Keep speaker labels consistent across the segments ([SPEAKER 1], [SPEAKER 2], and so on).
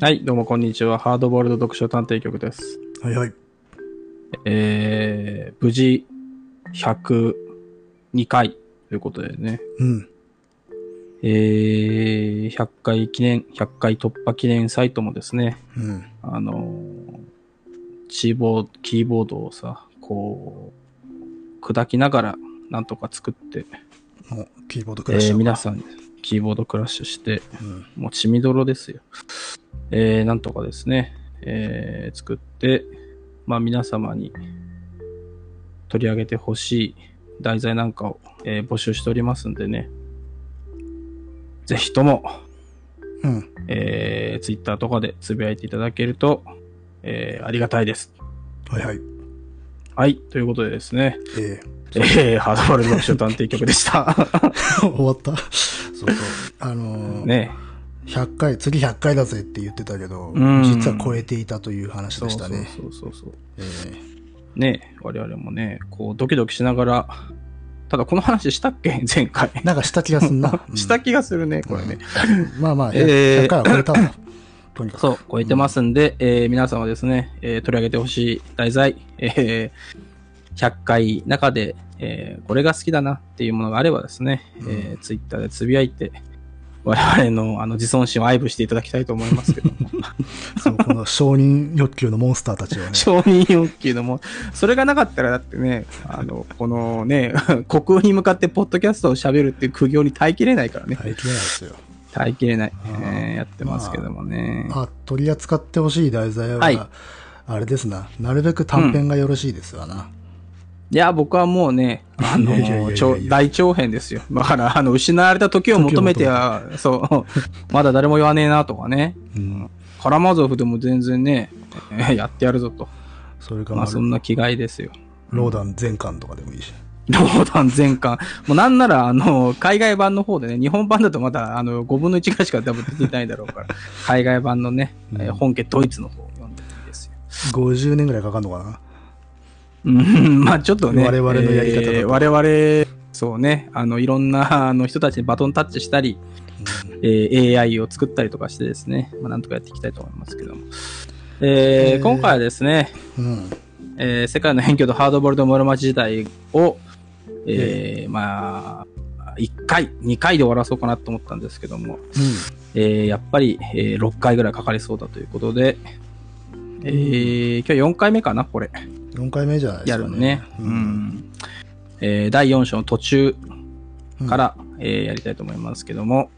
[SPEAKER 1] はい、どうもこんにちは。ハードボールド読書探偵局です。
[SPEAKER 2] はいはい。
[SPEAKER 1] えー、無事、102回ということでね。
[SPEAKER 2] うん。
[SPEAKER 1] えー、100回記念、100回突破記念サイトもですね、
[SPEAKER 2] うん。
[SPEAKER 1] あのーチーボード、キーボードをさ、こう、砕きながら、なんとか作って、
[SPEAKER 2] もう、キーボードク
[SPEAKER 1] え
[SPEAKER 2] ラッシュ、
[SPEAKER 1] ー皆さん、キーボードクラッシュして、
[SPEAKER 2] うん。
[SPEAKER 1] もう血みどろですよ。えー、なんとかですね、えー、作って、まあ皆様に取り上げてほしい題材なんかを、えー募集しておりますんでね。ぜひとも、
[SPEAKER 2] うん。
[SPEAKER 1] えー、Twitter とかでつぶやいていただけると、えー、ありがたいです。
[SPEAKER 2] はいはい。
[SPEAKER 1] はい、ということでですね、
[SPEAKER 2] え
[SPEAKER 1] えー、ハードボール読書探偵局でした。
[SPEAKER 2] ー、 終わったそうそう。あのー、
[SPEAKER 1] ね
[SPEAKER 2] 100回、次100回だぜって言ってたけど、
[SPEAKER 1] うん
[SPEAKER 2] 実は超えていたという話
[SPEAKER 1] そ
[SPEAKER 2] で
[SPEAKER 1] う
[SPEAKER 2] し
[SPEAKER 1] そ
[SPEAKER 2] た
[SPEAKER 1] う
[SPEAKER 2] ね。
[SPEAKER 1] そうそうそう。
[SPEAKER 2] え
[SPEAKER 1] ねえ、我々もね、こう、ドキドキしながら、ただこの話したっけ 前回。。
[SPEAKER 2] ーなんかした気がすんな
[SPEAKER 1] した
[SPEAKER 2] 気、
[SPEAKER 1] 気がするね、これね。
[SPEAKER 2] まあまあ、
[SPEAKER 1] えー
[SPEAKER 2] 100回は超えたんだ。とにかく。
[SPEAKER 1] そう、超えてますんで、えー皆様ですね、えー取り上げてほしい題材、えー100回中で、えーこれが好きだなっていうものがあればですね、えー、ツイッターでつぶやいて、我々のあの自尊心を愛撫していただきたいと思いますけども、
[SPEAKER 2] そう、この承認欲求のモンスターたち をね。
[SPEAKER 1] 承認欲求のも、それがなかったらだってね、あの、このね、 虚空に向かってポッドキャストを喋るっていう苦行に耐えきれないからね。
[SPEAKER 2] 耐えきれないですよ。
[SPEAKER 1] 耐えきれない、
[SPEAKER 2] あー
[SPEAKER 1] えーやってますけどもね。
[SPEAKER 2] まあ、取り扱ってほしい題材は、
[SPEAKER 1] はい
[SPEAKER 2] あれですな。なるべく短編がよろしいですわな。
[SPEAKER 1] いや、僕はもうね、あの
[SPEAKER 2] いやいやいやいやいや
[SPEAKER 1] 長大長編ですよ。だから、あの、失われた時を求めては、そう、まだ誰も言わねえなとかね。
[SPEAKER 2] うん。
[SPEAKER 1] カラマゾフでも全然ね、えーやってやるぞと。
[SPEAKER 2] それか、
[SPEAKER 1] ま
[SPEAKER 2] ま
[SPEAKER 1] あ、
[SPEAKER 2] あ
[SPEAKER 1] そんな気概ですよ。
[SPEAKER 2] ローダン全巻とかでもいいし。
[SPEAKER 1] 冗談全巻。もうなんなら、あの、海外版の方でね、日本版だとまだ、あの、5分の1ぐらいしか多分出てないだろう から、海外版のね、えー
[SPEAKER 2] うん
[SPEAKER 1] 本家ドイツの方を読んでもいい ですよ。
[SPEAKER 2] 50年ぐらいかかるのかな
[SPEAKER 1] うんまあちょっとね、
[SPEAKER 2] 我々のやり方だと
[SPEAKER 1] えー我々、そうね、あの、いろんなあの人たちにバトンタッチしたり、えー AI を作ったりとかしてですね、まあ、なんとかやっていきたいと思いますけども。えー
[SPEAKER 2] えー
[SPEAKER 1] 今回はですね、
[SPEAKER 2] うん。
[SPEAKER 1] えー世界の辺境とハードボールド室町時代を、えーまあ、1回、2回で終わらそうかなと思ったんですけども、えーやっぱり、え6回ぐらいかかりそうだということで、えー今日4回目かな、これ。
[SPEAKER 2] 4回目じゃないで
[SPEAKER 1] や
[SPEAKER 2] す
[SPEAKER 1] る
[SPEAKER 2] か、ね。
[SPEAKER 1] ね。う。ん。えー第4章の途中から、えーやりたいと思いますけども、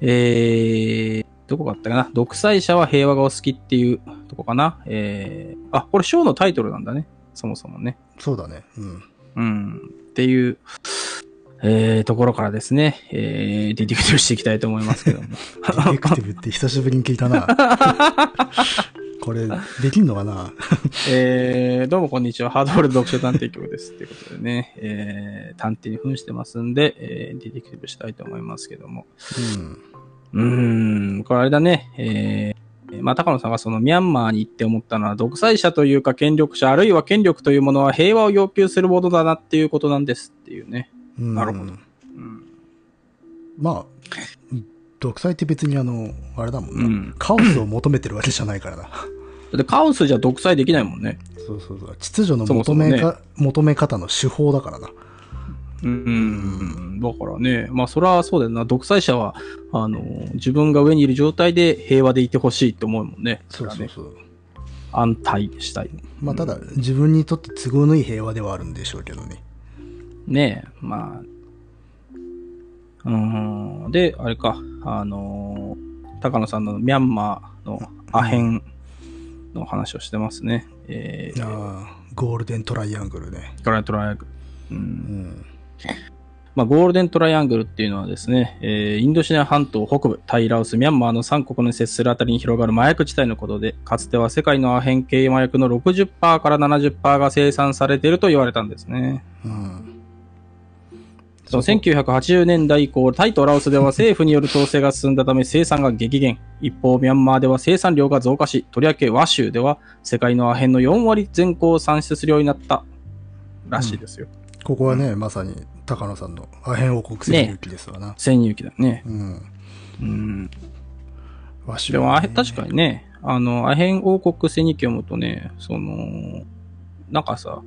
[SPEAKER 1] えー、どこだったかな独裁者は平和がお好きっていうとこかなえー、あ、これ章のタイトルなんだね。そもそもね。
[SPEAKER 2] そうだね。うん。
[SPEAKER 1] うん。っていう、えー、ところからですね、えー、ディティクティブしていきたいと思いますけども。
[SPEAKER 2] ディテクティブって久しぶりに聞い たな。これ、できんのかな
[SPEAKER 1] えー、どうもこんにちは。ハードボールド読書探偵局です。ということでね、えー、探偵に扮してますんで、えー、ディテクティブしたいと思いますけども。
[SPEAKER 2] うん。
[SPEAKER 1] うーん、これあれだね、えー、まあ、高野さんがそのミャンマーに行って思ったのは、独裁者というか権力者、あるいは権力というものは平和を要求するものだなっていうことなんですっていうね。
[SPEAKER 2] うん
[SPEAKER 1] なるほど。うん。
[SPEAKER 2] まあ、独裁って別にあの、あれだもんな。
[SPEAKER 1] うん
[SPEAKER 2] カオスを求めてるわけじゃないからな。
[SPEAKER 1] だってカオスじゃ独裁できないもんね。
[SPEAKER 2] そうそうそう。秩序の
[SPEAKER 1] そもそ
[SPEAKER 2] 求
[SPEAKER 1] も
[SPEAKER 2] め
[SPEAKER 1] ね
[SPEAKER 2] か求め方の手法だからな。
[SPEAKER 1] うん、だからね、まあそれはそうだよな、独裁者は、あの、自分が上にいる状態で平和でいてほしいと思うもんね。
[SPEAKER 2] そう
[SPEAKER 1] れは
[SPEAKER 2] そう
[SPEAKER 1] ね。
[SPEAKER 2] そう。
[SPEAKER 1] 安泰したい。
[SPEAKER 2] まあ、ただ、自分にとって都合のいい平和ではあるんでしょうけどね。
[SPEAKER 1] ねえ、まあ。うーん、で、あれか、あのー高野さんのミャンマーのアヘンの話をしてますね。えー、
[SPEAKER 2] ああ、ゴールデントライアングルね。
[SPEAKER 1] トライトライアングル。うん
[SPEAKER 2] うん。
[SPEAKER 1] まあ、ゴールデントライアングルっていうのはですね、えーインドシナ半島北部、タイ、ラオス、ミャンマーの3国に接するあたりに広がる麻薬地帯のことで、かつては世界のアヘン系麻薬の60%から70%が生産されていると言われたんですね。
[SPEAKER 2] うん。
[SPEAKER 1] その1980年代以降、タイとラオスでは政府による統制が進んだため生産が激減。一方、ミャンマーでは生産量が増加し、とりわけ和州では世界のアヘンの4割全項を産出するようになったらしいですよ。
[SPEAKER 2] ここはね、まさに高野さんのアヘン王国戦略ですわな。
[SPEAKER 1] 戦入期だね。
[SPEAKER 2] うん。
[SPEAKER 1] うん。
[SPEAKER 2] わし
[SPEAKER 1] でもあへ、確
[SPEAKER 2] に。
[SPEAKER 1] かにね、あの、アヘン王国戦に記を読むとね、その、なんかさ、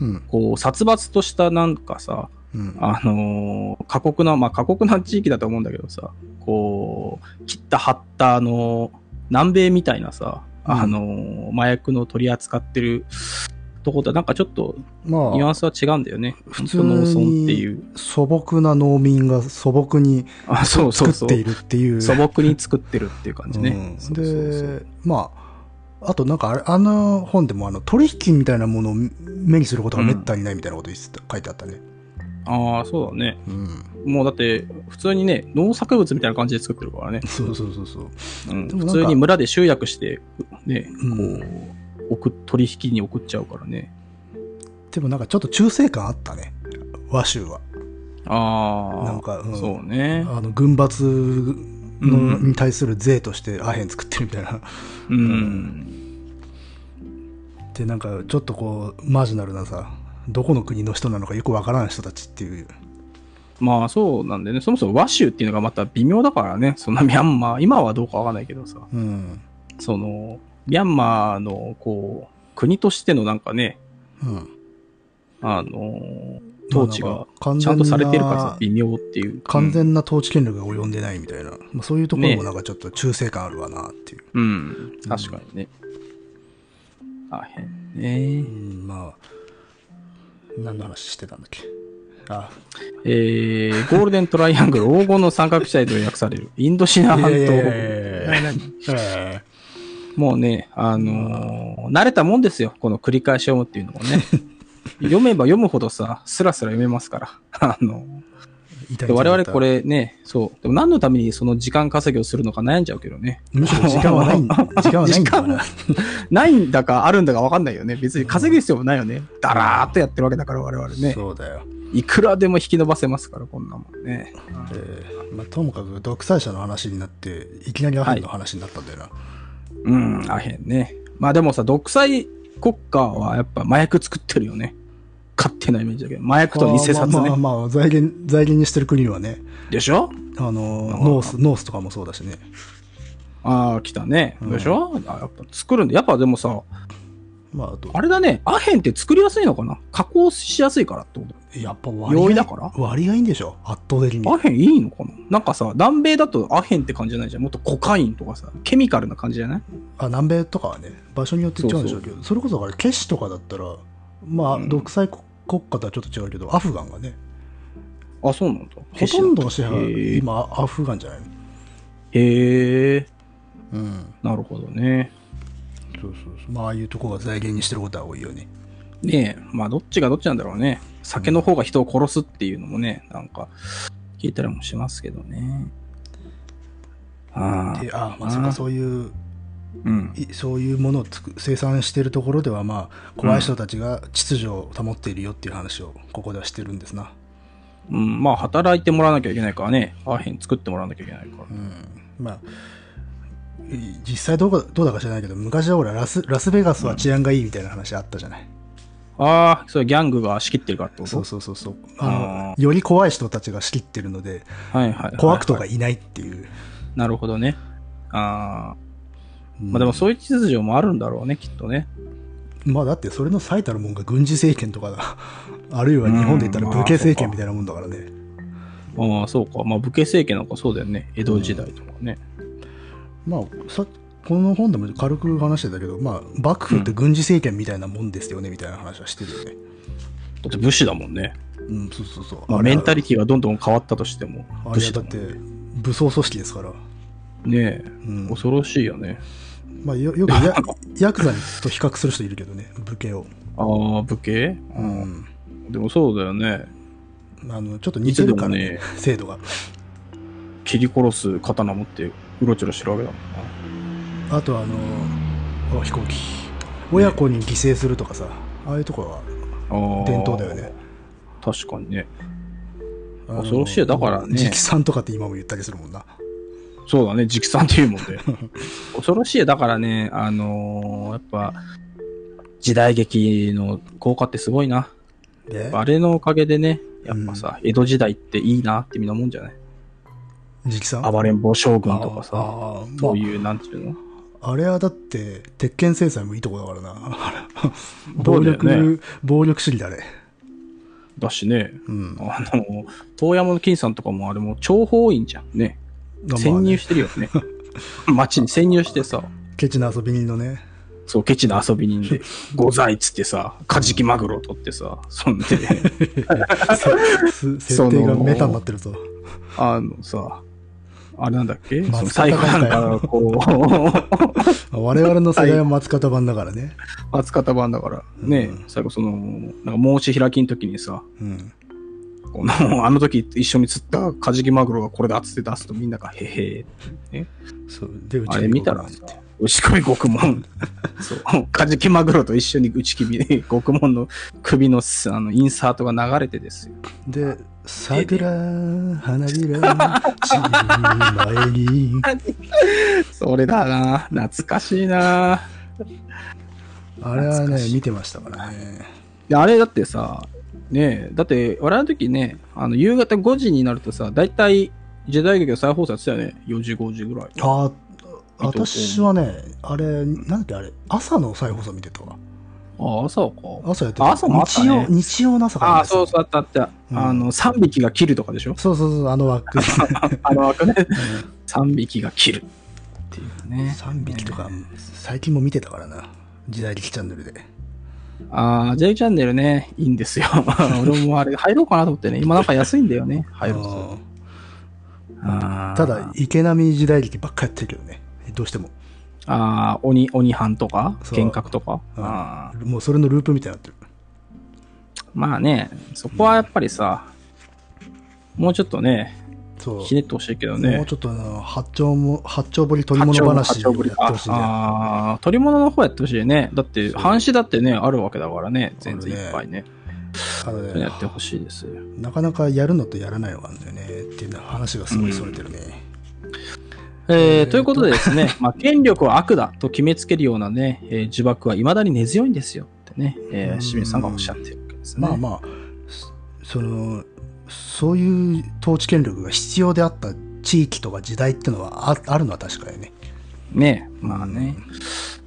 [SPEAKER 2] うん。
[SPEAKER 1] こう、殺伐としたなんかさ、
[SPEAKER 2] うん。
[SPEAKER 1] あのー過酷な、まあ、過酷な地域だと思うんだけどさ、こう、切った張った、あのー南米みたいなさ、
[SPEAKER 2] うん
[SPEAKER 1] あのー麻薬の取り扱ってるとことは、なんかちょっと、
[SPEAKER 2] ま
[SPEAKER 1] ニュア
[SPEAKER 2] あ
[SPEAKER 1] ン、スは違うんだよね。
[SPEAKER 2] 普
[SPEAKER 1] 普
[SPEAKER 2] 通
[SPEAKER 1] 通
[SPEAKER 2] に
[SPEAKER 1] 農村っていう。
[SPEAKER 2] 素朴な農民が素朴に
[SPEAKER 1] あ、そうそう
[SPEAKER 2] 作
[SPEAKER 1] そう
[SPEAKER 2] って。いるっていう。
[SPEAKER 1] 素朴に作ってるっていう感じね。
[SPEAKER 2] うん
[SPEAKER 1] そうそうそう
[SPEAKER 2] で、まあ、あとなんかあれ、あの本でもあの取引みたいなものを目にすることがめったにないみたいなこと言ってた書いてあったね。
[SPEAKER 1] ああ、そうだね。
[SPEAKER 2] うん。
[SPEAKER 1] もうだって、普通にね、農作物みたいな感じで作ってるからね。
[SPEAKER 2] そうそうそうそう。
[SPEAKER 1] うん、
[SPEAKER 2] でも
[SPEAKER 1] 普
[SPEAKER 2] なんか
[SPEAKER 1] 通に村で集約して、ね、こ
[SPEAKER 2] う
[SPEAKER 1] う、送っ取引に送っちゃうからね。
[SPEAKER 2] でもなんかちょっと中性感あったね。和州は。
[SPEAKER 1] ああ、
[SPEAKER 2] なんか、うん、
[SPEAKER 1] そうね。
[SPEAKER 2] あの軍閥の
[SPEAKER 1] うん
[SPEAKER 2] に対する税としてアヘン作ってるみたいな。
[SPEAKER 1] うんん。
[SPEAKER 2] で、なんかちょっとこう、マージナルなさ、どこの国の人なのかよくわからない人たちっていう。
[SPEAKER 1] まあそうなんでね、そもそも和州っていうのがまた微妙だからね、そんなミャンマー、今はどうかわかんないけどさ、
[SPEAKER 2] うん。
[SPEAKER 1] その、ミャンマーの、こう、国としてのなんかね、
[SPEAKER 2] うん。
[SPEAKER 1] あの、統治
[SPEAKER 2] まあなん
[SPEAKER 1] が
[SPEAKER 2] か完
[SPEAKER 1] ち
[SPEAKER 2] 全
[SPEAKER 1] ゃ
[SPEAKER 2] な、
[SPEAKER 1] んとされてるからさ、微妙っていう。
[SPEAKER 2] 完全な統治権力が及んでないみたいな、まあ、そういうところもなんかちょっと中性感あるわなっていう、
[SPEAKER 1] うん。うん、確かにね。大変
[SPEAKER 2] う
[SPEAKER 1] ね。
[SPEAKER 2] ん、まあ何の話してたんだっけ あ
[SPEAKER 1] えー、ゴールデントライアングル、黄金の三角地帯と訳される、インドシナ半
[SPEAKER 2] いやい
[SPEAKER 1] 島
[SPEAKER 2] やいやいや
[SPEAKER 1] 何々
[SPEAKER 2] え
[SPEAKER 1] もうね、あのー慣れたもんですよ、この繰り返し読むっていうのも ね。読めば読むほどさ、スラスラ読めますから。あの、
[SPEAKER 2] え痛い
[SPEAKER 1] で我々こ
[SPEAKER 2] れ
[SPEAKER 1] れね、そう、でも何のためにその時間稼ぎをするのか悩んじゃうけどね。
[SPEAKER 2] むしろ時間はないん時間はないんだから
[SPEAKER 1] ないんだかあるんだか分かんないよね。別に稼ぐ必要もないよね。だらーっとやってるわけだから我々ね。
[SPEAKER 2] そうだよ、
[SPEAKER 1] いくらでも引き伸ばせますから、こんなもんね。
[SPEAKER 2] ええまあ、ともかく独裁者の話になっていきなりアヘンの話になったんだよな、
[SPEAKER 1] うん、あへんね。まあでもさ、独裁国家はやっぱ麻薬作ってるよね。勝手なイメージだけど。麻薬と偽札
[SPEAKER 2] まあまあ
[SPEAKER 1] ね。
[SPEAKER 2] まあまあ財源財源にしてる国はね
[SPEAKER 1] でしょま
[SPEAKER 2] あの
[SPEAKER 1] あ
[SPEAKER 2] ノースノースとかもそうだしね
[SPEAKER 1] ああ、来たね。
[SPEAKER 2] うん
[SPEAKER 1] でしょ、あやっぱ作るんで。やっぱでもさ、
[SPEAKER 2] まああと
[SPEAKER 1] あれだね。アヘンって作りやすいのかな加工しやすいからってこと
[SPEAKER 2] やっぱ
[SPEAKER 1] 容
[SPEAKER 2] 割
[SPEAKER 1] 易
[SPEAKER 2] 合
[SPEAKER 1] だから
[SPEAKER 2] 割合いいんでしょ圧倒的に。
[SPEAKER 1] アヘンいいのかななんかさ、南米だとアヘンって感じじゃないじゃん。もっとコカインとかさ、ケミカルな感じじゃない
[SPEAKER 2] あ南米とかはね、場所によって違うんでしょうけど、それこそだから、ケシとかだったら、まあ、
[SPEAKER 1] うん
[SPEAKER 2] 独裁国国家とはちょっと違うけど、アフガンがね、
[SPEAKER 1] あ、そうなんだ。
[SPEAKER 2] ほとんどの支
[SPEAKER 1] へ
[SPEAKER 2] 配、
[SPEAKER 1] ー
[SPEAKER 2] 今、アフガンじゃないの。
[SPEAKER 1] へえ、
[SPEAKER 2] うん。
[SPEAKER 1] なるほどね。
[SPEAKER 2] そうそうそう。まあ、ああいうとこが財源にしてることは多いよね。
[SPEAKER 1] ねえ、まあどっちがどっちなんだろうね。酒の方が人を殺すっていうのもね、なんか聞いたりもしますけどね。ああ
[SPEAKER 2] で、、あまあ、そっかそういう、
[SPEAKER 1] うん。
[SPEAKER 2] いそういうものをつく生産してるところでは、まあ、怖い人たちが秩序を保っているよっていう話を、ここではしてるんですな。
[SPEAKER 1] うん、まあ働いてもらわなきゃいけないからね。アヘン作ってもらわなきゃいけないから。
[SPEAKER 2] まあ、い実際どうかどうだか知らないけど、昔はほらラス、ラスベガスは治安がいいみたいな話あったじゃない。
[SPEAKER 1] ああ、それギャングが仕切ってるからってこと
[SPEAKER 2] そうそうそうそうあの
[SPEAKER 1] あ
[SPEAKER 2] より怖い人たちが仕切ってるので、
[SPEAKER 1] はいはいはい、はい。
[SPEAKER 2] 怖くとかいないっていう。
[SPEAKER 1] なるほどね。ああ、
[SPEAKER 2] うん
[SPEAKER 1] まあでもそういう秩序もあるんだろうね、きっとね。
[SPEAKER 2] まあだってそれの最たるもんが軍事政権とかだ。 あるいは日本で言ったら武家政権みたいなもんだからね。
[SPEAKER 1] ああ、そうか。まあ武家政権なんかそうだよね。江戸時代とかね。
[SPEAKER 2] まあ、さこの本でも軽く話してたけど、まあ、幕府って軍事政権みたいなもんですよねみたいな話はしてるよね。
[SPEAKER 1] だって武士だもんね。
[SPEAKER 2] うん、そうそうそう。
[SPEAKER 1] まあ、
[SPEAKER 2] れ
[SPEAKER 1] メンタリティはどんどん変わったとしても
[SPEAKER 2] あ
[SPEAKER 1] 武
[SPEAKER 2] れは
[SPEAKER 1] 士
[SPEAKER 2] だ
[SPEAKER 1] だ
[SPEAKER 2] っ
[SPEAKER 1] もん
[SPEAKER 2] て武装組織ですから。
[SPEAKER 1] ねえ、
[SPEAKER 2] ん
[SPEAKER 1] 恐ろしいよね
[SPEAKER 2] まあ、よよくヤ ヤクザと比較する人いるけどね、武家を。
[SPEAKER 1] ああ武家、
[SPEAKER 2] う
[SPEAKER 1] うん
[SPEAKER 2] ん、
[SPEAKER 1] でもそうだよね
[SPEAKER 2] あのちょっと似てるから
[SPEAKER 1] いつ
[SPEAKER 2] ね
[SPEAKER 1] で、
[SPEAKER 2] 制度が。
[SPEAKER 1] 切り殺す刀持ってうろちょろしてるわけだもんな
[SPEAKER 2] あとあのお飛行機、親子に犠牲するとかさ、ああいうところは
[SPEAKER 1] あー
[SPEAKER 2] 伝統だよね。
[SPEAKER 1] 確かにね
[SPEAKER 2] あの
[SPEAKER 1] 恐ろしいよだからね
[SPEAKER 2] 直参とかって今も言ったりするもんな。
[SPEAKER 1] そうだね直参っていうもん で恐ろしいだからねあのーやっぱ時代劇の効果ってすごいな
[SPEAKER 2] で、
[SPEAKER 1] あれのおかげでねやっぱさ、江戸時代っていいなってみんな思うんじゃない
[SPEAKER 2] 直参
[SPEAKER 1] 暴れん坊将軍とか
[SPEAKER 2] あ
[SPEAKER 1] さ、
[SPEAKER 2] ーあー
[SPEAKER 1] そう
[SPEAKER 2] ま
[SPEAKER 1] いう、なんていうの
[SPEAKER 2] あ、あれはだって、鉄拳制裁もいいとこだか らな。
[SPEAKER 1] そ
[SPEAKER 2] 暴
[SPEAKER 1] うだよ
[SPEAKER 2] 力、
[SPEAKER 1] ね
[SPEAKER 2] 暴力主義だね。
[SPEAKER 1] だしね、
[SPEAKER 2] うん。
[SPEAKER 1] あの、遠山の金さんとかもあれも諜報員じゃんね。
[SPEAKER 2] まあ
[SPEAKER 1] 潜入
[SPEAKER 2] ね
[SPEAKER 1] してるよ ね。街に潜入してさ、
[SPEAKER 2] ケチな遊び人の ね。
[SPEAKER 1] そう、ケチな遊び人 で、ございっつってさ、カジキマグロ取ってさ、そんで、
[SPEAKER 2] す設定がメタになってると。
[SPEAKER 1] あのさ、あれなんだっけ
[SPEAKER 2] 松
[SPEAKER 1] その
[SPEAKER 2] 方
[SPEAKER 1] 最後なんか、こ う、
[SPEAKER 2] 我々の世代は松方版だからね。
[SPEAKER 1] 扱った版だから、ね、
[SPEAKER 2] うん
[SPEAKER 1] 最後その、なんか申し開きの時にさ、
[SPEAKER 2] うん。
[SPEAKER 1] この、あの時一緒に釣ったカジキマグロがこれだっつって出すとみんなが、へへー
[SPEAKER 2] そう。で、う
[SPEAKER 1] あれ見たらさ、牛首獄門、 そう、カジキマグロと一緒に内首、獄門の首のあのインサートが流れてですよ。
[SPEAKER 2] で、桜、花びら、散る前 に。
[SPEAKER 1] それだな、懐かしいな。
[SPEAKER 2] あれは
[SPEAKER 1] 懐か
[SPEAKER 2] ね
[SPEAKER 1] し、い
[SPEAKER 2] 見てましたからね。
[SPEAKER 1] であれだってさ、ねえ、だって我々の時ね、あの夕方5時になるとさ、だいたい時代劇の再放送やってたよね、4時、5時ぐらい。見
[SPEAKER 2] あ
[SPEAKER 1] とこう
[SPEAKER 2] 私はね、あれ、なんだっけあれ、朝の再放送見てたわ。
[SPEAKER 1] あ、朝か。
[SPEAKER 2] 朝やってた。
[SPEAKER 1] 朝もあった
[SPEAKER 2] 日
[SPEAKER 1] ね
[SPEAKER 2] 曜、日曜の朝から
[SPEAKER 1] あ
[SPEAKER 2] ね
[SPEAKER 1] あ、そうそう、あったあった。
[SPEAKER 2] うん
[SPEAKER 1] あの、3匹が切るとかでしょ
[SPEAKER 2] そうそうそう、あの枠。
[SPEAKER 1] あの、枠ね。3匹が切る。っていうね。
[SPEAKER 2] 3匹とか、最近も見てたからな。時代劇チャンネルで。
[SPEAKER 1] ああ、J チャンネルね、いいんですよ。 俺もあれ、入ろうかなと思ってね。今なんか安いんだよね、入ろうとする
[SPEAKER 2] うん
[SPEAKER 1] あー
[SPEAKER 2] ただ、池波時代劇ばっかやってるけどね。どうしても。
[SPEAKER 1] あー、鬼、鬼藩とか、
[SPEAKER 2] そう
[SPEAKER 1] 剣閣とか。
[SPEAKER 2] うん
[SPEAKER 1] あー
[SPEAKER 2] もうそれのループみたいになってる。
[SPEAKER 1] まあね、そこはやっぱりさ、もうちょっとね、
[SPEAKER 2] そう。
[SPEAKER 1] ひねってほしいけど
[SPEAKER 2] も
[SPEAKER 1] ね
[SPEAKER 2] う。ちょっとあの八丁も八丁堀取り物話や
[SPEAKER 1] 八
[SPEAKER 2] っ
[SPEAKER 1] 丁堀
[SPEAKER 2] てほしいね。
[SPEAKER 1] ああー、取り物の方やってほしいね。だって、半紙だってね、あるわけだからね、全然
[SPEAKER 2] あるね
[SPEAKER 1] いっぱいね。
[SPEAKER 2] あの
[SPEAKER 1] や
[SPEAKER 2] ね
[SPEAKER 1] ってほしいですよ。
[SPEAKER 2] なかなかやるのとやらないのがあるんだよねっていうのは話がすごいそれてるね。
[SPEAKER 1] えー
[SPEAKER 2] えーと
[SPEAKER 1] ということでです ね、まあ、権力は悪だと決めつけるようなね、えー呪縛はいまだに根強いんですよってね、えー
[SPEAKER 2] うん
[SPEAKER 1] 清水さんがおっしゃってるわけですね。
[SPEAKER 2] まあまあそそのそういう統治権力が必要であった地域とか時代ってのはああるのは確かにね。
[SPEAKER 1] ねえまあね、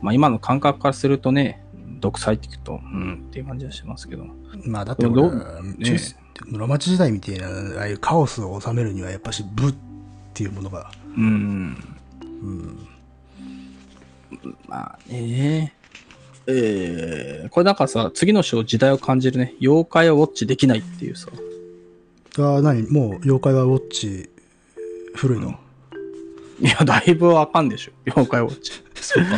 [SPEAKER 1] まあ、今の感覚からするとね、独裁って聞くと、うんっていう感じはしますけど、
[SPEAKER 2] まあだって
[SPEAKER 1] ど
[SPEAKER 2] ほら
[SPEAKER 1] ね
[SPEAKER 2] 中世室町時代みたいなああいうカオスを収めるにはやっぱし武っていうものが、
[SPEAKER 1] うん、
[SPEAKER 2] うん、
[SPEAKER 1] まあね。えーこれなんかさ、次の章、時代を感じるね、妖怪をウォッチできないっていうさ、
[SPEAKER 2] あ何もう妖怪はウォッチ古いの、
[SPEAKER 1] いや、だいぶあかんでしょ、妖怪ウォッチ。
[SPEAKER 2] そうか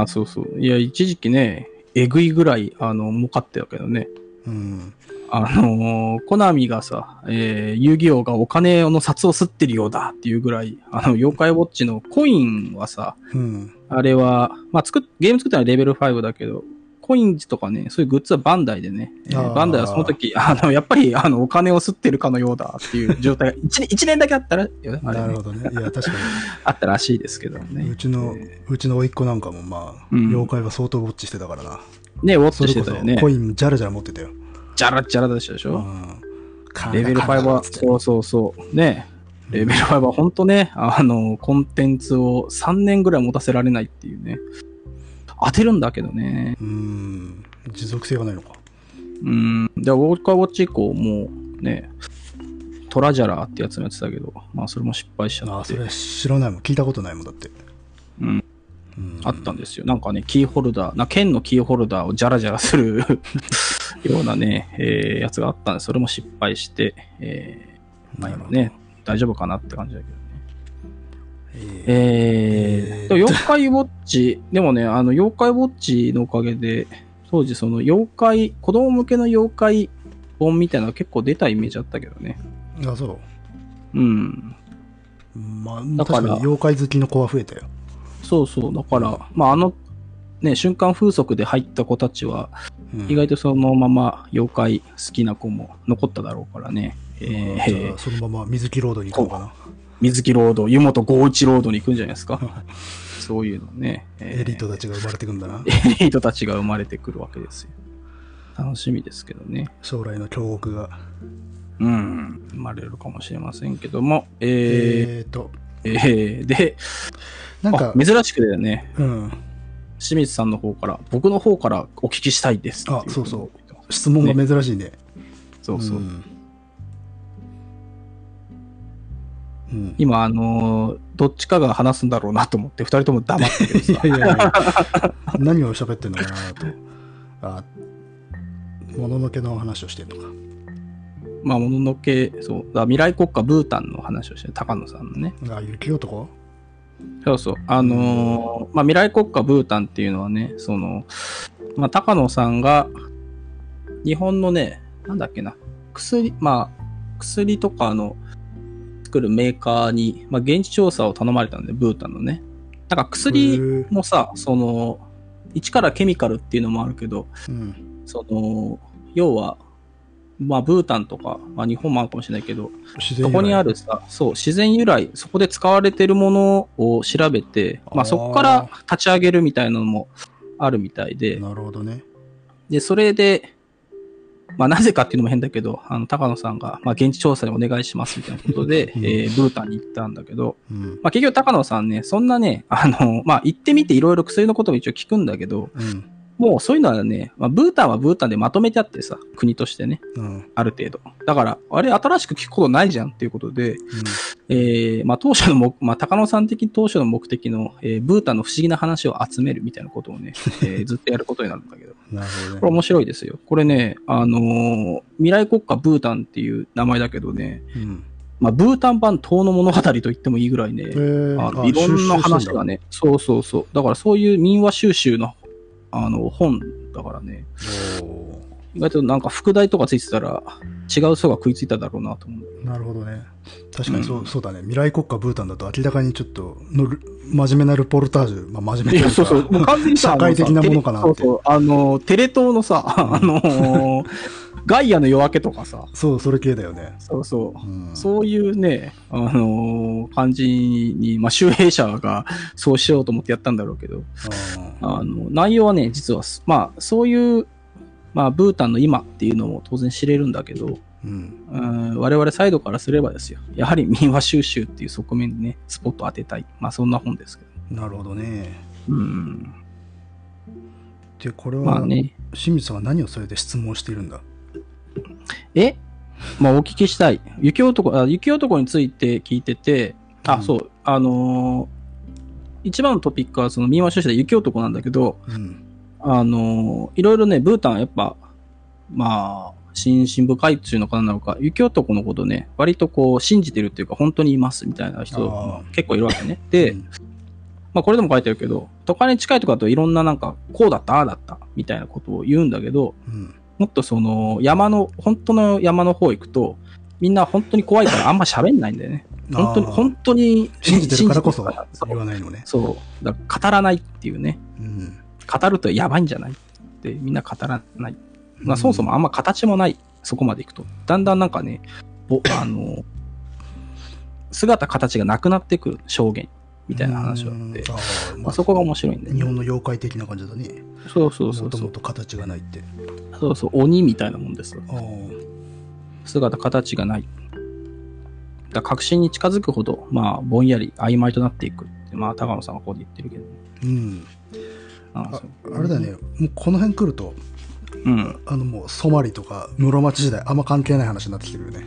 [SPEAKER 1] あ、そうそう。いや、一時期ね、えぐいぐらい、あの、儲かってたけどね。
[SPEAKER 2] うん
[SPEAKER 1] あのーコナミがさ、えー遊戯王がお金の札を吸ってるようだっていうぐらい、あの、妖怪ウォッチのコインはさ、
[SPEAKER 2] うん
[SPEAKER 1] あれは、まあ、作っ、ゲーム作ったのはレベル5だけど、コインとかね、そういうグッズはバンダイでね、えー
[SPEAKER 2] あー
[SPEAKER 1] バンダイはその時、あの、やっぱり、あの、お金を吸ってるかのようだっていう状態が、一年、一年だけあったらよね、あれ
[SPEAKER 2] な
[SPEAKER 1] ね
[SPEAKER 2] るほどね。いや、確か
[SPEAKER 1] あったらしいですけど
[SPEAKER 2] に。う
[SPEAKER 1] ね。
[SPEAKER 2] ちの、うちの甥っ子なんかもまあ、
[SPEAKER 1] うん
[SPEAKER 2] 妖怪は相当ウォッチしてたからな。
[SPEAKER 1] ね、ウォッ
[SPEAKER 2] そ
[SPEAKER 1] チし
[SPEAKER 2] れ
[SPEAKER 1] て
[SPEAKER 2] こ
[SPEAKER 1] た
[SPEAKER 2] そ
[SPEAKER 1] よね。
[SPEAKER 2] コインジャラジャラ持ってたよ。
[SPEAKER 1] じゃらじゃらでしたでし
[SPEAKER 2] う
[SPEAKER 1] ょ、
[SPEAKER 2] ん。
[SPEAKER 1] レベル5は、そうそうそう。ねレベル5は本当ね、あの、コンテンツを3年ぐらい持たせられないっていうね。当てるんだけどね。
[SPEAKER 2] うん。持続性がないのか。
[SPEAKER 1] うん。で、ウォーカーウォッチ以降、もうね、トラジャラってやつもやってたけど、まあそれも失敗しちゃ
[SPEAKER 2] あ
[SPEAKER 1] っ
[SPEAKER 2] あ、
[SPEAKER 1] て
[SPEAKER 2] そ。れ知らないもん。聞いたことないもんだって。
[SPEAKER 1] うん、
[SPEAKER 2] うん
[SPEAKER 1] あったんですよ。なんかね、キーホルダー、な剣のキーホルダーをジャラジャラする ようなね、えーやつがあったんで、それも失敗して、えーまあ今ね、大丈夫かなって感じだけどね。え
[SPEAKER 2] ええ
[SPEAKER 1] ー、で
[SPEAKER 2] えー
[SPEAKER 1] も妖怪ウォッチ、でもね、あの、妖怪ウォッチのおかげで、当時その妖怪、子供向けの妖怪本みたいなの結構出たイメージあったけどね。
[SPEAKER 2] あ、そ
[SPEAKER 1] うん。
[SPEAKER 2] う。ま
[SPEAKER 1] だ
[SPEAKER 2] あ、
[SPEAKER 1] から
[SPEAKER 2] 確かに妖怪好きの子は増えたよ。
[SPEAKER 1] そうそう。だから、まあ、あの、ね、瞬間風速で入った子たちは、
[SPEAKER 2] うん
[SPEAKER 1] 意外とそのまま妖怪好きな子も残っただろうから ね。え
[SPEAKER 2] うん
[SPEAKER 1] ー
[SPEAKER 2] じゃあそのまま水木ロードに行こうかな。
[SPEAKER 1] 水木ロード、湯本豪一ロードに行くんじゃないですか。 そういうのね。えー
[SPEAKER 2] エリートたちが生まれてくんだな。
[SPEAKER 1] エリートたちが生まれてくるわけですよ。楽しみですけどね。
[SPEAKER 2] 将来の強国が。
[SPEAKER 1] うん、生まれるかもしれませんけども、え
[SPEAKER 2] えーと、
[SPEAKER 1] ーえーで、
[SPEAKER 2] なん
[SPEAKER 1] あ
[SPEAKER 2] か、
[SPEAKER 1] 珍しくだよね、
[SPEAKER 2] うん、
[SPEAKER 1] 清水さんの方から、僕の方からお聞きしたいです
[SPEAKER 2] あそうそう。質問が珍しいね。
[SPEAKER 1] そうそう。
[SPEAKER 2] ん。うん、
[SPEAKER 1] 今、あのーどっちかが話すんだろうなと思って、二人とも黙ってるけど
[SPEAKER 2] い
[SPEAKER 1] さ
[SPEAKER 2] やいやいや、 何を喋ってんのかなと。あ、もののけの話をしてるのか。
[SPEAKER 1] まあ、もののけ、そう、だから未来国家ブータンの話をしてる、高野さんのね。
[SPEAKER 2] あ、雪男
[SPEAKER 1] そうそう。あのーまあ、未来国家ブータンっていうのはね、その、まあ、高野さんが、日本のね、なんだっけな、薬、まあ、薬とかの作るメーカーに、まあ、現地調査を頼まれたんで、ブータンのね。なんか
[SPEAKER 2] へ
[SPEAKER 1] 薬
[SPEAKER 2] ー
[SPEAKER 1] もさ、その、一からケミカルっていうのもあるけど、
[SPEAKER 2] うん。
[SPEAKER 1] その、要は、まあ、ブータンとか、まあ、日本もあるかもしれないけど、
[SPEAKER 2] 自然
[SPEAKER 1] そ
[SPEAKER 2] 由来
[SPEAKER 1] こにあるさ、そう、自然由来、そこで使われてるものを調べて、ま
[SPEAKER 2] あー
[SPEAKER 1] あ、そこから立ち上げるみたいなのもあるみたいで、
[SPEAKER 2] なるほどね。
[SPEAKER 1] で、それで、まあ、なぜかっていうのも変だけど、あの、高野さんが、まあ、現地調査にお願いしますみたいなことで、
[SPEAKER 2] うん
[SPEAKER 1] えーブータンに行ったんだけど、
[SPEAKER 2] うん。
[SPEAKER 1] まあ、結局高野さんね、そんなね、あの、まあ、行ってみていろいろ薬のことも一応聞くんだけど、
[SPEAKER 2] うん。
[SPEAKER 1] もうそういうのはね、まあ、ブータンはブータンでまとめてあってさ、国としてね、
[SPEAKER 2] うん。
[SPEAKER 1] ある程度。だから、あれ、新しく聞くことないじゃんっていうことで、
[SPEAKER 2] う
[SPEAKER 1] えーまあ、当初の目、まあ、高野さん的当初の目的の、えーブータンの不思議な話を集めるみたいなことをね、え ーずっとやることになるんだけど、こ
[SPEAKER 2] ん。なるほ
[SPEAKER 1] れ
[SPEAKER 2] どね。
[SPEAKER 1] 面白いですよ。これね、あのー未来国家ブータンっていう名前だけどね、
[SPEAKER 2] うん。
[SPEAKER 1] まあ、ブータン版東の物語と言ってもいいぐらいね、
[SPEAKER 2] えー
[SPEAKER 1] あのいろんな話が。ね、そうそうそう、だからそういう民話収集のあの本だからね、
[SPEAKER 2] 収集してんだお
[SPEAKER 1] 意外となんか副題とかついてたら、違う層が食いついただろうなと思う。
[SPEAKER 2] ーなるほどね。確かにそう,、そうだね。未来国家ブータンだと明らかにちょっとのル真面目なルポルタージュ、まあ、真面目
[SPEAKER 1] い
[SPEAKER 2] とい
[SPEAKER 1] や、
[SPEAKER 2] か
[SPEAKER 1] そうそう、もう完全にさ、
[SPEAKER 2] 社会的なものかなって
[SPEAKER 1] あのさテレそうそう、あの、テレ東のさ、 あの、ガイアの夜明けとかさ、
[SPEAKER 2] そうそれ系だよね。
[SPEAKER 1] そうそうう、
[SPEAKER 2] ん、
[SPEAKER 1] そういうね、あの、感じに、まあ、周平者がそうしようと思ってやったんだろうけど、
[SPEAKER 2] あ
[SPEAKER 1] あの、内容はね、実は、まあ、そういう、まあ、ブータンの今っていうのも当然知れるんだけど、
[SPEAKER 2] ーうん。
[SPEAKER 1] うん我々サイドからすればですよ、やはり民話収集っていう側面にね、スポットを当てたい。まあ、そんな本ですけど。
[SPEAKER 2] なるほどね。
[SPEAKER 1] うん。
[SPEAKER 2] で、これ
[SPEAKER 1] まあ
[SPEAKER 2] は、
[SPEAKER 1] ね。
[SPEAKER 2] 清水さんは何をそれで質問しているんだ
[SPEAKER 1] えまあ、お聞きしたい。雪男、あ雪男について聞いてて、あ、
[SPEAKER 2] うん
[SPEAKER 1] そう、あのー一番のトピックはその民話収集で雪男なんだけど、
[SPEAKER 2] うん。
[SPEAKER 1] あのーいろいろね、ブータンはやっぱ、まあ、心身深いっていうのかななのか、雪男のことね、割とこう、信じてるっていうか、本当にいますみたいな人、
[SPEAKER 2] あー
[SPEAKER 1] まあ結構いるわけね。で、まあ、これでも書いてあるけど、都会に近いとかだといろんななんか、こうだった、ああだった、みたいなことを言うんだけど、
[SPEAKER 2] うん。
[SPEAKER 1] もっとその山の、本当の山の方行くと、みんな本当に怖い からあんま喋んないんだよね。
[SPEAKER 2] うん、
[SPEAKER 1] 本当に、
[SPEAKER 2] あー
[SPEAKER 1] 本当に
[SPEAKER 2] 信じてるからこそ
[SPEAKER 1] 信じてるから
[SPEAKER 2] 言わないのね。
[SPEAKER 1] そう。そうだから語らないっていうね。
[SPEAKER 2] うん。
[SPEAKER 1] 語るとやばいんじゃないってみんな語らない。まあそもそもあんま形もない。そこまで行くと。だんだんなんかね、ぼあの、姿形がなくなってくる証言みたいな話があって
[SPEAKER 2] うん。あーま
[SPEAKER 1] ま
[SPEAKER 2] あ
[SPEAKER 1] あ、そこが面白いんだよ
[SPEAKER 2] 日
[SPEAKER 1] ね。
[SPEAKER 2] 本の妖怪的な感じだね。
[SPEAKER 1] そうそうそ
[SPEAKER 2] も
[SPEAKER 1] う
[SPEAKER 2] と
[SPEAKER 1] そ
[SPEAKER 2] も
[SPEAKER 1] う。
[SPEAKER 2] と形がないって。
[SPEAKER 1] そうそう、鬼みたいなもんです。
[SPEAKER 2] あー
[SPEAKER 1] 姿形がない。だ確信に近づくほど、まあ、ぼんやり曖昧となっていくって。まあ、高野さんはここで言ってるけど。
[SPEAKER 2] うん。
[SPEAKER 1] あ
[SPEAKER 2] あ
[SPEAKER 1] そう
[SPEAKER 2] あれだよね、もうこの辺来ると、
[SPEAKER 1] うん。
[SPEAKER 2] あのもうソマリとか室町時代、あんま関係ない話になってきてるよね。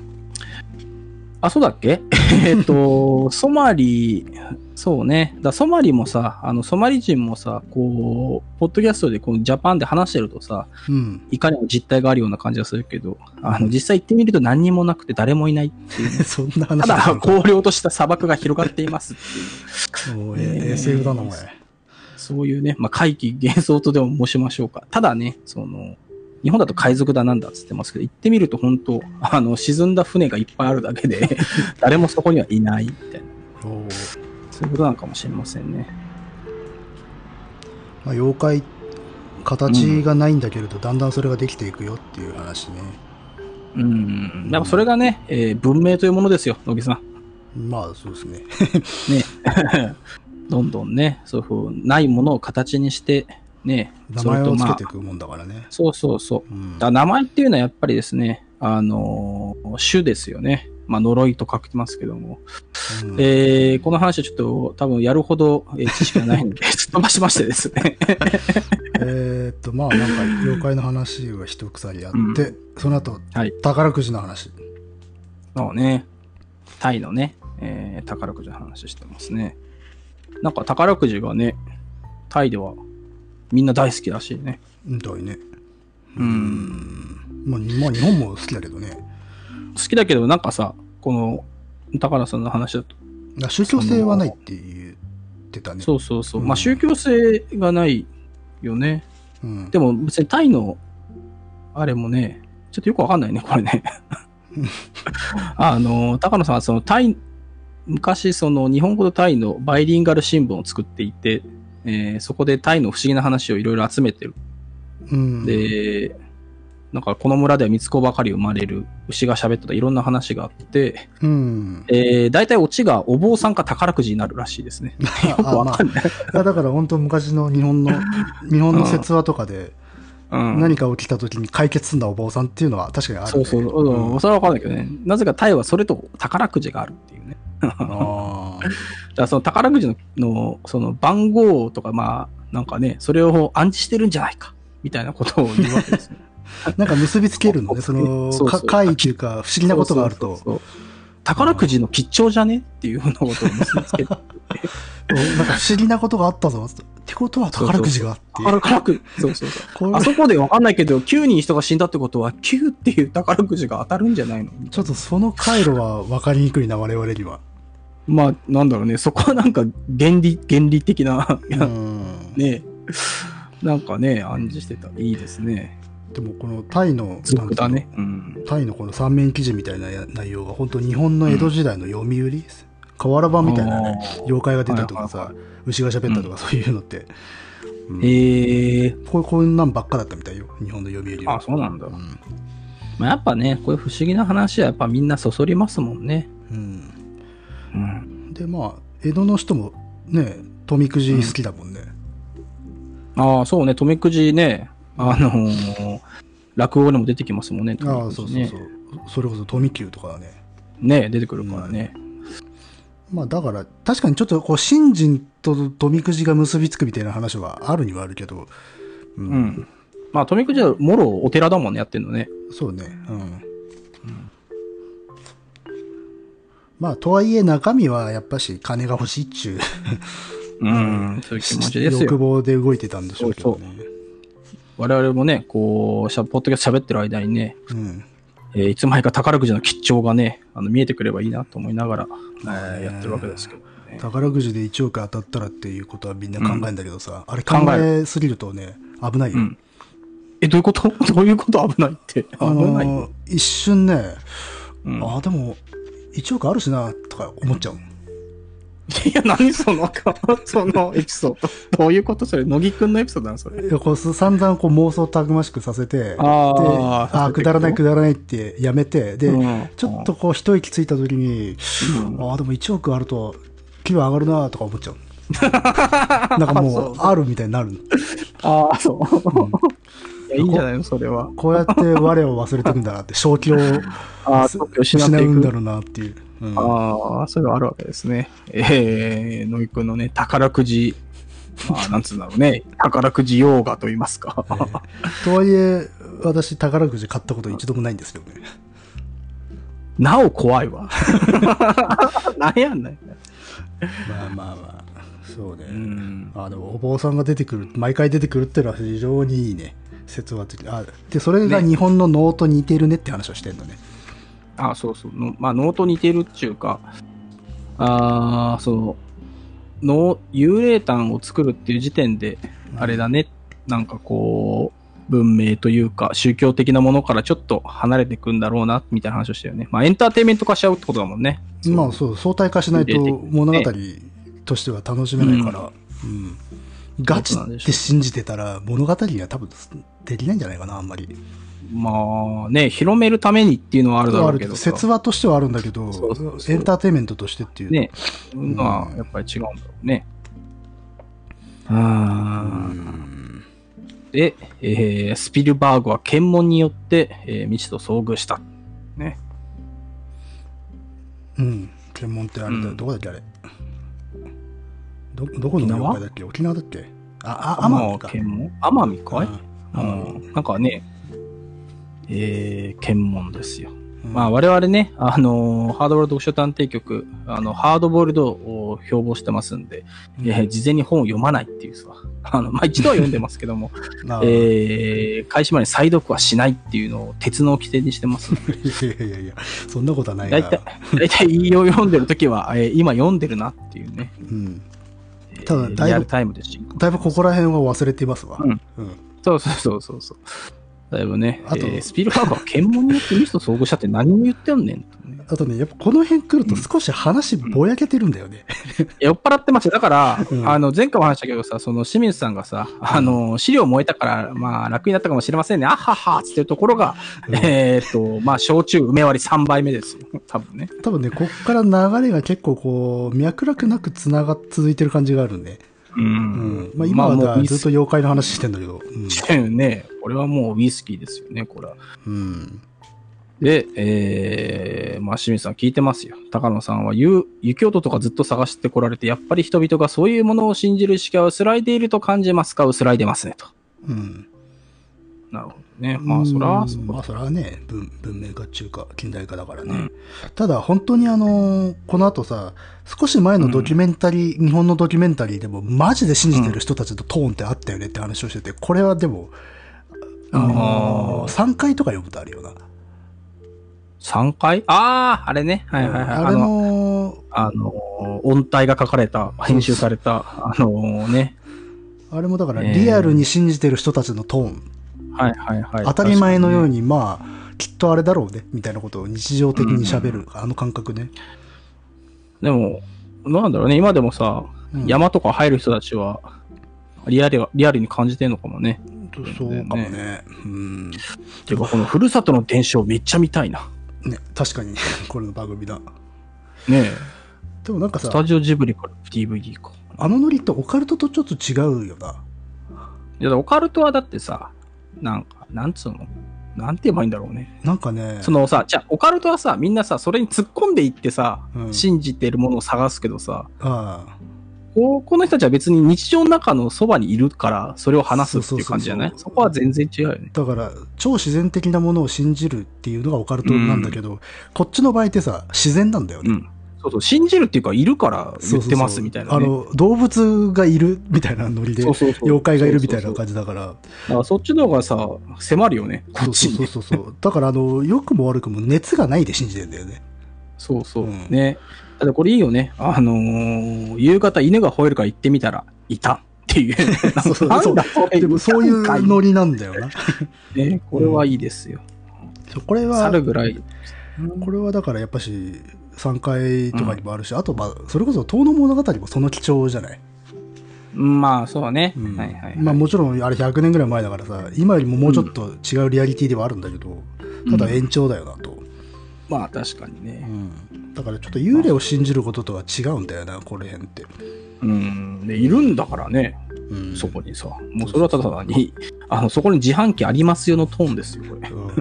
[SPEAKER 1] あ、そうだっけ えっと、ソマリ、そうね。だソマリもさ、あの、ソマリ人もさ、こう、ポッドキャストでこうジャパンで話してるとさ、
[SPEAKER 2] うん。
[SPEAKER 1] いかにも実態があるような感じがするけど、あの、実際行ってみると何にもなくて誰もいない。
[SPEAKER 2] そんな話
[SPEAKER 1] た
[SPEAKER 2] だ
[SPEAKER 1] だ
[SPEAKER 2] ったの、か
[SPEAKER 1] 荒涼とした砂漠が広がっていますっていう。
[SPEAKER 2] お
[SPEAKER 1] え
[SPEAKER 2] ーえ
[SPEAKER 1] ー
[SPEAKER 2] SF だな、お前。
[SPEAKER 1] そういうね、まあ、怪奇幻想とでも申しましょうか。ただね、その、日本だと海賊だなんだっつってますけど、行ってみると本当、あの、沈んだ船がいっぱいあるだけで、 誰もそこにはいないみたいな、
[SPEAKER 2] おー
[SPEAKER 1] そういうことなのかもしれませんね。
[SPEAKER 2] まあ、妖怪、形がないんだけれど、だんだんそれができていくよっていう話ね。
[SPEAKER 1] うん。やっぱそれがね、えー文明というものですよ、野木さん。
[SPEAKER 2] まあ、そうですね。
[SPEAKER 1] ね。どんどんね、そういうふう、ないものを形にして、ね、
[SPEAKER 2] 名前をつけて
[SPEAKER 1] それ
[SPEAKER 2] い
[SPEAKER 1] とまあ
[SPEAKER 2] くもんだからね。
[SPEAKER 1] そうそうそう。
[SPEAKER 2] うん
[SPEAKER 1] だから名前っていうのはやっぱりですね、あのー、種ですよね。まあ、呪いと書きますけども。えーこの話はちょっと多分やるほど、えー知識がないんで、ちょっと飛ばしましてですね。
[SPEAKER 2] えーっと、まあ、なんか、妖怪の話は一鎖やって、その後、
[SPEAKER 1] はい
[SPEAKER 2] 宝くじの話。
[SPEAKER 1] そうね。タイのね、えー宝くじの話してますね。なんか宝くじがね、タイではみんな大好きらしいね。
[SPEAKER 2] みたいね。
[SPEAKER 1] うん。
[SPEAKER 2] まあ、にまあ、日本も好きだけどね。
[SPEAKER 1] 好きだけど、なんかさ、この、宝さんの話だと、
[SPEAKER 2] あ宗教性はないって言ってたね。
[SPEAKER 1] そうそうそう。
[SPEAKER 2] うん
[SPEAKER 1] まあ宗教性がないよね。
[SPEAKER 2] うん。
[SPEAKER 1] でも別にタイの、あれもね、ちょっとよくわかんないね、これ ね
[SPEAKER 2] うん。
[SPEAKER 1] あの、高野さんはそのタイ、昔その日本語とタイのバイリンガル新聞を作っていて、えーそこでタイの不思議な話をいろいろ集めてる。
[SPEAKER 2] うん、
[SPEAKER 1] で、なんかこの村では三つ子ばかり生まれる、牛が喋ったとかいろんな話があって、
[SPEAKER 2] うん。
[SPEAKER 1] えー、大体オチがお坊さんか宝くじになるらしいですね。よくわかんない。
[SPEAKER 2] あだから本当昔の日本の、日本の説話とかで、
[SPEAKER 1] うん
[SPEAKER 2] 何か起きた時に解決すんだお坊さんっていうのは確かにある、
[SPEAKER 1] そ
[SPEAKER 2] ね。
[SPEAKER 1] うそう、うんそれは分かんないけどね、なぜかタイはそれと宝くじがあるっていうね。
[SPEAKER 2] あー
[SPEAKER 1] だからその宝くじののその番号とか、まあ、なんかね、それを暗示してるんじゃないかみたいなことを言うわけ ですね。
[SPEAKER 2] なんか結びつけるのね、その、
[SPEAKER 1] そうそう
[SPEAKER 2] か怪異というか、不思議なことがある
[SPEAKER 1] そう
[SPEAKER 2] と
[SPEAKER 1] そう、そう宝くじの吉兆じゃねっていうふうなことを結び つけて、
[SPEAKER 2] うんなんか不思議なことがあったぞ。ってことは宝くじがあっていう。
[SPEAKER 1] 宝くじ、そうそう そう。
[SPEAKER 2] こ
[SPEAKER 1] あ
[SPEAKER 2] れ
[SPEAKER 1] そこで分かんないけど、9人人が死んだってことは、9っていう宝くじが当たるんじゃないの
[SPEAKER 2] ちょっとその回路は分かりにくいな、我々には。
[SPEAKER 1] まあ、なんだろうね、そこはなんか原理、原理的な、
[SPEAKER 2] うん
[SPEAKER 1] ねなんかね、暗示してた。いいですね。
[SPEAKER 2] でもこのタイの、
[SPEAKER 1] 俗だ
[SPEAKER 2] なんていう
[SPEAKER 1] ね。うん。
[SPEAKER 2] のタイのこの三面記事みたいな内容が、本当日本の江戸時代の読売です。瓦版みたいなね、
[SPEAKER 1] あー
[SPEAKER 2] 妖怪が出たとか
[SPEAKER 1] はい
[SPEAKER 2] さ、牛が喋ったとかそういうのって、うん
[SPEAKER 1] へえ
[SPEAKER 2] こうこんなんばっかだったみたいよ、日本の読売
[SPEAKER 1] あ、
[SPEAKER 2] は。
[SPEAKER 1] そうなんだ。
[SPEAKER 2] うん
[SPEAKER 1] まあ、やっぱね、こういう不思議な話はやっぱみんなそそりますもんね。
[SPEAKER 2] うん
[SPEAKER 1] うん。
[SPEAKER 2] で、まあ、江戸の人もね、富くじ好きだもんね。
[SPEAKER 1] ああ、そうね、富くじね、あのー落語でも出てきますもんね。。
[SPEAKER 2] ああ、そうそうそうう。それこそ富久とかね。
[SPEAKER 1] ね、出てくるからね。
[SPEAKER 2] まあだから、確かにちょっとこう、信心と富くじが結びつくみたいな話はあるにはあるけど、う
[SPEAKER 1] うん。まあ、富くじはもろお寺だもんね、やってんのね。
[SPEAKER 2] そうね。うん。まあ、とはいえ中身はやっぱし金が欲しいっちゅう
[SPEAKER 1] うん、そういう気持ちです
[SPEAKER 2] 欲
[SPEAKER 1] よ。
[SPEAKER 2] 望で動いてたんでしょうけどね。
[SPEAKER 1] 我々もね、こう、しゃポッドキャスト喋ってる間にね、
[SPEAKER 2] うん。
[SPEAKER 1] えーいつまいか宝くじの吉兆がね、あの見えてくればいいなと思いながら、
[SPEAKER 2] ね
[SPEAKER 1] えーやってるわけですけど、ね。
[SPEAKER 2] 宝くじで1億当たったらっていうことはみんな考えんだけどさ、あれ考
[SPEAKER 1] 考え
[SPEAKER 2] えすぎるとね、危ないよ。
[SPEAKER 1] うんえ、どういうこと どういうこと危ないって。危
[SPEAKER 2] あの
[SPEAKER 1] ない。
[SPEAKER 2] ー一瞬ね、
[SPEAKER 1] うん
[SPEAKER 2] ああ、でも、1億あるしな、とか思っちゃう。
[SPEAKER 1] いや、何その、 そのエピソード。どういうことそれ、乃木くんのエピソードなのそれ。
[SPEAKER 2] いやこう散々こう妄想たくましくさせ
[SPEAKER 1] あーさ
[SPEAKER 2] て、で
[SPEAKER 1] せて
[SPEAKER 2] あー、くだらない
[SPEAKER 1] く
[SPEAKER 2] くだらないってやめて、で、
[SPEAKER 1] うん
[SPEAKER 2] ちょっとこう一息ついた時に、
[SPEAKER 1] うん
[SPEAKER 2] ああ、でも1億あると、気分上がるなとか思っちゃ う。なんか
[SPEAKER 1] そ
[SPEAKER 2] もう
[SPEAKER 1] う、
[SPEAKER 2] あるみたいになるの。
[SPEAKER 1] ああ、そう。いやいいんじゃないのそれは。
[SPEAKER 2] こうやって我を忘れていくんだなって、正気を
[SPEAKER 1] ああ、
[SPEAKER 2] す
[SPEAKER 1] 東京失
[SPEAKER 2] 失
[SPEAKER 1] っていう
[SPEAKER 2] うんだ
[SPEAKER 1] く。
[SPEAKER 2] ろうなっていう。うん
[SPEAKER 1] ああ、それはあるわけですね。えー、乃木くんのね、宝くじ、まあ、なんつうんだろうね、宝くじヨーガと言いますか。
[SPEAKER 2] とはいえ、私、宝くじ買ったこと一度もないんですよね。
[SPEAKER 1] なお怖いわ。 なんやんない。
[SPEAKER 2] まあまあまあ、そうね。
[SPEAKER 1] うん。
[SPEAKER 2] あのお坊さんが出てくる毎回出てくるってのは非常にいいね説話的あでそれが日本の能と似てるねって話をしてんのね
[SPEAKER 1] あ、そうそう。のまあ、能と似てるっていうか、ああ、そう、能、幽霊譚を作るっていう時点で、あれだね、なんかこう、文明というか、宗教的なものからちょっと離れていくんだろうな、みたいな話をしたよね。まあ、エンターテインメント化しちゃうってことだもんね。
[SPEAKER 2] まあそう相対化しない
[SPEAKER 1] 出
[SPEAKER 2] と
[SPEAKER 1] てくるね
[SPEAKER 2] 物語としては楽しめないから、うんガチって信じてたら物語には多分できないんじゃないかなあんまり
[SPEAKER 1] まあ、ね、広めるためにっていうのはあるだろうけどさ。
[SPEAKER 2] 説話としてはあるんだけど
[SPEAKER 1] そうそうそう
[SPEAKER 2] エンターテインメントとしてっていう、
[SPEAKER 1] ね、のはやっぱり違うんだろうね。ああ、で、えースピルバーグは検問によって、えー未知と遭遇した。ね。
[SPEAKER 2] うん。検問ってあれだ、
[SPEAKER 1] うん
[SPEAKER 2] どこだっけあれ。ど、どこ
[SPEAKER 1] 沖
[SPEAKER 2] の
[SPEAKER 1] 縄
[SPEAKER 2] 業界だっけ沖縄だっけあ、あ、
[SPEAKER 1] 天
[SPEAKER 2] 奄
[SPEAKER 1] 海
[SPEAKER 2] 美か。
[SPEAKER 1] 検問奄美かい
[SPEAKER 2] うん
[SPEAKER 1] うんなんかね、えー、検問ですよ。
[SPEAKER 2] うん
[SPEAKER 1] まあ、我々ね、あのーハードボール読書探偵局、あの、ハードボールドを標榜してますんで、
[SPEAKER 2] うん
[SPEAKER 1] えー事前に本を読まないっていうさ、 あの、まあ、一度は読んでますけど も、
[SPEAKER 2] まあ
[SPEAKER 1] えー、開始まで再読はしないっていうのを鉄の規定にしてますんで。
[SPEAKER 2] いやいやいやいや、そんなことはないな。
[SPEAKER 1] 大体、大体、引用を読んでるときは、えー今読んでるなっていうね、
[SPEAKER 2] うん。
[SPEAKER 1] えー
[SPEAKER 2] ただだいぶ
[SPEAKER 1] リアルタイムで進行
[SPEAKER 2] だいぶここら辺は忘れていますわ。
[SPEAKER 1] うん
[SPEAKER 2] うん。
[SPEAKER 1] そうそうそうそうそう。だいぶね、
[SPEAKER 2] あと
[SPEAKER 1] えースピルバーグは検問によってミスと遭遇したって何を言ってんねんとね。
[SPEAKER 2] あとね、やっぱこの辺来ると少し話ぼやけてるんだよね。
[SPEAKER 1] 酔っ払ってますよ。だから、
[SPEAKER 2] うん
[SPEAKER 1] あの、前回も話したけどさ、その清水さんがさ、あの、資料燃えたから、まあ、楽になったかもしれませんね。あははっつってるところが、
[SPEAKER 2] うん
[SPEAKER 1] えーっと、まあ、焼酎梅割り3杯目ですよ。多分ね。
[SPEAKER 2] 多分ね、こっから流れが結構こう、脈絡なくつなが、続いてる感じがあるんで。
[SPEAKER 1] う
[SPEAKER 2] うん。まあ今はだ
[SPEAKER 1] もうウイ
[SPEAKER 2] ずっ
[SPEAKER 1] ス
[SPEAKER 2] と
[SPEAKER 1] キ
[SPEAKER 2] 妖怪の話してんだけど。うん
[SPEAKER 1] ー。ね、これはもうウイスキーですよね、これは。
[SPEAKER 2] うん。
[SPEAKER 1] で、えー、まあ、清水さん聞いてますよ。高野さんは、ゆ、雪音とかずっと探してこられて、やっぱり人々がそういうものを信じる意識は薄らいでいると感じますか薄らいでますね、と。
[SPEAKER 2] うん。
[SPEAKER 1] なるほどね。まあ、そら、
[SPEAKER 2] うん
[SPEAKER 1] そこ
[SPEAKER 2] まあそれはね、文文明化中華、近代化だからね。
[SPEAKER 1] うん
[SPEAKER 2] ただ本当にあのーこの後さ、少し前のドキュメンタリー、日本のドキュメンタリーでもマジで信じてる人たちとトーンってあったよねって話をしてて、これはでも、あの
[SPEAKER 1] あー
[SPEAKER 2] 3回とか読むとあるよな。
[SPEAKER 1] 3回ああ、あれね。はいはいはい。
[SPEAKER 2] あ
[SPEAKER 1] あ
[SPEAKER 2] れ
[SPEAKER 1] の、
[SPEAKER 2] の、
[SPEAKER 1] あの、音体が書かれた、編集された、あのね。
[SPEAKER 2] あれもだから
[SPEAKER 1] えー
[SPEAKER 2] リアルに信じてる人たちのトーン、
[SPEAKER 1] はいはいはい。
[SPEAKER 2] 当たり前のよう
[SPEAKER 1] に。
[SPEAKER 2] に、まあ、きっとあれだろうね、みたいなことを日常的に喋る、あの感覚ね。
[SPEAKER 1] でも、なんだろうね。今でもさ、
[SPEAKER 2] うん
[SPEAKER 1] 山とか入る人たちは、リアルは、リアルに感じてるのかもね。
[SPEAKER 2] そうかもね。うん。ね、
[SPEAKER 1] ていうか、このふるさとの伝承めっちゃ見たいな。
[SPEAKER 2] 確かに、 これの番組だ。
[SPEAKER 1] ねえ。
[SPEAKER 2] でもなんか
[SPEAKER 1] ス
[SPEAKER 2] さ、
[SPEAKER 1] タジオジブリから DVD か。
[SPEAKER 2] あのノリってオカルトとちょっと違うよな。
[SPEAKER 1] いや、オカルトはだってさ、なんか、なんつうのなんて言えばいいんだろうね。
[SPEAKER 2] なんかね、
[SPEAKER 1] そのさ、じゃあオカルトはさ、みんなさ、それに突っ込んでいってさ、
[SPEAKER 2] うん
[SPEAKER 1] 信じてるものを探すけどさ、
[SPEAKER 2] あ
[SPEAKER 1] こうこの人たちは別に日常の中のそばにいるから、それを話すっていう感じじゃない
[SPEAKER 2] そう
[SPEAKER 1] そ
[SPEAKER 2] そうそうそう
[SPEAKER 1] こは全然違うよね。
[SPEAKER 2] だから、超自然的なものを信じるっていうのがオカルトなんだけど、こっちの場合ってさ、自然なんだよね。
[SPEAKER 1] うん。そうそう、信じるっていうか、いるから言ってますみたいな、ね。
[SPEAKER 2] そうそうそうあの、動物がいるみたいなノリで、
[SPEAKER 1] そうそうそう
[SPEAKER 2] 妖怪がいるみたい
[SPEAKER 1] そ
[SPEAKER 2] な
[SPEAKER 1] うそう
[SPEAKER 2] 感じだから、
[SPEAKER 1] そうだからそっちの方がさ、迫るよね。こ
[SPEAKER 2] そ
[SPEAKER 1] っ
[SPEAKER 2] う
[SPEAKER 1] ち
[SPEAKER 2] そう
[SPEAKER 1] に
[SPEAKER 2] そう
[SPEAKER 1] ね。
[SPEAKER 2] そうそう。だから、あの、良くも悪くも熱がないで信じてんだよね。
[SPEAKER 1] そうそう。
[SPEAKER 2] うん
[SPEAKER 1] ね。だってこれいいよね。あのー夕方犬が吠えるから行ってみたら、いたっていう。
[SPEAKER 2] そうそう
[SPEAKER 1] なんだ
[SPEAKER 2] そ
[SPEAKER 1] これ
[SPEAKER 2] でもそうい
[SPEAKER 1] いたんか
[SPEAKER 2] う
[SPEAKER 1] い
[SPEAKER 2] ノリなんだよな。
[SPEAKER 1] ね、これはいいですよ。
[SPEAKER 2] そうこれは、
[SPEAKER 1] 猿ぐらい。
[SPEAKER 2] これはだからやっぱし、3回とかにもあるし、あと、まあ、それこそ、遠野物語もその貴重じゃない。
[SPEAKER 1] まあ、そうね。
[SPEAKER 2] うん
[SPEAKER 1] はいはいはい。
[SPEAKER 2] まあもちろんあれ100年ぐらい前だからさ今よりももうちょっと違うリアリティではあるんだけど、ただ延長だよなと、
[SPEAKER 1] まあ、確かに
[SPEAKER 2] う
[SPEAKER 1] ね。
[SPEAKER 2] んだからちょっと幽霊を信じることとは違うんだよなこれ辺って、
[SPEAKER 1] うん。で、いるんだからね、
[SPEAKER 2] うん
[SPEAKER 1] そこにさ。もうそれはただに、あの、そこに自販機ありますよのトーンですよ、これ。
[SPEAKER 2] うん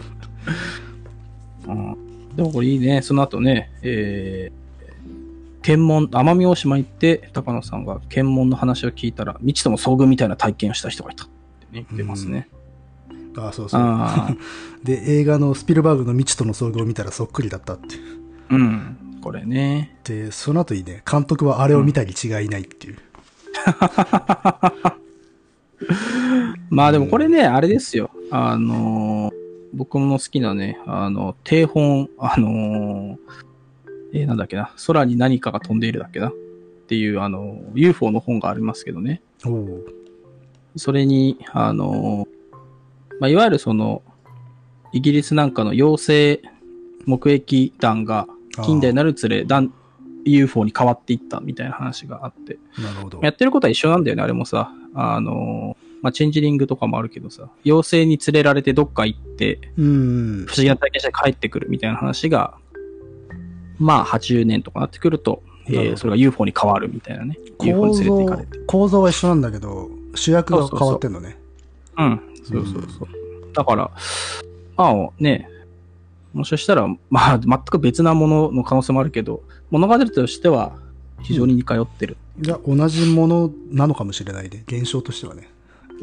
[SPEAKER 1] うん。でもこれいいね。その後ね、えー、検問、奄美大島行って、高野さんが検問の話を聞いたら、未知とも遭遇みたいな体験をした人がいた。ってね、言ってますね。
[SPEAKER 2] あそうそう
[SPEAKER 1] ああ、
[SPEAKER 2] で映画のスピルバーグの未知との遭遇を見たらそっくりだったって
[SPEAKER 1] うん。これね。
[SPEAKER 2] でその後にね監督はあれを見たに違いないっていう、
[SPEAKER 1] まあでもこれね、あれですよ。あのー僕の好きなね、あの、定本、あのーえーなんだっけな、空に何かが飛んでいるだっけなっていう、あの、UFO の本がありますけどね。
[SPEAKER 2] おう
[SPEAKER 1] それに、あのーまあ、いわゆるその、イギリスなんかの妖精目撃団が
[SPEAKER 2] あー
[SPEAKER 1] 近代になるにつれ、だん UFO に変わっていったみたいな話があって。
[SPEAKER 2] なるほど
[SPEAKER 1] やってることは一緒なんだよね、あれもさ。あのー、まあ、チェンジリングとかもあるけどさ、妖精に連れられてどっか行って、
[SPEAKER 2] うん
[SPEAKER 1] 不思議な体験して帰ってくるみたいな話が、まあ、80年とかなってくると、え
[SPEAKER 2] なるほ
[SPEAKER 1] ー
[SPEAKER 2] ど
[SPEAKER 1] それが UFO に変わるみたいなね。UFO
[SPEAKER 2] 構
[SPEAKER 1] に連れて行か
[SPEAKER 2] 造
[SPEAKER 1] れて。
[SPEAKER 2] 構造は一緒なんだけど主役が変わってんのね
[SPEAKER 1] うん。そうそうそう。だから、まあね、もしかしたら、 まあ、全く別なものの可能性もあるけど、物語としては非常に似通ってる。
[SPEAKER 2] いや、同じものなのかもしれないで、現象としてはね。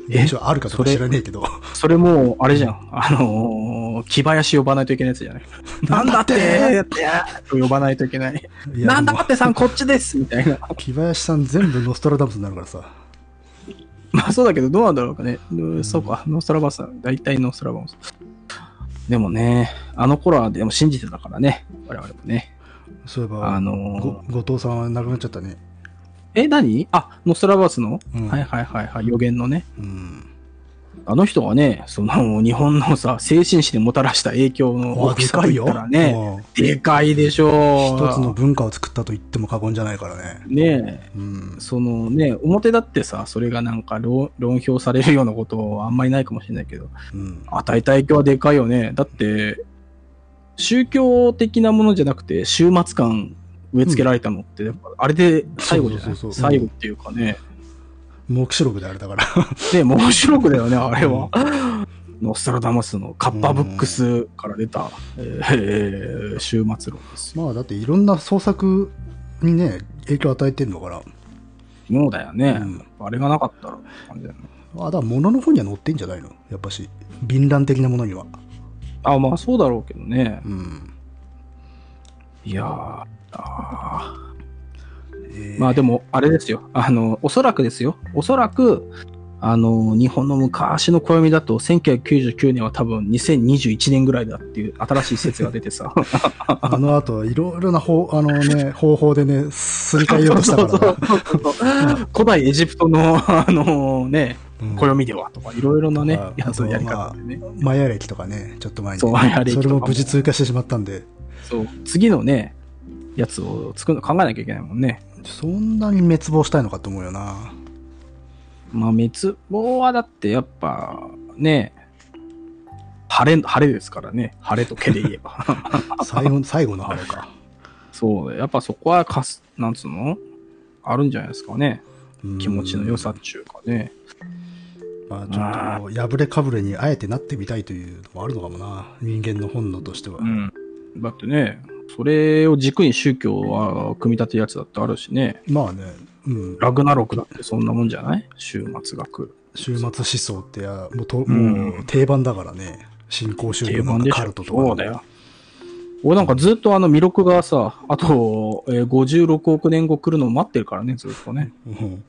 [SPEAKER 1] え
[SPEAKER 2] 現象あるかどうか知らねえけど。
[SPEAKER 1] それも、あれじゃん。あのー、木林呼ばないといけないやつじゃない なんだってって呼ばないといけない。
[SPEAKER 2] いや
[SPEAKER 1] なんだ
[SPEAKER 2] も
[SPEAKER 1] ってさん、こっちですみたいな。
[SPEAKER 2] う木林さん全部ノストラダムスになるからさ。
[SPEAKER 1] まあそうだけど、どうなんだろうかね。うんそうか、ノーストラバス、大体ノーストラバス。でもね、あの頃はでも信じてたからね、我々もね。
[SPEAKER 2] そういえば、
[SPEAKER 1] あの
[SPEAKER 2] ご
[SPEAKER 1] ー、
[SPEAKER 2] 後藤さんは亡くなっちゃったね。
[SPEAKER 1] え、何あ、ノーストラバスの、
[SPEAKER 2] うん
[SPEAKER 1] はいはいはいはい、予言のね。
[SPEAKER 2] うん。
[SPEAKER 1] あの人がね、その日本のさ、精神史にもたらした影響の大きさと言ったらね、
[SPEAKER 2] うん
[SPEAKER 1] でかいでしょう。
[SPEAKER 2] 一つの文化を作ったと言っても過言じゃないからね。
[SPEAKER 1] ねえ
[SPEAKER 2] うん。
[SPEAKER 1] そのね、表だってさ、それがなんか論論評されるようなことはあんまりないかもしれないけど、
[SPEAKER 2] うん。
[SPEAKER 1] 与えた影響はでかいよね。だって、宗教的なものじゃなくて、終末感植え付けられたのって、やっぱあれで最後じゃな
[SPEAKER 2] そう
[SPEAKER 1] い
[SPEAKER 2] そうそうそう
[SPEAKER 1] 最後っていうかね。
[SPEAKER 2] 黙示録であれだから。
[SPEAKER 1] で、面白くだよね、あれは。ノストラダマスのカッパブックスから出た、えー終末論ですよ。
[SPEAKER 2] まあだっていろんな創作にね、影響を与えてるのから。
[SPEAKER 1] もうだよね、
[SPEAKER 2] うん
[SPEAKER 1] あれがなかったらって感じだよね。
[SPEAKER 2] あ、だから物の方には載ってんじゃないのやっぱし。敏乱的なものには。
[SPEAKER 1] あ、まあそうだろうけどね。
[SPEAKER 2] うん。
[SPEAKER 1] いやーあ
[SPEAKER 2] え
[SPEAKER 1] ーまあでも、あれですよ。あの、おそらくですよ。おそらく、あの、日本の昔の暦だと、1999年は多分2021年ぐらいだっていう新しい説が出て さ。
[SPEAKER 2] あの後、いろいろな方、あの ね、方法でね、すり替えようとしたからな。
[SPEAKER 1] そうそうそう古代エジプトの、あのね、
[SPEAKER 2] うん
[SPEAKER 1] 暦ではとか、いろいろなね
[SPEAKER 2] ま、あ
[SPEAKER 1] やつ
[SPEAKER 2] あと
[SPEAKER 1] やり方でね。
[SPEAKER 2] マヤ歴とかね、ちょっと前に。
[SPEAKER 1] そうマヤ暦と
[SPEAKER 2] そ
[SPEAKER 1] か
[SPEAKER 2] れも無事通過してしまったんで、
[SPEAKER 1] そう。次のね、やつを作るの考えなきゃいけないもんね。
[SPEAKER 2] そんなに滅亡したいのかと思うよな。
[SPEAKER 1] まあ、滅亡はだってやっぱね、晴れ、晴れですからね。晴れと毛で言え ば。
[SPEAKER 2] 最 後、最後の晴れか。
[SPEAKER 1] そう、やっぱそこはかす、なんつうのあるんじゃないですかね。
[SPEAKER 2] うん
[SPEAKER 1] 気持ちの良さっ。ちゅうかね。
[SPEAKER 2] まあ、ちょっと、破れかぶれにあえてなってみたいというのもあるのかもな。人間の本能としては。
[SPEAKER 1] うん。だってね、それを軸に宗教は組み立てるやつだってあるしね。
[SPEAKER 2] まあね、うん、
[SPEAKER 1] ラグナロクだってそんなもんじゃない週末が来る。
[SPEAKER 2] 終末思想ってや、もうと、
[SPEAKER 1] ん
[SPEAKER 2] もう定番だからね。新興宗
[SPEAKER 1] 定
[SPEAKER 2] 教な
[SPEAKER 1] 番
[SPEAKER 2] ん
[SPEAKER 1] で
[SPEAKER 2] か
[SPEAKER 1] し
[SPEAKER 2] カ
[SPEAKER 1] ょ
[SPEAKER 2] ルト。とか。
[SPEAKER 1] そうだよ。。俺なんかずっとあの魅力がさ、あと、えー56億年後来るのを待ってるからね、ずっとね。
[SPEAKER 2] うん。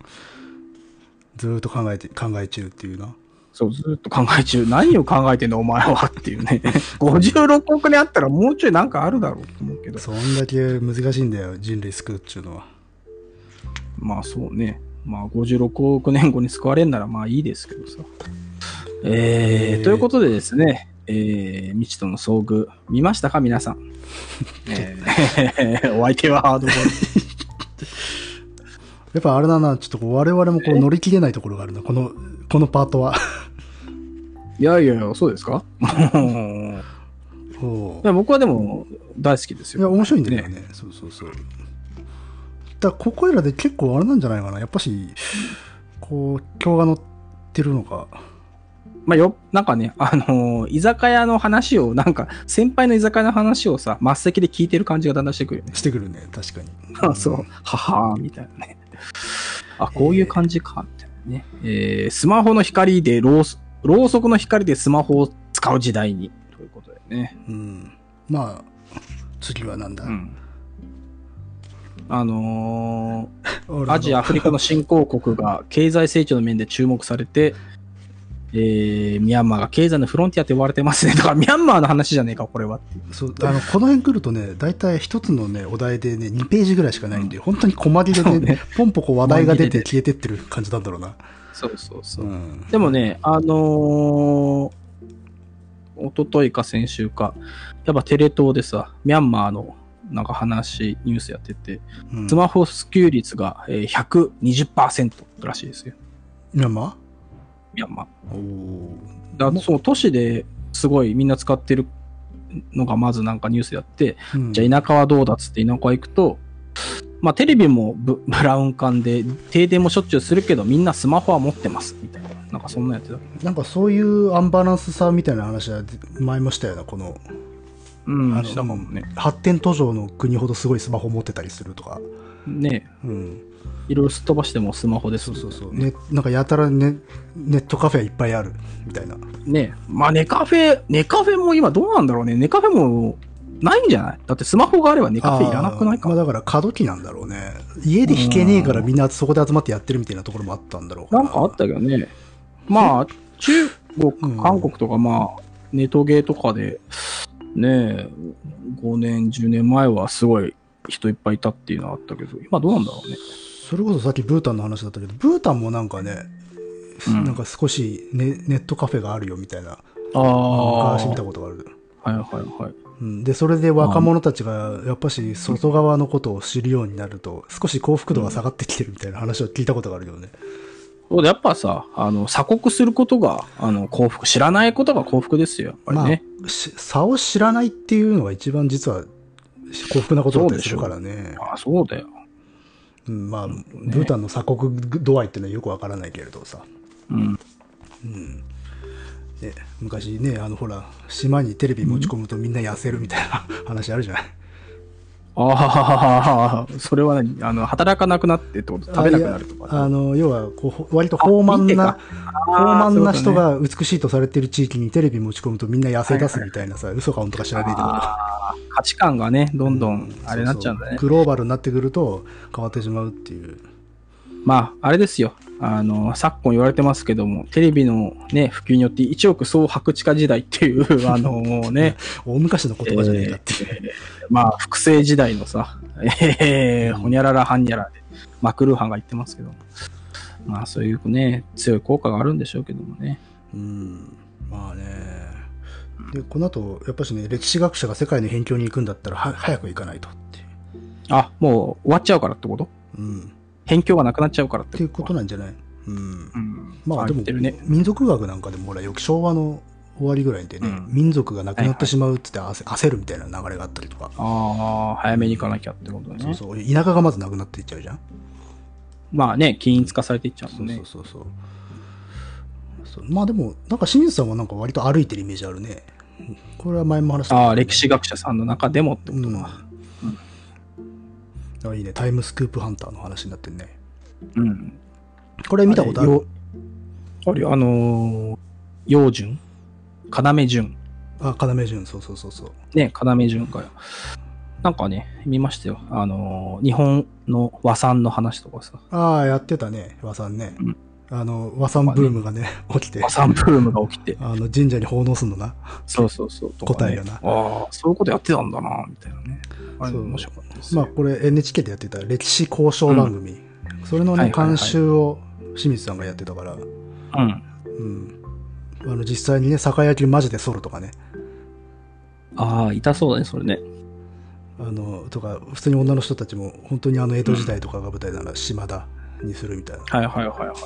[SPEAKER 2] ずーっと考えて、考え中っていうな。
[SPEAKER 1] そう、ずっと考え中。何を考えてんだ、お前はっていうね。56億年あったらもうちょいなんかあるだろうと思うけど。
[SPEAKER 2] そんだけ難しいんだよ、人類救うっていうのは。
[SPEAKER 1] まあそうね。まあ56億年後に救われんならまあいいですけどさ。え
[SPEAKER 2] えー
[SPEAKER 1] ー、ということでですね、えー、未知との遭遇、見ましたか、皆さん。えー、 お相手はハードボー
[SPEAKER 2] やっぱあれだな、ちょっとこう我々もこう乗り切れないところがあるな、この、このパー トは。
[SPEAKER 1] ル。いやいやいや、そうですかい
[SPEAKER 2] おう
[SPEAKER 1] や僕は でも大好きです
[SPEAKER 2] いや、
[SPEAKER 1] よ。
[SPEAKER 2] 面白いんだよねそうそうそう。だからここいらで結構あれなんじゃないかな。やっぱし、こう、今日が乗ってるのか。
[SPEAKER 1] まあよ、なんかね、 あのー居酒屋の話を、なんか、先輩の居酒屋の話をさ、末席で聞いてる感じがだんだんしてくるよね。
[SPEAKER 2] してくるね、確かに。
[SPEAKER 1] あそう、ははーみたいなね。あ、こういう感じか、みたいなね。えースマホの光でろうそ、ろうそくの光でスマホを使う時代に、ということでね。
[SPEAKER 2] うん。まあ、次はなんだ、
[SPEAKER 1] うん。あの
[SPEAKER 2] 俺
[SPEAKER 1] ー
[SPEAKER 2] の
[SPEAKER 1] アジア、アフリカの新興国が経済成長の面で注目されて、えー、ミャンマーが経済のフロンティアって呼ばれてますね。だからミャンマーの話じゃねえか、これは。
[SPEAKER 2] そうあのこの辺来るとね大体一つのねお題でね2ページぐらいしかないんで、本当に細切れ
[SPEAKER 1] そ
[SPEAKER 2] で、
[SPEAKER 1] うね
[SPEAKER 2] ポンポコ話題が出て
[SPEAKER 1] 細
[SPEAKER 2] 消えてってる感じなんだろうな、
[SPEAKER 1] そうそうそうう。
[SPEAKER 2] ん、
[SPEAKER 1] でもね、あのー、一昨日か先週か、やっぱテレ東でさ、ミャンマーのなんか話、ニュースやってて、
[SPEAKER 2] うん
[SPEAKER 1] スマホ普及率がえー120%らしいですよ、
[SPEAKER 2] ミャンマ
[SPEAKER 1] ミャンマー。
[SPEAKER 2] ーお
[SPEAKER 1] だからその都市ですごいみんな使ってるのがまずなんかニュースであって、
[SPEAKER 2] ー、うん
[SPEAKER 1] じゃあ田舎はどうだっつって田舎行くと、まあ テレビもブブラウン管で停電もしょっちゅうするけどみんなスマホは持ってますみたいな。なんかそんなやつだ。
[SPEAKER 2] なんかそういうアンバランスさみたいな話は前もしたよな、この、
[SPEAKER 1] うん、
[SPEAKER 2] あの
[SPEAKER 1] したかもね。
[SPEAKER 2] 発展途上の国ほどすごいスマホ持ってたりするとか。
[SPEAKER 1] ね
[SPEAKER 2] うん。
[SPEAKER 1] いろいろすっ飛ばしてもスマホです
[SPEAKER 2] そ
[SPEAKER 1] も
[SPEAKER 2] う
[SPEAKER 1] ね。
[SPEAKER 2] んそうそう。ね、なんかやたらね、ネットカフェいっぱいある、みたいな。
[SPEAKER 1] ねまあ、ネカフェ、ネカフェも今どうなんだろうね。ネカフェもないんじゃないだってスマホがあればネカフェいらなくないか。
[SPEAKER 2] あーまあだから過渡期なんだろうね。家で弾けねえからみんなそこで集まってやってるみたいなところもあったんだろう
[SPEAKER 1] なんかあったけどね。まあ、中
[SPEAKER 2] うん
[SPEAKER 1] 国、韓国とか、まあ、ネトゲーとかで、ねえ、5年、10年前はすごい人いっぱいいたっていうのはあったけど、今どうなんだろうね。
[SPEAKER 2] それこそさっきブータンの話だったけど、ブータンもなんかね、
[SPEAKER 1] うん
[SPEAKER 2] なんか少しネネットカフェがあるよみたいな、
[SPEAKER 1] ああ
[SPEAKER 2] 昔見たことがある。
[SPEAKER 1] はいはいはい。
[SPEAKER 2] うん、で、それで若者たちがやっぱし外側のことを知るようになると、少し幸福度が下がってきてるみたいな話を聞いたことがあるよね。
[SPEAKER 1] そうだやっぱさ、あの、鎖国することが、あの、幸福、知らないことが幸福ですよ、やっぱり
[SPEAKER 2] ま
[SPEAKER 1] ね。
[SPEAKER 2] あ、し差を知らないっていうのが一番実は幸福なことだったりするからね。
[SPEAKER 1] あ、あ、そうだよ。
[SPEAKER 2] うん、まあ、ブータンの鎖国度合いっていうのはよくわからないけれどさ、
[SPEAKER 1] うん。
[SPEAKER 2] うんね、昔ねあのほら島にテレビ持ち込むとみんな痩せるみたいな話あるじゃない
[SPEAKER 1] ああ、 それは何あの、働かなくなってってこと、食べなくなるとか。
[SPEAKER 2] あいやあの要はこうほ割と豊満な
[SPEAKER 1] あ
[SPEAKER 2] 豊
[SPEAKER 1] ー
[SPEAKER 2] 満な人
[SPEAKER 1] そういう
[SPEAKER 2] が美しいとされてる地域にテレビ持ち込むとみんな痩せ出すみたいなさ、嘘か本当か知らないけど
[SPEAKER 1] あー価値観がね、どんどんあれになっちゃうんだね。
[SPEAKER 2] そそグローバルになってくると変わってしまうっていう
[SPEAKER 1] まあ、あれですよ。あの、昨今言われてますけども、テレビのね、普及によって1億総白地化時代っていう、 あの、もうね、
[SPEAKER 2] 大昔の言葉じゃねえかっていう、
[SPEAKER 1] まあ、複製時代のさ、えー、ほにゃららはんにゃらで、マクルーハンが言ってますけども、まあ、そういうね、強い効果があるんでしょうけどもね。
[SPEAKER 2] うん、まあね。で、この後、やっぱしね、歴史学者が世界の辺境に行くんだったら、は早く行かないとっていう。
[SPEAKER 1] あ、もう終わっちゃうからってこと
[SPEAKER 2] うん。っ
[SPEAKER 1] 辺境がなくなっちゃうからって
[SPEAKER 2] ていうこと
[SPEAKER 1] な
[SPEAKER 2] なんじゃないうん
[SPEAKER 1] う。ん。
[SPEAKER 2] まあで
[SPEAKER 1] 言
[SPEAKER 2] も、
[SPEAKER 1] ってるね。
[SPEAKER 2] 民族学なんかでも、ほら、よく昭和の終わりぐらいでね、
[SPEAKER 1] うん
[SPEAKER 2] 民族がなく
[SPEAKER 1] は
[SPEAKER 2] な
[SPEAKER 1] い
[SPEAKER 2] っ
[SPEAKER 1] は
[SPEAKER 2] て
[SPEAKER 1] い
[SPEAKER 2] しまうっつって焦焦るみたいな流れがあったりとか。
[SPEAKER 1] ああ、早めに行かなきゃってことね。
[SPEAKER 2] そうそう。田舎がまずなくなっていっちゃうじゃん。
[SPEAKER 1] まあね、均一化されていっちゃう
[SPEAKER 2] そ
[SPEAKER 1] もん
[SPEAKER 2] う
[SPEAKER 1] ね。
[SPEAKER 2] そうそうそう。そうまあでも、なんか清水さんはなんか割と歩いてるイメージあるね。これは前も話した
[SPEAKER 1] ああ、歴史学者さんの中でもってこと
[SPEAKER 2] うん
[SPEAKER 1] か。
[SPEAKER 2] あいいね、タイムスクープハンターの話になってんね。
[SPEAKER 1] うん。
[SPEAKER 2] これ見たことあ
[SPEAKER 1] あれ
[SPEAKER 2] る
[SPEAKER 1] よあるよ、あのー、楊順要順
[SPEAKER 2] あ、要潤、そうそうそうそう。
[SPEAKER 1] ね、要順かよ。なんかね、見ましたよ。あのー、日本の和算の話とかさ、
[SPEAKER 2] ああ、やってたね、和さんね。
[SPEAKER 1] うん
[SPEAKER 2] あの、和さんブームがね、起きて
[SPEAKER 1] 和、算ブームが起きて、
[SPEAKER 2] あの、神社に奉納すんのな。
[SPEAKER 1] そうそうそう。とかね
[SPEAKER 2] 答えがな
[SPEAKER 1] ああ、そういうことやってたんだな、みたいなね。あれ、
[SPEAKER 2] そう
[SPEAKER 1] 面白かったです
[SPEAKER 2] まあ、
[SPEAKER 1] よ。
[SPEAKER 2] これ NHK でやってた歴史交渉番組。それの
[SPEAKER 1] は
[SPEAKER 2] ね、
[SPEAKER 1] いはいはい
[SPEAKER 2] 監修を清水さんがやってたから、
[SPEAKER 1] うん。
[SPEAKER 2] うん。あの、実際にね、酒焼きマジで剃るとかね。
[SPEAKER 1] ああ、痛そうだね、それね。
[SPEAKER 2] あの、とか、普通に女の人たちも、本当にあの、江戸時代とかが舞台なら、島田にするみたいな。
[SPEAKER 1] はいはいはいはいはい。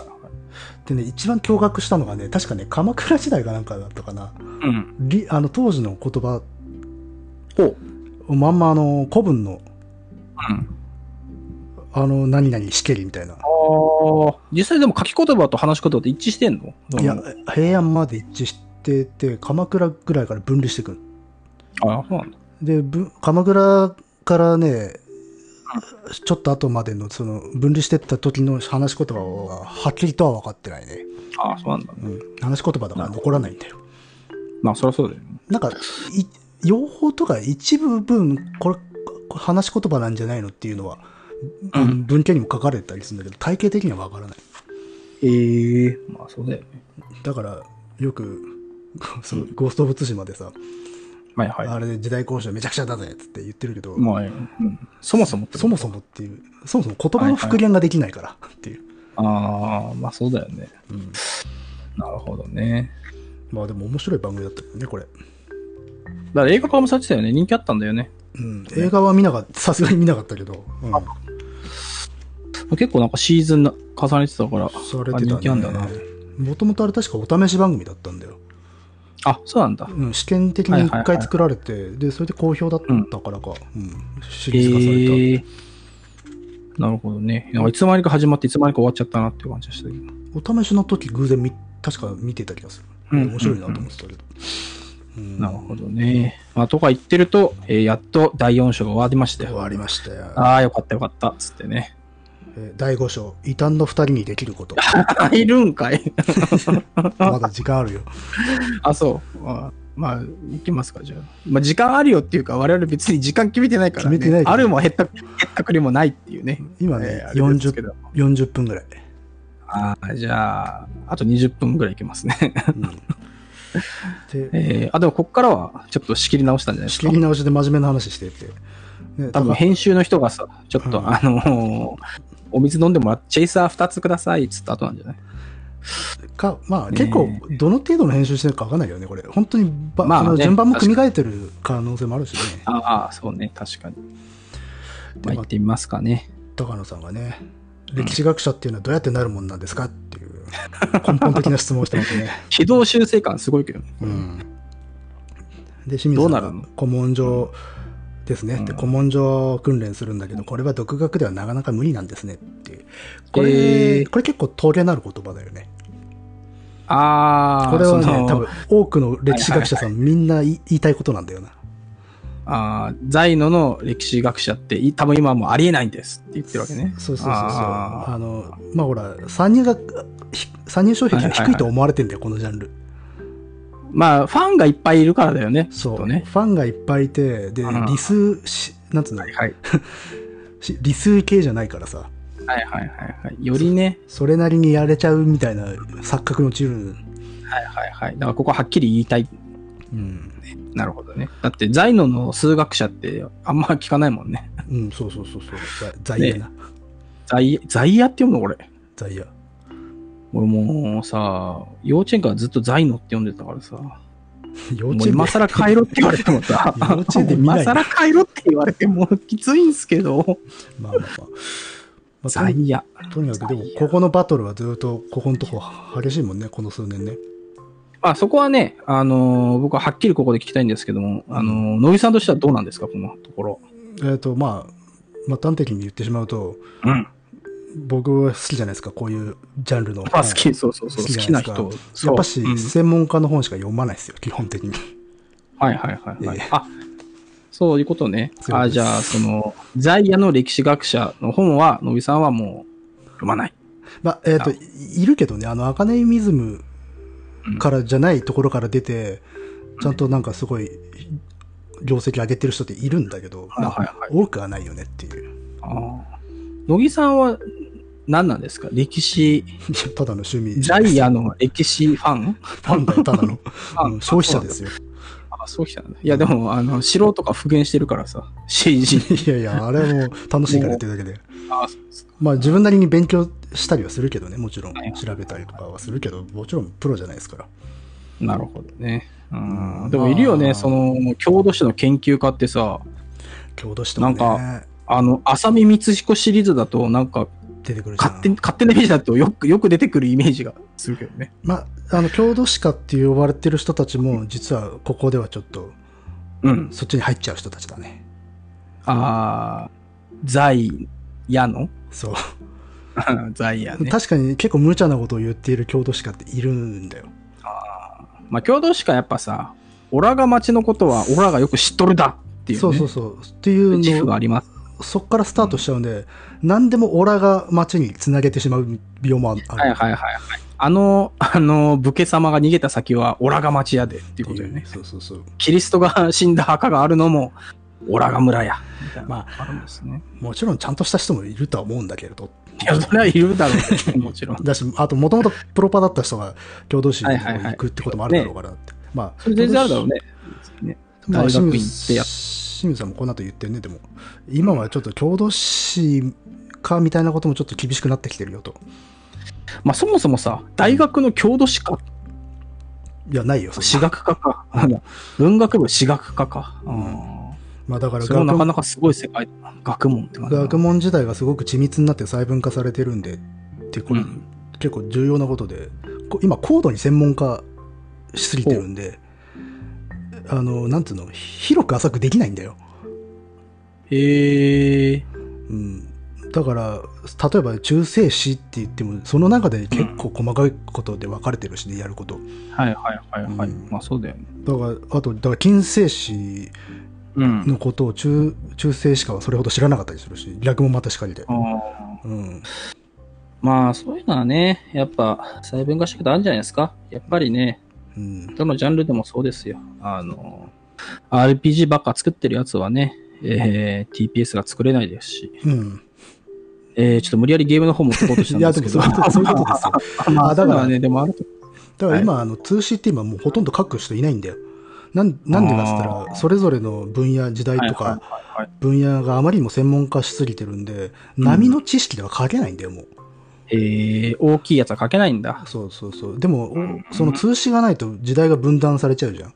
[SPEAKER 2] でね、一番驚愕したのがね、確かね、鎌倉時代かなんかだったかな。
[SPEAKER 1] うん。
[SPEAKER 2] りあの当時の言葉
[SPEAKER 1] ほう。
[SPEAKER 2] をまんまあの古文の
[SPEAKER 1] うん。
[SPEAKER 2] あの何々しけりみたいな。
[SPEAKER 1] ああ、実際でも書き言葉と話し言葉って一致してんの
[SPEAKER 2] いや、平安まで一致してて、鎌倉ぐらいから分離してくる。
[SPEAKER 1] ああ、そうなんだ。
[SPEAKER 2] で、ぶ鎌倉からね、ちょっと後までのその分離してった時の話し言葉ははっきりとは分かってないね。
[SPEAKER 1] ああ、そうなんだ。
[SPEAKER 2] うん、話し言葉だから残らないんだよ。
[SPEAKER 1] まあ、そりゃそうだよね。
[SPEAKER 2] なんか、い用法とか一部分、これ、これ話し言葉なんじゃないのっていうのは、
[SPEAKER 1] うん
[SPEAKER 2] 文献にも書かれたりするんだけど、体系的には分からない。
[SPEAKER 1] ええまあ、そうだよね。
[SPEAKER 2] だからよく こうそのゴースト・オブ・ツシマでさ、
[SPEAKER 1] はいはい。
[SPEAKER 2] あれで時代交渉めちゃくちゃだぜっつって言ってるけど、
[SPEAKER 1] まあ、うん、そもそもって
[SPEAKER 2] そ
[SPEAKER 1] こと
[SPEAKER 2] もそもっていうそもそも言葉の復元ができないからっていう、
[SPEAKER 1] ああ、まあそうだよね。
[SPEAKER 2] うん
[SPEAKER 1] なるほどね。
[SPEAKER 2] まあでも面白い番組だったよねこれ、
[SPEAKER 1] だから映画化もされてたよね。人気あったんだよね。
[SPEAKER 2] うん、映画は見なかったさすがに見なかったけど、うん、
[SPEAKER 1] 結構なんかシーズンな重ねてたから、
[SPEAKER 2] されて
[SPEAKER 1] あ人気あ
[SPEAKER 2] た
[SPEAKER 1] んだな
[SPEAKER 2] ね。もともとあれ確かお試し番組だったんだよ、
[SPEAKER 1] あ、そうなんだ。
[SPEAKER 2] うん、試験的に一回作られて、でそれで好評だったからか、うんシ
[SPEAKER 1] え
[SPEAKER 2] リーズ化さ
[SPEAKER 1] え
[SPEAKER 2] れた、
[SPEAKER 1] なるほどね。なんかいつの間にか始まって、いつの間にか終わっちゃったなっていう感じでしたけど。
[SPEAKER 2] お試しの時偶然見確か見てた気がす
[SPEAKER 1] う
[SPEAKER 2] る。
[SPEAKER 1] ん
[SPEAKER 2] 面白いなと思ってたけど。うん
[SPEAKER 1] なるほどね。まあ、とか言ってると、えーやっと第4章が終わりました
[SPEAKER 2] 終
[SPEAKER 1] よ。
[SPEAKER 2] わりましたよ。
[SPEAKER 1] ああ、よかったよかった、つってね。
[SPEAKER 2] えー第5章、異端の2人にできること。
[SPEAKER 1] いるんかい
[SPEAKER 2] まだ時間あるよ。
[SPEAKER 1] あ、そう。あまあ、いきますか、じゃあ。まあ、時間あるよっていうか、我々別に時間決めてないから、ね。
[SPEAKER 2] 決めてないけど
[SPEAKER 1] あるも減った、減ったくりもないっていうね。
[SPEAKER 2] 今
[SPEAKER 1] え
[SPEAKER 2] ね
[SPEAKER 1] ー、あれですけ
[SPEAKER 2] 40
[SPEAKER 1] ど
[SPEAKER 2] 40分 ぐらい。
[SPEAKER 1] あーじゃあ、あと20分ぐらいいけますね。
[SPEAKER 2] うんで、
[SPEAKER 1] えー、あ、でもこっからはちょっと仕切り直したんじゃないです
[SPEAKER 2] 仕
[SPEAKER 1] か。
[SPEAKER 2] 切り直しで真面目な話してって。ね
[SPEAKER 1] 多分編集の人がさ、ちょっと、
[SPEAKER 2] うん
[SPEAKER 1] あのーお水飲んでもらって、チェイサー2つくださいっつった後なんじゃない
[SPEAKER 2] か、まあ
[SPEAKER 1] ね
[SPEAKER 2] 結構、どの程度の編集してるかわかんないよね、これ。本当にば、
[SPEAKER 1] まあ
[SPEAKER 2] あの
[SPEAKER 1] ね
[SPEAKER 2] 順番も組み替えてる可能性もあるしね。
[SPEAKER 1] ああ、そうね、確かに。
[SPEAKER 2] で
[SPEAKER 1] まあ、行ってみますかね。
[SPEAKER 2] 高野さんがね、歴史学者っていうのはどうやってなるもんなんですかっていう、根本的な質問をしてますね。
[SPEAKER 1] 軌道修正感すごいけどね。
[SPEAKER 2] うんで、清水
[SPEAKER 1] ど
[SPEAKER 2] さ
[SPEAKER 1] うんな
[SPEAKER 2] が
[SPEAKER 1] るの
[SPEAKER 2] 古文書ですね、で
[SPEAKER 1] うん
[SPEAKER 2] 古文書を訓練するんだけど、これは独学ではなかなか無理なんですねっていう。こ
[SPEAKER 1] え
[SPEAKER 2] れ、
[SPEAKER 1] ー
[SPEAKER 2] これ結構峠なる言葉だよね。
[SPEAKER 1] ああ、
[SPEAKER 2] これはね
[SPEAKER 1] その、
[SPEAKER 2] 多分多くの歴史学者さんみんな言い言いたいことなんだよな。
[SPEAKER 1] ああ、在野の歴史学者って、い多分今はもうありえないんですって言ってるわけね。
[SPEAKER 2] そうそうそうそう。
[SPEAKER 1] あ
[SPEAKER 2] あの、まあほら、参入が、ひ参入障壁が
[SPEAKER 1] はいはいは
[SPEAKER 2] 低
[SPEAKER 1] い
[SPEAKER 2] いと思われてんだよ、このジャンル。
[SPEAKER 1] まあ、ファンがいっぱいいるからだよね。
[SPEAKER 2] そう、
[SPEAKER 1] ね。
[SPEAKER 2] ファンがいっぱいいて、で、
[SPEAKER 1] うん
[SPEAKER 2] 理数し、なんつうの、
[SPEAKER 1] はい。
[SPEAKER 2] し理数系じゃないからさ、
[SPEAKER 1] はいはいはいはい。よりね、
[SPEAKER 2] それなりにやれちゃうみたいな錯覚のチル、
[SPEAKER 1] はいはいはい。だからここはっきり言いたい。
[SPEAKER 2] うん、
[SPEAKER 1] なるほどね。だって、在野の数学者ってあんま聞かないもんね。
[SPEAKER 2] うん、そうそうそうそう、ざ罪悪な、
[SPEAKER 1] 在在野って読むの俺。
[SPEAKER 2] 罪悪。
[SPEAKER 1] 俺もうさ、幼稚園からずっと在野って呼んでたからさ。も
[SPEAKER 2] 幼稚
[SPEAKER 1] う
[SPEAKER 2] 園で
[SPEAKER 1] 今、更帰ろって言われてもさ
[SPEAKER 2] 幼稚園で見
[SPEAKER 1] 今
[SPEAKER 2] な い
[SPEAKER 1] 更帰ろって言われてもきついんすけど。
[SPEAKER 2] まあまあまあ。まあ、
[SPEAKER 1] 在
[SPEAKER 2] と
[SPEAKER 1] 野。
[SPEAKER 2] とにかく、でも、ここのバトルはずっと、ここのとこ激しいもんね、この数年ね。
[SPEAKER 1] まあそこはね、あのー僕ははっきりここで聞きたいんですけども、あのー野木さんとしてはどうなんですか、このところ。
[SPEAKER 2] えっ、と、まあ、まあ、端的に言ってしまうと、
[SPEAKER 1] うん。
[SPEAKER 2] 僕は好きじゃないですか、こういうジャンルの。
[SPEAKER 1] まあ好き、そうそうそう、
[SPEAKER 2] 好
[SPEAKER 1] 好
[SPEAKER 2] きじ
[SPEAKER 1] き
[SPEAKER 2] ゃ
[SPEAKER 1] な
[SPEAKER 2] な
[SPEAKER 1] い
[SPEAKER 2] ですか
[SPEAKER 1] 人。
[SPEAKER 2] やっぱし、
[SPEAKER 1] そううん
[SPEAKER 2] 専門家の本しか読まないですよ、基本的に。
[SPEAKER 1] はいはいはいはい。
[SPEAKER 2] ええ
[SPEAKER 1] あそういうことね。
[SPEAKER 2] そう
[SPEAKER 1] あ
[SPEAKER 2] です
[SPEAKER 1] じゃあ、その、在野の歴史学者の本は、野木さんはもう読まない。
[SPEAKER 2] まあ、えっ、
[SPEAKER 1] あ
[SPEAKER 2] と、いいるけどね、あの、アカネミズムからじゃないところから出て、ちゃんとなんかすごい、業績上げてる人っているんだけど、
[SPEAKER 1] はいはいはい
[SPEAKER 2] まあ多くはないよねっていう。
[SPEAKER 1] あー野木さんは何なんですか歴史、
[SPEAKER 2] ただの趣味。
[SPEAKER 1] 在野の歴史ファン
[SPEAKER 2] ファ ンだよ、ただの。うん消費者ですよ。
[SPEAKER 1] あ、そうきたんだ。いや、でも、あの、素人が復元してるからさ、CG に。
[SPEAKER 2] いやいや、あれはもう楽しいからやってるだけで。
[SPEAKER 1] あそうですか。
[SPEAKER 2] まあ自分なりに勉強したりはするけどね、もちろん
[SPEAKER 1] はい。
[SPEAKER 2] 調べたりとかはするけど、もちろんプロじゃないですから。
[SPEAKER 1] なるほどね。う。
[SPEAKER 2] うんん
[SPEAKER 1] でもいるよ
[SPEAKER 2] ま
[SPEAKER 1] ね、
[SPEAKER 2] あ
[SPEAKER 1] その、郷土史の研究家ってさ、
[SPEAKER 2] 郷土史とか
[SPEAKER 1] なん
[SPEAKER 2] ね、
[SPEAKER 1] あの、浅見光彦シリーズだと、なんか、
[SPEAKER 2] 出てくるじゃん
[SPEAKER 1] 勝手に、勝手なイメージだと、よく、よく出てくるイメージがするけどね。
[SPEAKER 2] まあ、あの、郷土史家って呼ばれてる人たちも、実はここではちょっと、
[SPEAKER 1] うん。
[SPEAKER 2] そっちに入っちゃう人たちだね。
[SPEAKER 1] あー、在野の
[SPEAKER 2] そう。
[SPEAKER 1] 在野ね。
[SPEAKER 2] 確かに結構無茶なことを言っている郷土史家っているんだよ。
[SPEAKER 1] まあ、郷土史かやっぱさ、オラが町のことは、オラがよく知っとるだっていう、ね。
[SPEAKER 2] そうそうそう。っていう
[SPEAKER 1] 自負が
[SPEAKER 2] の
[SPEAKER 1] あります。
[SPEAKER 2] そっからスタートしちゃうんで、何でもオラが街につなげてしまう病もある。
[SPEAKER 1] はいはいはいはい。あの、あの、武家様が逃げた先は、オラが町やでっていうことよね。
[SPEAKER 2] そうそうそう。
[SPEAKER 1] キリストが死んだ墓があるのも、オラが村や。みたいな
[SPEAKER 2] ま
[SPEAKER 1] あるんですね。
[SPEAKER 2] もちろんちゃんとした人もいるとは思うんだけれど。
[SPEAKER 1] いや、それはいるだろうけ ど、もちろん。
[SPEAKER 2] だし、あと、もともとプロパだった人が郷土史に
[SPEAKER 1] はいはいはい
[SPEAKER 2] 行くってこともあるだろうからって。まあ、
[SPEAKER 1] それ全然あるだろうね。ね
[SPEAKER 2] まあ
[SPEAKER 1] 大学院行
[SPEAKER 2] 清
[SPEAKER 1] って
[SPEAKER 2] 水
[SPEAKER 1] やっ
[SPEAKER 2] 清水さんもこんなこと言ってるね、でも、今はちょっと郷土史かみたいなこともちょっと厳しくなってきてるよと。
[SPEAKER 1] まあ、そもそもさ、大学の郷土史か、
[SPEAKER 2] いや、ないよ、そんな
[SPEAKER 1] 史学科か、あの文学部史学科か。
[SPEAKER 2] ん
[SPEAKER 1] うん
[SPEAKER 2] まあだから
[SPEAKER 1] それもなか
[SPEAKER 2] 学
[SPEAKER 1] なかすごい世界だな。学問って感じだな。
[SPEAKER 2] 学問自体がすごく緻密になって細分化されてるんで、ってこれ、
[SPEAKER 1] うん
[SPEAKER 2] 結構重要なことで、こ今、高度に専門化しすぎてるんで、あの、なんていうの、広く浅くできないんだよ。
[SPEAKER 1] へえ。
[SPEAKER 2] うん。だから例えば中世史って言ってもその中で結構細かいことで分かれてるしね、やること
[SPEAKER 1] はいはいはいはい。
[SPEAKER 2] うん
[SPEAKER 1] まあそうだよね。
[SPEAKER 2] だからあとだから近世史
[SPEAKER 1] うん。
[SPEAKER 2] のことを中中世史家はそれほど知らなかったりするし略もまたしかりで、
[SPEAKER 1] あー
[SPEAKER 2] うん、
[SPEAKER 1] まあそういうのはね、やっぱ細分化してきたあるんじゃないですか。やっぱりね、
[SPEAKER 2] うん、
[SPEAKER 1] どのジャンルでもそうですよ。あの、RPG ばっか作ってるやつはね、えー TPS が作れないですし、
[SPEAKER 2] うん、
[SPEAKER 1] えーちょっと無理やりゲームの方も作ろうとしたん
[SPEAKER 2] いや
[SPEAKER 1] で
[SPEAKER 2] ですも
[SPEAKER 1] けど
[SPEAKER 2] そういう。ことそういうことですよ
[SPEAKER 1] まあ、だ
[SPEAKER 2] だ
[SPEAKER 1] か
[SPEAKER 2] から
[SPEAKER 1] らね、でもあると。
[SPEAKER 2] だから今、あの通信って今もうほとんど書く人いないんだよ。なんなんでかっつった
[SPEAKER 1] あー
[SPEAKER 2] ら、それぞれの分野、時代とか、
[SPEAKER 1] はいはいはい
[SPEAKER 2] 分野があまりにも専門化しすぎてるんで、波の知識では書けないんだよ、もう。
[SPEAKER 1] えー大きいやつは書けないんだ。
[SPEAKER 2] そうそうそう。でも
[SPEAKER 1] ん、
[SPEAKER 2] その通信がないと時代が分断されちゃうじゃん。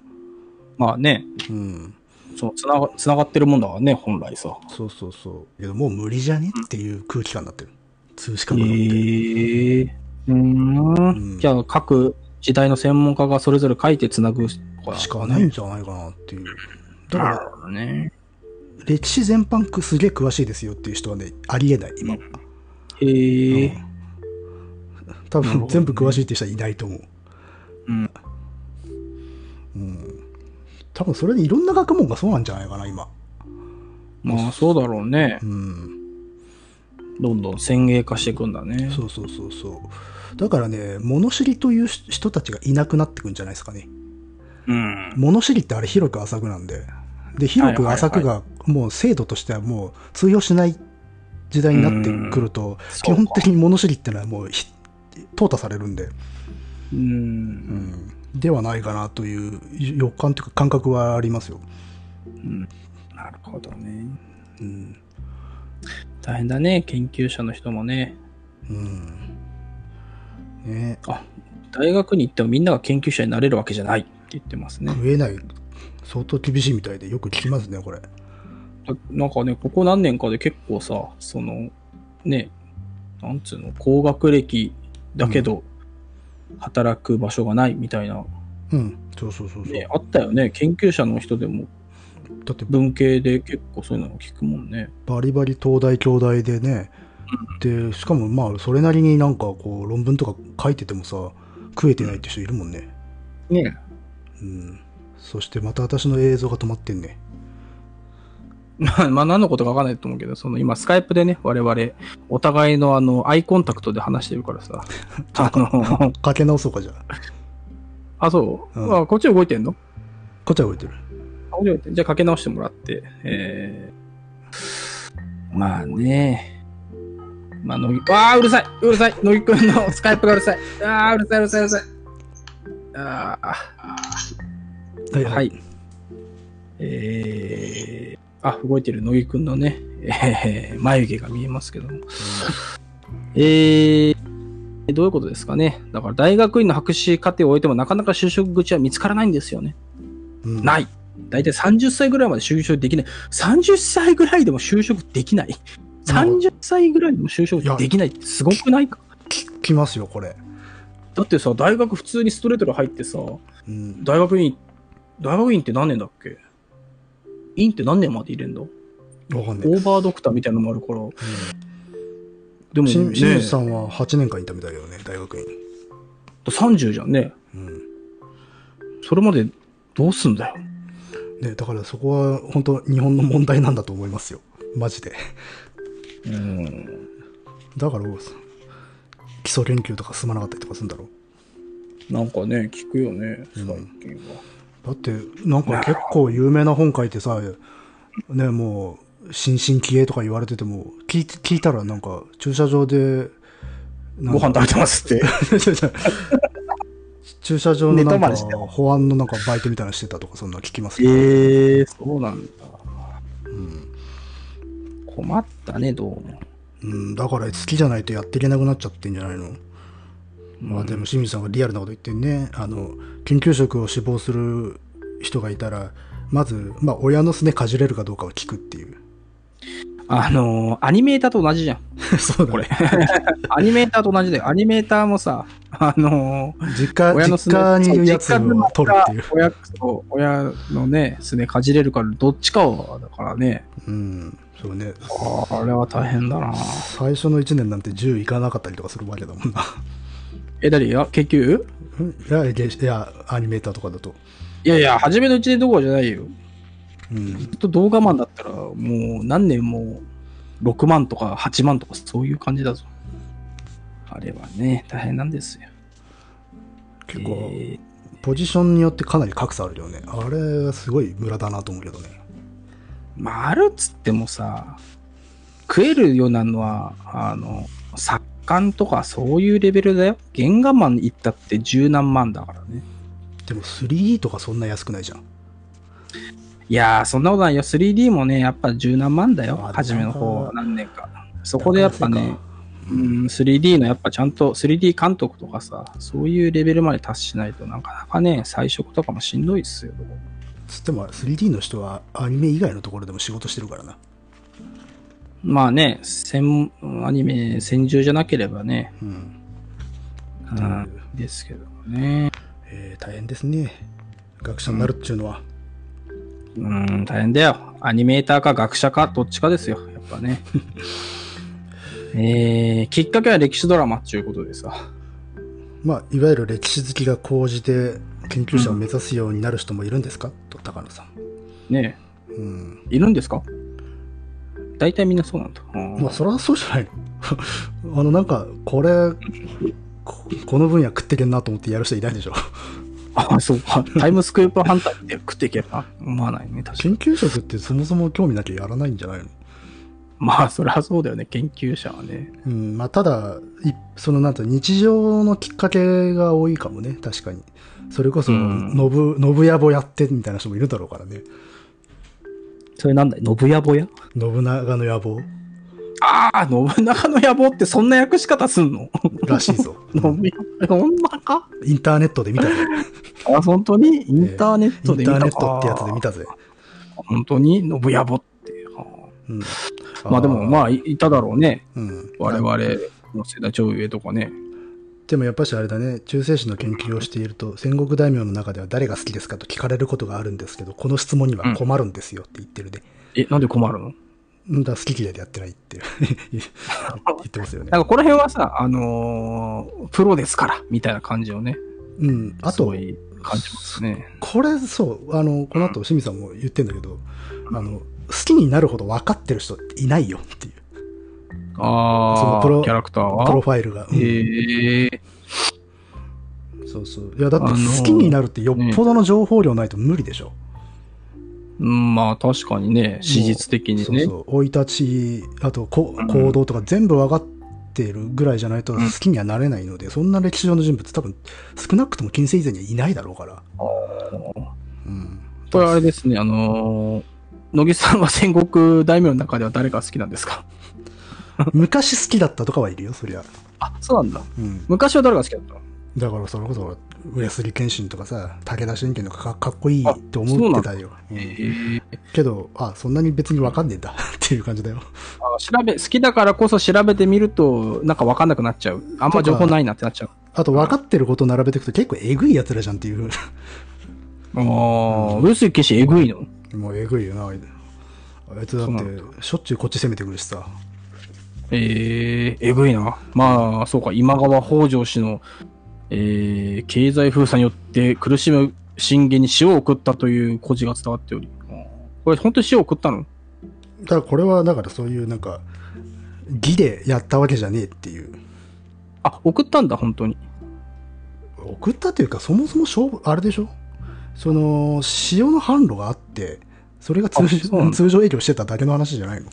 [SPEAKER 1] まあね、
[SPEAKER 2] うん。
[SPEAKER 1] そうつながつながってるもんだからね、本来さ。
[SPEAKER 2] そうそうそう。けど、もう無理じゃねっていう空気感になってる。通
[SPEAKER 1] え
[SPEAKER 2] 信書くのって。
[SPEAKER 1] うーん
[SPEAKER 2] うん
[SPEAKER 1] じゃあ、各時代の専門家がそれぞれ書いてつなぐし
[SPEAKER 2] しかないんじゃないかなっていう。だか
[SPEAKER 1] な
[SPEAKER 2] ら
[SPEAKER 1] る、ほどね。
[SPEAKER 2] 歴史全般くすげえ詳しいですよっていう人はね、ありえない、今。
[SPEAKER 1] えー
[SPEAKER 2] うん多分全部詳しいって人はいないと思う、
[SPEAKER 1] うん
[SPEAKER 2] うん、多分それでいろんな学問がそうなんじゃないかな今、
[SPEAKER 1] まあそうだろうね。
[SPEAKER 2] うん、
[SPEAKER 1] どんどん先鋭化していくんだね。
[SPEAKER 2] そうそうそうそうだからね物知りというし人たちがいなくなってくんじゃないですかね
[SPEAKER 1] うん。
[SPEAKER 2] 物知りってあれ広く浅くなんでで広く浅くがもう制度としてはもう通用しない時代になってくると基
[SPEAKER 1] そうか
[SPEAKER 2] 本的に物知りってのはもうひ淘汰されるんで
[SPEAKER 1] う。
[SPEAKER 2] うんんではないかなという予感というか感覚はありますよ。
[SPEAKER 1] なるほどね。
[SPEAKER 2] うん
[SPEAKER 1] 大変だね、研究者の人もね。
[SPEAKER 2] うんね、
[SPEAKER 1] 大学に行ってもみんなが研究者になれるわけじゃないって言ってますね。
[SPEAKER 2] 食えない相当厳しいみたいでよく聞きますねこれ。
[SPEAKER 1] ななんかね、ここ何年かで結構さ、その、ね、なんつうの、高学歴だけど、働く場所がないみたいな、
[SPEAKER 2] うんそうそうそうそう、
[SPEAKER 1] ね、あったよね。研究者の人でも、
[SPEAKER 2] だって
[SPEAKER 1] 文系で結構そういうの聞くもんね。
[SPEAKER 2] バリバリ東大京大でねでしかもまあそれなりになんかこう論文とか書いててもさ食えてないって人いるもんね。
[SPEAKER 1] ね
[SPEAKER 2] うんそしてまた私の映像が止まってんね。
[SPEAKER 1] まあ、 まあ、何のことかわかんないと思うけど、その今、スカイプでね、我々、お互いのあの、アイコンタクトで話してるからさ、 あの、
[SPEAKER 2] かけ直そうかじゃあ。
[SPEAKER 1] あ、そう、
[SPEAKER 2] うん
[SPEAKER 1] あこっち動いてんの
[SPEAKER 2] こっちは動いてる。
[SPEAKER 1] じゃあかけ直してもらって、えー、まあね、まあ、乃木、ああ、うるさい、うるさい、乃木くんのスカイプがうるさい、ああ、うるさい、うるさい、うるさい。あ
[SPEAKER 2] はい
[SPEAKER 1] あ、はい。えー、あ、動いてる乃木くんのね、えー、眉毛が見えますけども。えー、どういうことですかね。だから大学院の博士課程を終えてもなかなか就職口は見つからないんですよね。
[SPEAKER 2] うん
[SPEAKER 1] ない。大体30歳ぐらいまで就職できない。30歳ぐらいでも就職できない。
[SPEAKER 2] なるほど
[SPEAKER 1] 30歳ぐらいでも就職できないってすごくないか
[SPEAKER 2] 来ますよこれ。
[SPEAKER 1] だってさ、大学普通にストレートで入ってさ、
[SPEAKER 2] うん、
[SPEAKER 1] 大学院、大学院って何年だっけ院って何年まで入れんだオ
[SPEAKER 2] わかんない。
[SPEAKER 1] ーバードクターみたいなのもあるから。でも、
[SPEAKER 2] し
[SPEAKER 1] ね、
[SPEAKER 2] 清水さ
[SPEAKER 1] 30
[SPEAKER 2] んは8年間いたみたいだよね大学院、
[SPEAKER 1] じゃんね。
[SPEAKER 2] うん
[SPEAKER 1] それまでどうすんだよ。
[SPEAKER 2] ね、だからそこは本当日本の問題なんだと思いますよマジで
[SPEAKER 1] うん。
[SPEAKER 2] だから基礎研究とか進まなかったりとかするんだろ
[SPEAKER 1] なんかね、聞くよね、最近は。
[SPEAKER 2] うだってなんか結構有名な本書いてさねもう新進気鋭とか言われてても聞いて聞いたらなんか駐車場でなん
[SPEAKER 1] ご
[SPEAKER 2] か
[SPEAKER 1] 飯食べてますって。
[SPEAKER 2] 駐車場の
[SPEAKER 1] 寝
[SPEAKER 2] な
[SPEAKER 1] 泊
[SPEAKER 2] ん
[SPEAKER 1] ま
[SPEAKER 2] か
[SPEAKER 1] りして
[SPEAKER 2] 保安のなんかバイトみたいなのしてたとかそんなの聞きますよ、
[SPEAKER 1] ええそうなんだ。
[SPEAKER 2] うん
[SPEAKER 1] 困ったね、どうも。
[SPEAKER 2] うん、だから好きじゃないとやっていけなくなっちゃってんじゃないのまあでも清水さんがリアルなこと言ってねあの研究職を志望する人がいたらまず、まあ、親のすねかじれるかどうかを聞くっていう
[SPEAKER 1] あのーアニメーターと同じじゃん。
[SPEAKER 2] そうだ
[SPEAKER 1] これ
[SPEAKER 2] ね。。
[SPEAKER 1] アニメーターと同じで、アニメーターもさ、あのー
[SPEAKER 2] 実家、
[SPEAKER 1] 親の
[SPEAKER 2] 実
[SPEAKER 1] すね、
[SPEAKER 2] 家にいるやつ
[SPEAKER 1] そう実家の
[SPEAKER 2] を取るっていう。
[SPEAKER 1] 親そう親のね、すねかじれるから、どっちかを、だからね、
[SPEAKER 2] うん。そうね。
[SPEAKER 1] あれは大変だな。
[SPEAKER 2] 最初の1年なんて10いかなかったりとかするわけだもんな。
[SPEAKER 1] え、だり、あ結局
[SPEAKER 2] んいや、でいや、アニメーターとかだと。
[SPEAKER 1] いやいや、初めのうちでどころじゃないよ。
[SPEAKER 2] うん。
[SPEAKER 1] ずっと動画マンだったら、もう何年も6万とか8万とかそういう感じだぞ。あれはね、大変なんですよ。
[SPEAKER 2] 結構、
[SPEAKER 1] えー
[SPEAKER 2] ポジションによってかなり格差あるよね。あれ、すごい無駄だなと思うけどね。
[SPEAKER 1] まあ、あるっつってもさ、食えるようなのは、あの、作家とかそういうレベルだよ。原画マン行ったって十何万だからね。
[SPEAKER 2] でも 3D とかそんな安くないじゃん。
[SPEAKER 1] いやー、そんなことないよ。3D もね、やっぱ十何万だよ。
[SPEAKER 2] あ
[SPEAKER 1] 初めの
[SPEAKER 2] なん
[SPEAKER 1] 方
[SPEAKER 2] か、
[SPEAKER 1] 何年か。そこでやっぱね、うん、3D のやっぱちゃんと 3D 監督とかさ、そういうレベルまで達しないとなかなかね、最初とかもしんどいっすよ。
[SPEAKER 2] つっても 3D の人はアニメ以外のところでも仕事してるからな。
[SPEAKER 1] まあね、専アニメ専従じゃなければね、
[SPEAKER 2] うん。
[SPEAKER 1] う
[SPEAKER 2] うん
[SPEAKER 1] ん、ですけどね。
[SPEAKER 2] えー大変ですね。学者になるっていうのは。
[SPEAKER 1] うん、大変だよ。アニメーターか学者かどっちかですよ。やっぱ ね。えー、きっかけは歴史ドラマっていうことでさ。
[SPEAKER 2] まあ、いわゆる歴史好きが高じて研究者を目指すようになる人もいるんですか、と高野さん。
[SPEAKER 1] ね
[SPEAKER 2] うん。
[SPEAKER 1] えいるんですか大体みんなそうなんだ。うん
[SPEAKER 2] まあ、それはそうじゃない の。あの、なんか、これ、ここの分野食ってけんなと思ってやる人いないでしょ。
[SPEAKER 1] あ、そうか。タイムスクープハンターって食っていけば思わないね、確かに。
[SPEAKER 2] 研究職ってそもそも興味なきゃやらないんじゃないの
[SPEAKER 1] まあ、そりゃそうだよね、研究者はね。
[SPEAKER 2] うん、まあ、ただ、いそのなんと日常のきっかけが多いかもね、確かに。それこそ、
[SPEAKER 1] うん
[SPEAKER 2] のぶ、のぶやぼやってみたいな人もいるだろうからね。
[SPEAKER 1] それなんだい信やぼや
[SPEAKER 2] 信長の野望
[SPEAKER 1] ああ、信長の野望ってそんな訳し方すんの
[SPEAKER 2] らしいぞ。 うん
[SPEAKER 1] 信長信長
[SPEAKER 2] インターネットで見たぜ。
[SPEAKER 1] あ、本当にインターネッ
[SPEAKER 2] イ
[SPEAKER 1] ト
[SPEAKER 2] ン
[SPEAKER 1] で見
[SPEAKER 2] タ
[SPEAKER 1] たか
[SPEAKER 2] ーネットってやつで見たぜ。
[SPEAKER 1] 本当に信やぼって。は
[SPEAKER 2] うん
[SPEAKER 1] あまあでも、
[SPEAKER 2] あ
[SPEAKER 1] まあ、いいただろうね。
[SPEAKER 2] ー、うん
[SPEAKER 1] 我々の世代上上とかね。
[SPEAKER 2] でもやっぱしあれだね、中世史の研究をしていると、戦国大名の中では誰が好きですかと聞かれることがあるんですけど、この質問には困るんですよって言ってるで。
[SPEAKER 1] え、なんで困るの
[SPEAKER 2] うん、だから好き嫌いでやってないっていう 言ってますよね
[SPEAKER 1] な。んかこの辺はさ、あのープロですから、みたいな感じをね。
[SPEAKER 2] うん、あ
[SPEAKER 1] す
[SPEAKER 2] と
[SPEAKER 1] ご、い感じますね。
[SPEAKER 2] これそう、あの、この後、清水さんも言ってんだけど、あの、好きになるほど分かってる人いないよっていう、
[SPEAKER 1] ああ、
[SPEAKER 2] そのプロ
[SPEAKER 1] キャラクターは
[SPEAKER 2] プロファイルが。うん
[SPEAKER 1] へえ
[SPEAKER 2] そうそう。いや、だって
[SPEAKER 1] あのー
[SPEAKER 2] 好きになるってよっぽどの情報量ないと無理でしょ。
[SPEAKER 1] うんまあ確かにね、史実的にね。
[SPEAKER 2] そうそう。生い立ち、あとこ行動とか全部分かってるぐらいじゃないと好きにはなれないので、そんな歴史上の人物多分少なくとも近世以前にはいないだろうから。うん。
[SPEAKER 1] これあれですね、あのー乃木さんは戦国大名の中では誰が好きなんですか
[SPEAKER 2] 昔好きだったとかはい るよ、そりゃ。
[SPEAKER 1] あ、そうなんだ。
[SPEAKER 2] うん。
[SPEAKER 1] 昔は誰が好きだったの
[SPEAKER 2] だからそれこそ、上杉謙信とかさ、武田信玄とかかかっこいいって思ってたよ。うん
[SPEAKER 1] へえ
[SPEAKER 2] けど、あ、そんなに別に分かんねえんだっていう感じだよ。
[SPEAKER 1] あ調べ、好きだからこそ調べてみると、なんかわかんなくなっちゃう。あんま情報ないなってなっちゃう。
[SPEAKER 2] あと分かってること並べていくと結構えぐい奴らじゃんっていう。
[SPEAKER 1] ああ、上杉謙信えぐいの
[SPEAKER 2] もうえぐいよな、あいつあいつだっ
[SPEAKER 1] そうな
[SPEAKER 2] て、しょっちゅうこっち攻めてくるしさ。
[SPEAKER 1] えええぐいな。まあ、そうか、今川北条氏の、えー経済封鎖によって苦しむ信玄に塩を送ったという故事が伝わっており。これ、本当に塩を送ったの
[SPEAKER 2] だからこれは、だからそういうなんか、義でやったわけじゃねえっていう。
[SPEAKER 1] あ、送ったんだ、本当に。
[SPEAKER 2] 送ったというか、そもそも勝負、あれでしょその、潮の販路があって、それが通
[SPEAKER 1] あそうなん
[SPEAKER 2] 常
[SPEAKER 1] だ
[SPEAKER 2] 通常営業してただけの話じゃないの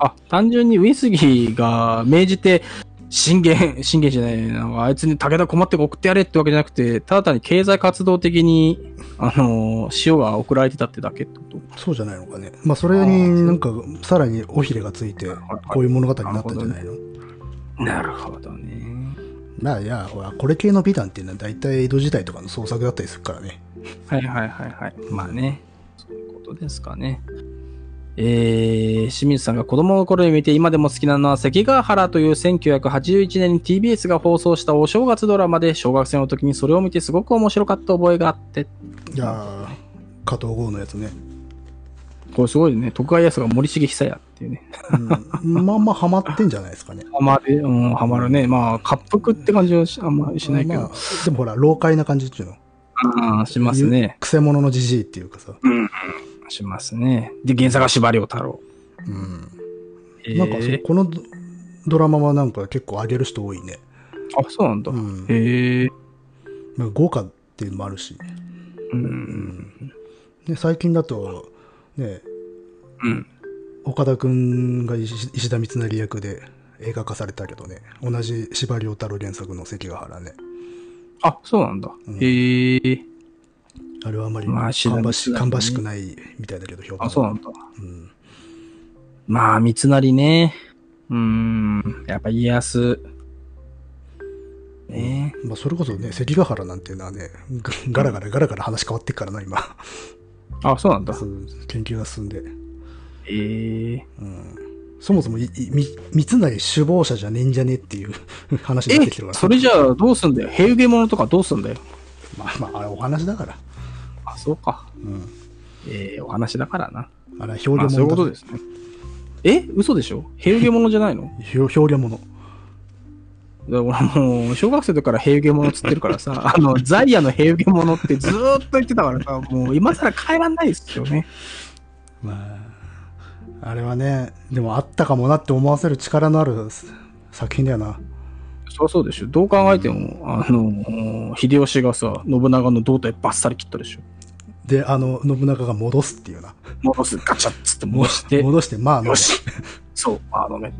[SPEAKER 1] あ、単純に上杉が命じて、信玄、信玄じゃない、なんかあいつに武田困ってるから送ってやれってわけじゃなくて、ただ単に経済活動的に、あのー塩が送られてたってだけってこと
[SPEAKER 2] そうじゃないのかね。まあ、それになんか、さらに尾ひれがついて、こういう物語になったんじゃないの
[SPEAKER 1] なるほどね。
[SPEAKER 2] まあ、いや、ほら、これ系の美談っていうのは大体江戸時代とかの創作だったりするからね。
[SPEAKER 1] はいはいはいはい。まあね。そういうことですかね。えー、清水さんが子供の頃に見て今でも好きなのは関ヶ原という1981年に TBS が放送したお正月ドラマで小学生の時にそれを見てすごく面白かった覚えがあって。
[SPEAKER 2] いやー加藤剛のやつね、
[SPEAKER 1] これすごいね。徳川家康が森重久也っていうね。
[SPEAKER 2] うん、まあまあハマってんじゃないですかね
[SPEAKER 1] ハマる、うん、ハマるね。まあ、滑腹って感じはしあんまりしないけ
[SPEAKER 2] ま
[SPEAKER 1] ど。
[SPEAKER 2] あでもほら老快な感じっていうの
[SPEAKER 1] あーしますね。
[SPEAKER 2] くせ者のじじいっていうかさ、
[SPEAKER 1] うん。しますね。で、原作が司馬遼太郎。
[SPEAKER 2] うん、
[SPEAKER 1] えー
[SPEAKER 2] なんかそのこのドドラマはなんか結構上げる人多いね、
[SPEAKER 1] あ、そうなんだ。
[SPEAKER 2] うん
[SPEAKER 1] へえ。
[SPEAKER 2] まあ豪華っていうのもあるし、
[SPEAKER 1] うん。
[SPEAKER 2] ね、最近だとね
[SPEAKER 1] うん。
[SPEAKER 2] 岡田君が石石田三成役で映画化されたけどね同じ司馬遼太郎原作の関ヶ原ね
[SPEAKER 1] あ、そうなんだ。
[SPEAKER 2] うん
[SPEAKER 1] へえ。
[SPEAKER 2] あれはあまり
[SPEAKER 1] まあ石田
[SPEAKER 2] 芳し,、
[SPEAKER 1] 三成ね
[SPEAKER 2] 芳しくないみたいだけど評判
[SPEAKER 1] あ、そうなんだ。
[SPEAKER 2] うん
[SPEAKER 1] まあ、三成ね。うーん。やっぱ家康。ね
[SPEAKER 2] まあ、それこそね関ヶ原なんていうのはねがガラガラガラガラ話変わってっからな今
[SPEAKER 1] あ、そうなんだ。
[SPEAKER 2] そう研究が進んで、
[SPEAKER 1] へえ。
[SPEAKER 2] うん、そもそもいいみ三成首謀者じゃねえんじゃねえっていう 話になってきてる
[SPEAKER 1] え、
[SPEAKER 2] から
[SPEAKER 1] それじゃあどうすんだよ。平家物とかどうすんだよ。
[SPEAKER 2] まあまああれお話だから、
[SPEAKER 1] あ、そうか。
[SPEAKER 2] うん、
[SPEAKER 1] ええ、お話だからな。
[SPEAKER 2] あれ
[SPEAKER 1] ま
[SPEAKER 2] は表
[SPEAKER 1] あ、
[SPEAKER 2] 現
[SPEAKER 1] そういうこ
[SPEAKER 2] 物
[SPEAKER 1] とですね。え嘘でしょ平家物じゃないのだか
[SPEAKER 2] ひょ表現物
[SPEAKER 1] ら俺もう、小学生の時から平家物っつってるからさ、あの、ザイヤの平家物ってずーっと言ってたからさ、もう今更変えらんないですよね。
[SPEAKER 2] まああれはねでもあったかもなって思わせる力のあるす作品だよな
[SPEAKER 1] そりゃそうでしょ。どう考えても、あの、秀吉がさ、信長の胴体ばっさり切ったでしょ。
[SPEAKER 2] であの信長が戻すっていうな
[SPEAKER 1] 戻す、ガチャッつって戻して、
[SPEAKER 2] 戻してまあ
[SPEAKER 1] よし。そう、あのね、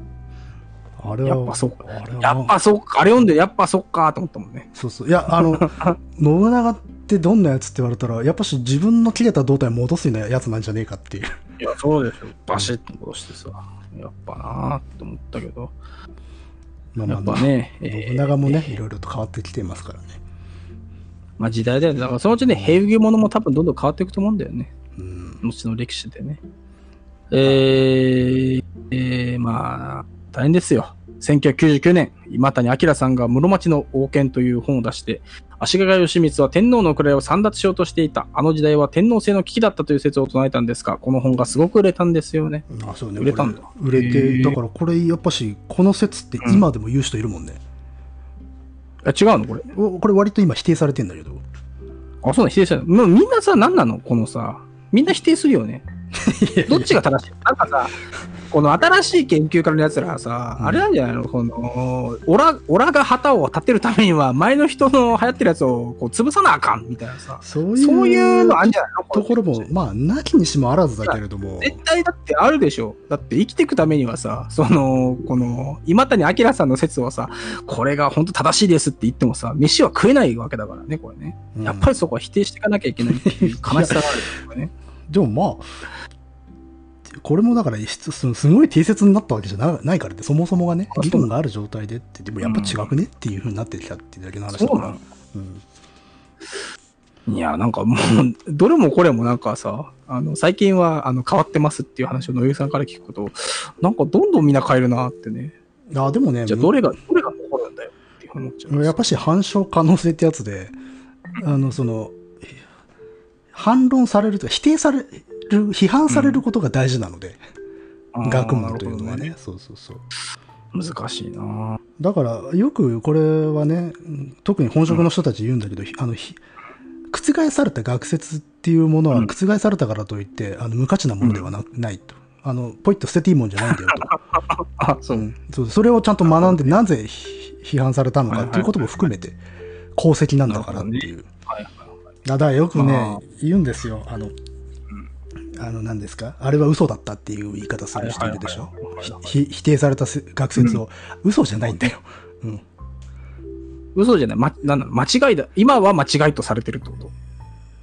[SPEAKER 2] あれは
[SPEAKER 1] やっぱそうか
[SPEAKER 2] あれ。は
[SPEAKER 1] やっぱそうか。あれ読んで、やっぱそうかと思ったもんね。
[SPEAKER 2] そうそういや あの信長ってどんなやつって言われたらやっぱし自分の切れた胴体戻すようなやつなんじゃねえかっていう
[SPEAKER 1] いや、そうでしょ。バシッと戻してさ、やっぱなーって思ったけど、
[SPEAKER 2] まあま
[SPEAKER 1] や
[SPEAKER 2] あ
[SPEAKER 1] っ
[SPEAKER 2] まあ
[SPEAKER 1] ぱね、え
[SPEAKER 2] 信
[SPEAKER 1] ー
[SPEAKER 2] 長もね、いろいろと変わってきてますからね。
[SPEAKER 1] まあ時代だよね。だからそのうちね、平家物も多分どんどん変わっていくと思うんだよね。
[SPEAKER 2] うん。
[SPEAKER 1] 後の歴史でね。えー、えー、まあ、大変ですよ。1999年、今谷明さんが室町の王権という本を出して、足利義満は天皇の位を散奪しようとしていた。あの時代は天皇制の危機だったという説を唱えたんですが、この本がすごく売れたんですよね。
[SPEAKER 2] あそうね、
[SPEAKER 1] 売れたんだ
[SPEAKER 2] これ売れ
[SPEAKER 1] へ
[SPEAKER 2] て、
[SPEAKER 1] え
[SPEAKER 2] だからこれ、やっぱし、この説って今でも言う人いるもんね。
[SPEAKER 1] あ違うのこれ。
[SPEAKER 2] おこれ、割と今、否定されてんだけど。
[SPEAKER 1] あ、そうだ、否定したの。もうみんなさ、何なのこのさ、みんな否定するよね。どっちが正しいなんかさ、この新しい研究家のやつらはさ、
[SPEAKER 2] うん
[SPEAKER 1] あれなんじゃないのこの、オラ、オラが旗を立てるためには、前の人の流行ってるやつをこう潰さなあかんみたいなさ、
[SPEAKER 2] そういう
[SPEAKER 1] そういうのあんじゃないの
[SPEAKER 2] ところ
[SPEAKER 1] の
[SPEAKER 2] も、まあ、なきにしもあらずだけれども、
[SPEAKER 1] 絶対だってあるでしょ。だって生きていくためにはさ、その、この、今谷明さんの説をさ、これが本当正しいですって言ってもさ、飯は食えないわけだからね、これね。
[SPEAKER 2] うん
[SPEAKER 1] やっぱりそこは否定していかなきゃいけないって いう悲しさがあるよね。
[SPEAKER 2] でもまあ、これもだから、すすごい定説になったわけじゃなないからで、そもそもがね
[SPEAKER 1] あそう、
[SPEAKER 2] 議論がある状態でって、でもやっぱ違くねっていうふうになってきたっていうだけの話だ
[SPEAKER 1] そ
[SPEAKER 2] か
[SPEAKER 1] うな
[SPEAKER 2] ら。うん
[SPEAKER 1] いや、なんかもう、どれもこれもなんかさ、あの、最近は、あの、変わってますっていう話を野湯さんから聞くと、なんかどんどんみんな変えるなってね。
[SPEAKER 2] あでもね、
[SPEAKER 1] じゃあ、どれが、どれが残るんだよっていう思っちゃう。
[SPEAKER 2] やっぱし反証可能性ってやつで、あの、その、反論されると、否定される、批判されることが大事なので、
[SPEAKER 1] あー
[SPEAKER 2] 学問というのは
[SPEAKER 1] な
[SPEAKER 2] ね
[SPEAKER 1] る
[SPEAKER 2] そうそうそう。
[SPEAKER 1] ほどね難しいな
[SPEAKER 2] だから、よくこれはね、特に本職の人たち言うんだけど、ひあの、ひ覆された学説っていうもの
[SPEAKER 1] う
[SPEAKER 2] は、
[SPEAKER 1] ん
[SPEAKER 2] 覆されたからといって、あの、無価値なものではな,、ないと。あの、ポイッと捨てていいもんじゃないんだよと。
[SPEAKER 1] あ、そうう。
[SPEAKER 2] ん そうそれをちゃんと学んで、なぜひ批判されたのかっていうことも含めて、功績なんだからって
[SPEAKER 1] なる
[SPEAKER 2] いう。
[SPEAKER 1] はい
[SPEAKER 2] だからよくね、
[SPEAKER 1] まあ
[SPEAKER 2] 言うんですよ。あの、あの、何ですかあれは嘘だったっていう言い方する人いるでしょ
[SPEAKER 1] はいはいはいはい。
[SPEAKER 2] ひ否定されたせ学説を、嘘じゃないんだよ。うん。
[SPEAKER 1] 嘘じゃない。ま、なんなの間違いだ。今は間違いとされてるってこと。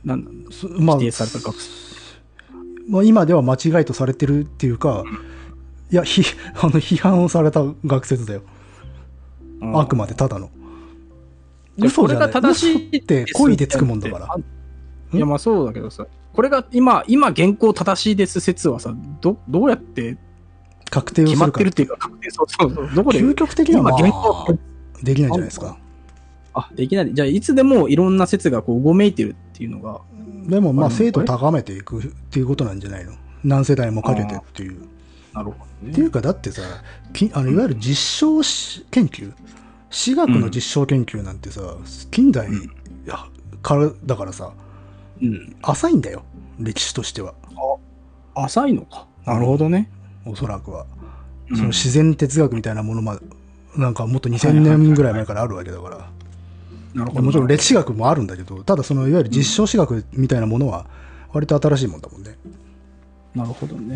[SPEAKER 1] なんなの
[SPEAKER 2] そまあ
[SPEAKER 1] 否定された学
[SPEAKER 2] まあ、今では間違いとされてるっていうか、いや、ひ、 あの、批判をされた学説だよ。
[SPEAKER 1] うん
[SPEAKER 2] あくまでただの。
[SPEAKER 1] じゃあ
[SPEAKER 2] 嘘じゃない
[SPEAKER 1] これが正しい
[SPEAKER 2] 嘘って故意でつくもんだから
[SPEAKER 1] あいや、まあそうだけどさ。これが今、今現行正しいです説はさ、ど、どうやって
[SPEAKER 2] 確定をす
[SPEAKER 1] 決
[SPEAKER 2] る
[SPEAKER 1] まっ
[SPEAKER 2] か
[SPEAKER 1] てるっていうか、確定そうそうそう、どこで、
[SPEAKER 2] 究極的には、ま
[SPEAKER 1] 今現行
[SPEAKER 2] あ、できないんじゃないですか。
[SPEAKER 1] あ、できない。じゃあ、いつでもいろんな説がこう、うごめいてるっていうのが、
[SPEAKER 2] でも、まあ、
[SPEAKER 1] あれ
[SPEAKER 2] 精度高めていくっていうことなんじゃないの何世代もかけてっていう。
[SPEAKER 1] なるほど
[SPEAKER 2] ってい
[SPEAKER 1] ね。
[SPEAKER 2] うか、だってさ、きあのいわゆる実証し研究、私学の実証研究なんてさ、近代、
[SPEAKER 1] うん
[SPEAKER 2] いやからだからさ、
[SPEAKER 1] うん。
[SPEAKER 2] 浅いんだよ、歴史としては、
[SPEAKER 1] 浅いのか。なるほどね。
[SPEAKER 2] おそらくは。
[SPEAKER 1] うん
[SPEAKER 2] その自然哲学みたいなものまで、なんかもっと
[SPEAKER 1] はい
[SPEAKER 2] 2000
[SPEAKER 1] はいはいはい
[SPEAKER 2] 年ぐらい前からあるわけだから、
[SPEAKER 1] なるほど。
[SPEAKER 2] もちろん歴史学もあるんだけど、ただ、そのいわゆる実証私学みたいなものは、割と新しいもんだもんね。
[SPEAKER 1] なるほどね。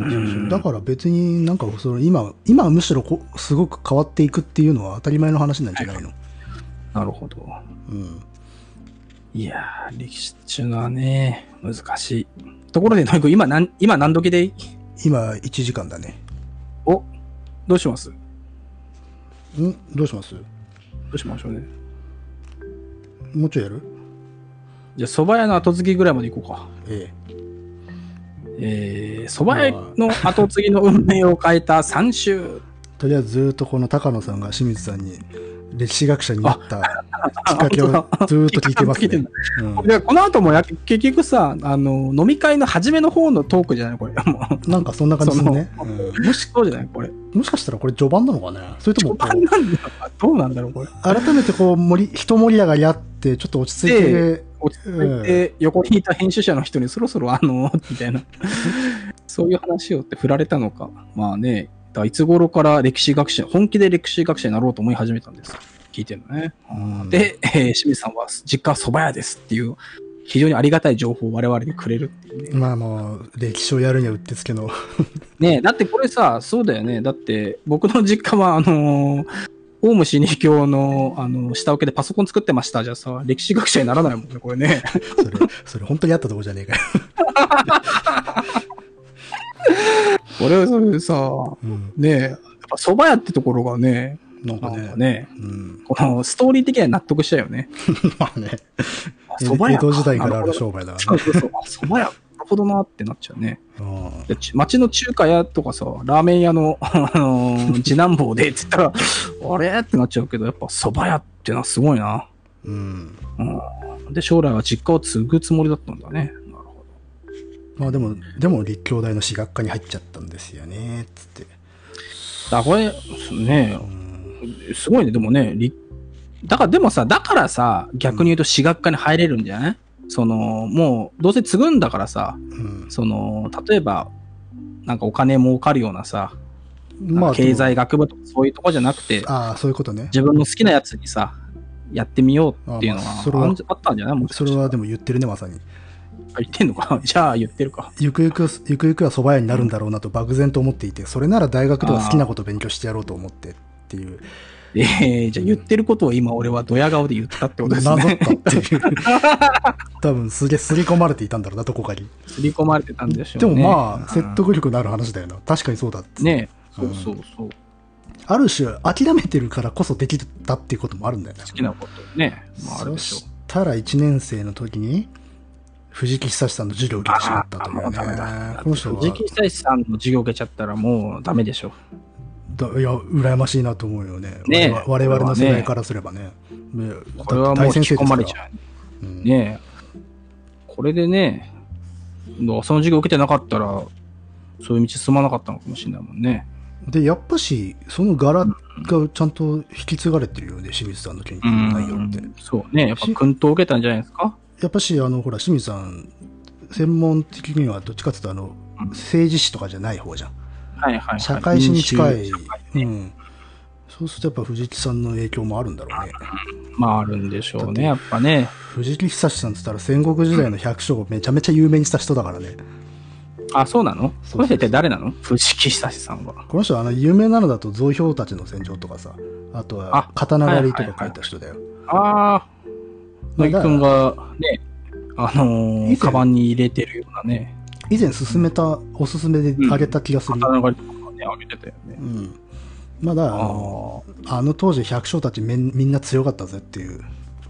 [SPEAKER 2] うん
[SPEAKER 1] うん
[SPEAKER 2] だから別になんかその今、今はむしろこすごく変わっていくっていうのは当たり前の話なんじゃないの、
[SPEAKER 1] なるほど。
[SPEAKER 2] うん
[SPEAKER 1] いやー、歴史っていうのはね、難しい。ところで、なんか今何、今何時でいい
[SPEAKER 2] 今1時間だね
[SPEAKER 1] おどうしますど
[SPEAKER 2] んどうします
[SPEAKER 1] うしましょうね。
[SPEAKER 2] もうちょいやる
[SPEAKER 1] じゃあ、蕎麦屋の後継ぎぐらいまで行こうか。
[SPEAKER 2] え
[SPEAKER 1] えー、蕎麦屋の後継ぎの運命を変えた3週。
[SPEAKER 2] えとりあえずずーっとこの高野さんが清水さんに歴史学者になったきっかけをずーっと聞いてま
[SPEAKER 1] あ本当だ
[SPEAKER 2] すね
[SPEAKER 1] 聞いてんだ。
[SPEAKER 2] うん
[SPEAKER 1] で、この後もや結局さ、あの、飲み会の初めの方のトークじゃないこれ。 もう、
[SPEAKER 2] なんかそんな感じするね、
[SPEAKER 1] その
[SPEAKER 2] う
[SPEAKER 1] もしそうじゃないこれ。
[SPEAKER 2] んもしかしたらこれ序盤なのかねそれとも
[SPEAKER 1] 序盤
[SPEAKER 2] こう
[SPEAKER 1] なんだどうなんだろうこれ。
[SPEAKER 2] 改めてこう盛り一盛り上がりあってちょっと落ち着いて、
[SPEAKER 1] で落ち着いて、横にいた編集者の人にそろそろあの、みたいな。そういう話をって振られたのか。まあね、だからいつ頃から歴史学者、本気で歴史学者になろうと思い始めたんです。聞いてるのね。
[SPEAKER 2] うん
[SPEAKER 1] で、えー清水さんは実家は蕎麦屋ですっていう、非常にありがたい情報を我々にくれるっていうね。
[SPEAKER 2] まあもう歴史をやるにはうってつけの
[SPEAKER 1] ねえだってこれさ、そうだよね。だって僕の実家は、あのーオウム真理教の、あのー下請けでパソコン作ってました。じゃあさ、歴史学者にならないもんね、これね。
[SPEAKER 2] それそれ本当にあったとこじゃねえかよ、
[SPEAKER 1] これはそれさ、
[SPEAKER 2] うん、
[SPEAKER 1] ねえ、やっぱ蕎麦屋ってところがね、
[SPEAKER 2] なんか
[SPEAKER 1] な
[SPEAKER 2] ね
[SPEAKER 1] んかね、
[SPEAKER 2] うん、
[SPEAKER 1] このストーリー的には納得したよね。
[SPEAKER 2] まあね
[SPEAKER 1] あ蕎麦
[SPEAKER 2] 江
[SPEAKER 1] 屋か
[SPEAKER 2] 戸時代からあ
[SPEAKER 1] なほ
[SPEAKER 2] る
[SPEAKER 1] ど
[SPEAKER 2] 商売だか
[SPEAKER 1] そ
[SPEAKER 2] ら
[SPEAKER 1] う
[SPEAKER 2] ね
[SPEAKER 1] そうそう。あ蕎麦屋、なるほどなってなっちゃうね。
[SPEAKER 2] うん
[SPEAKER 1] でち町の中華屋とかさ、ラーメン屋の、 あのー次男坊でって言ったら、あれってなっちゃうけど、やっぱ蕎麦屋ってのはすごいな。
[SPEAKER 2] うん
[SPEAKER 1] うん。で、将来は実家を継ぐつもりだったんだね。なるほ
[SPEAKER 2] まあでも、でも立教大の私学科に入っちゃったんですよね、つって。
[SPEAKER 1] ど。だこれ、ね
[SPEAKER 2] うん、
[SPEAKER 1] すごいね。でもね、りだから、でもさ、だからさ、逆に言うと私学科に入れるんじゃない、その、もう、どうせ継ぐんだからさ、
[SPEAKER 2] うん
[SPEAKER 1] その、例えば、なんかお金儲かるようなさ、なん
[SPEAKER 2] ま
[SPEAKER 1] か
[SPEAKER 2] あ、
[SPEAKER 1] 経済学部とかそういうとこじゃなくて
[SPEAKER 2] で、も。ああ、そういうことね。
[SPEAKER 1] 自分の好きなやつにさ、やってみようっていうの
[SPEAKER 2] あまあ
[SPEAKER 1] は
[SPEAKER 2] それは
[SPEAKER 1] あんじゃあったんじゃないもし
[SPEAKER 2] そ
[SPEAKER 1] かし
[SPEAKER 2] れ
[SPEAKER 1] たら
[SPEAKER 2] はでも言ってるね、まさに。
[SPEAKER 1] 言ってんのかな じゃあ言ってるか。
[SPEAKER 2] ゆくゆく、ゆくゆくは蕎麦屋になるんだろうなと漠然と思っていて、それなら大学では好きなことを勉強してやろうと思ってっていう、
[SPEAKER 1] えー、じゃあ言ってることを今俺はドヤ顔で言ったってことです
[SPEAKER 2] なぞっ
[SPEAKER 1] ね。
[SPEAKER 2] たっていう。 多分すげえ刷り込まれていたんだろうな、どこかに。
[SPEAKER 1] 刷り込まれてたんでしょ
[SPEAKER 2] で
[SPEAKER 1] う
[SPEAKER 2] も
[SPEAKER 1] ね。
[SPEAKER 2] まあ、
[SPEAKER 1] うん
[SPEAKER 2] 説得力のある話だよな。確かにそうだっつって
[SPEAKER 1] ねえ、
[SPEAKER 2] うん
[SPEAKER 1] そうそうそう。好
[SPEAKER 2] ある種、諦めてるからこそできたっていうこともあるんだよね。
[SPEAKER 1] きなことね。まあある
[SPEAKER 2] そ
[SPEAKER 1] でしょう
[SPEAKER 2] し。たら1年生の時に藤木久志さんの授業を受けてしまったという
[SPEAKER 1] あー
[SPEAKER 2] ね
[SPEAKER 1] もうダメだ。
[SPEAKER 2] この人は
[SPEAKER 1] 藤木久志さんの授業受けちゃったらもうダメでしょ。
[SPEAKER 2] だいや羨ましいなと思うよね
[SPEAKER 1] ねえ
[SPEAKER 2] 我々我々の世代からすればねね
[SPEAKER 1] これはもう引き込まれちゃ
[SPEAKER 2] う、
[SPEAKER 1] う。
[SPEAKER 2] ん
[SPEAKER 1] ねえ。これでね、のその授業受けてなかったら、そういう道進まなかったのかもしれないもんね。
[SPEAKER 2] でやっぱしその柄がちゃんと引き継がれてるよね清水さんの研究の内容って、
[SPEAKER 1] そうね。やっぱ訓導を受けたんじゃないですか
[SPEAKER 2] やっぱしあのほら清水さん専門的にはどっちかっていうとあの
[SPEAKER 1] うん
[SPEAKER 2] 政治史とかじゃない方じゃん
[SPEAKER 1] はいはいはい。
[SPEAKER 2] 社会史に近
[SPEAKER 1] 民
[SPEAKER 2] い、
[SPEAKER 1] 衆社会
[SPEAKER 2] う
[SPEAKER 1] ね
[SPEAKER 2] ん、そうするとやっぱ藤木さんの影響もあるんだろうね
[SPEAKER 1] まああるんでしょうね。やっぱね。
[SPEAKER 2] 藤木久志さんって言ったら戦国時代の百姓をめちゃめちゃ有名にした人だからね
[SPEAKER 1] あ、そうなの
[SPEAKER 2] そうそうそ
[SPEAKER 1] こ
[SPEAKER 2] う
[SPEAKER 1] の人一体誰なの藤木久志さんは。
[SPEAKER 2] この人はあの有名なのだと雑兵たちの戦場とかさあとは
[SPEAKER 1] あ
[SPEAKER 2] 刀狩りとか書いた人だよ、
[SPEAKER 1] ああ、
[SPEAKER 2] まあ
[SPEAKER 1] 乃木くんがね、あの
[SPEAKER 2] 以前
[SPEAKER 1] ー、カバンに入れてるようなね、
[SPEAKER 2] 以前勧めたおすすめであげた気がする、
[SPEAKER 1] 刀狩りとかね、あげてたよね
[SPEAKER 2] う。んまあだからあの
[SPEAKER 1] あ
[SPEAKER 2] あの当時百姓たちめんみんな強かったぜっていう、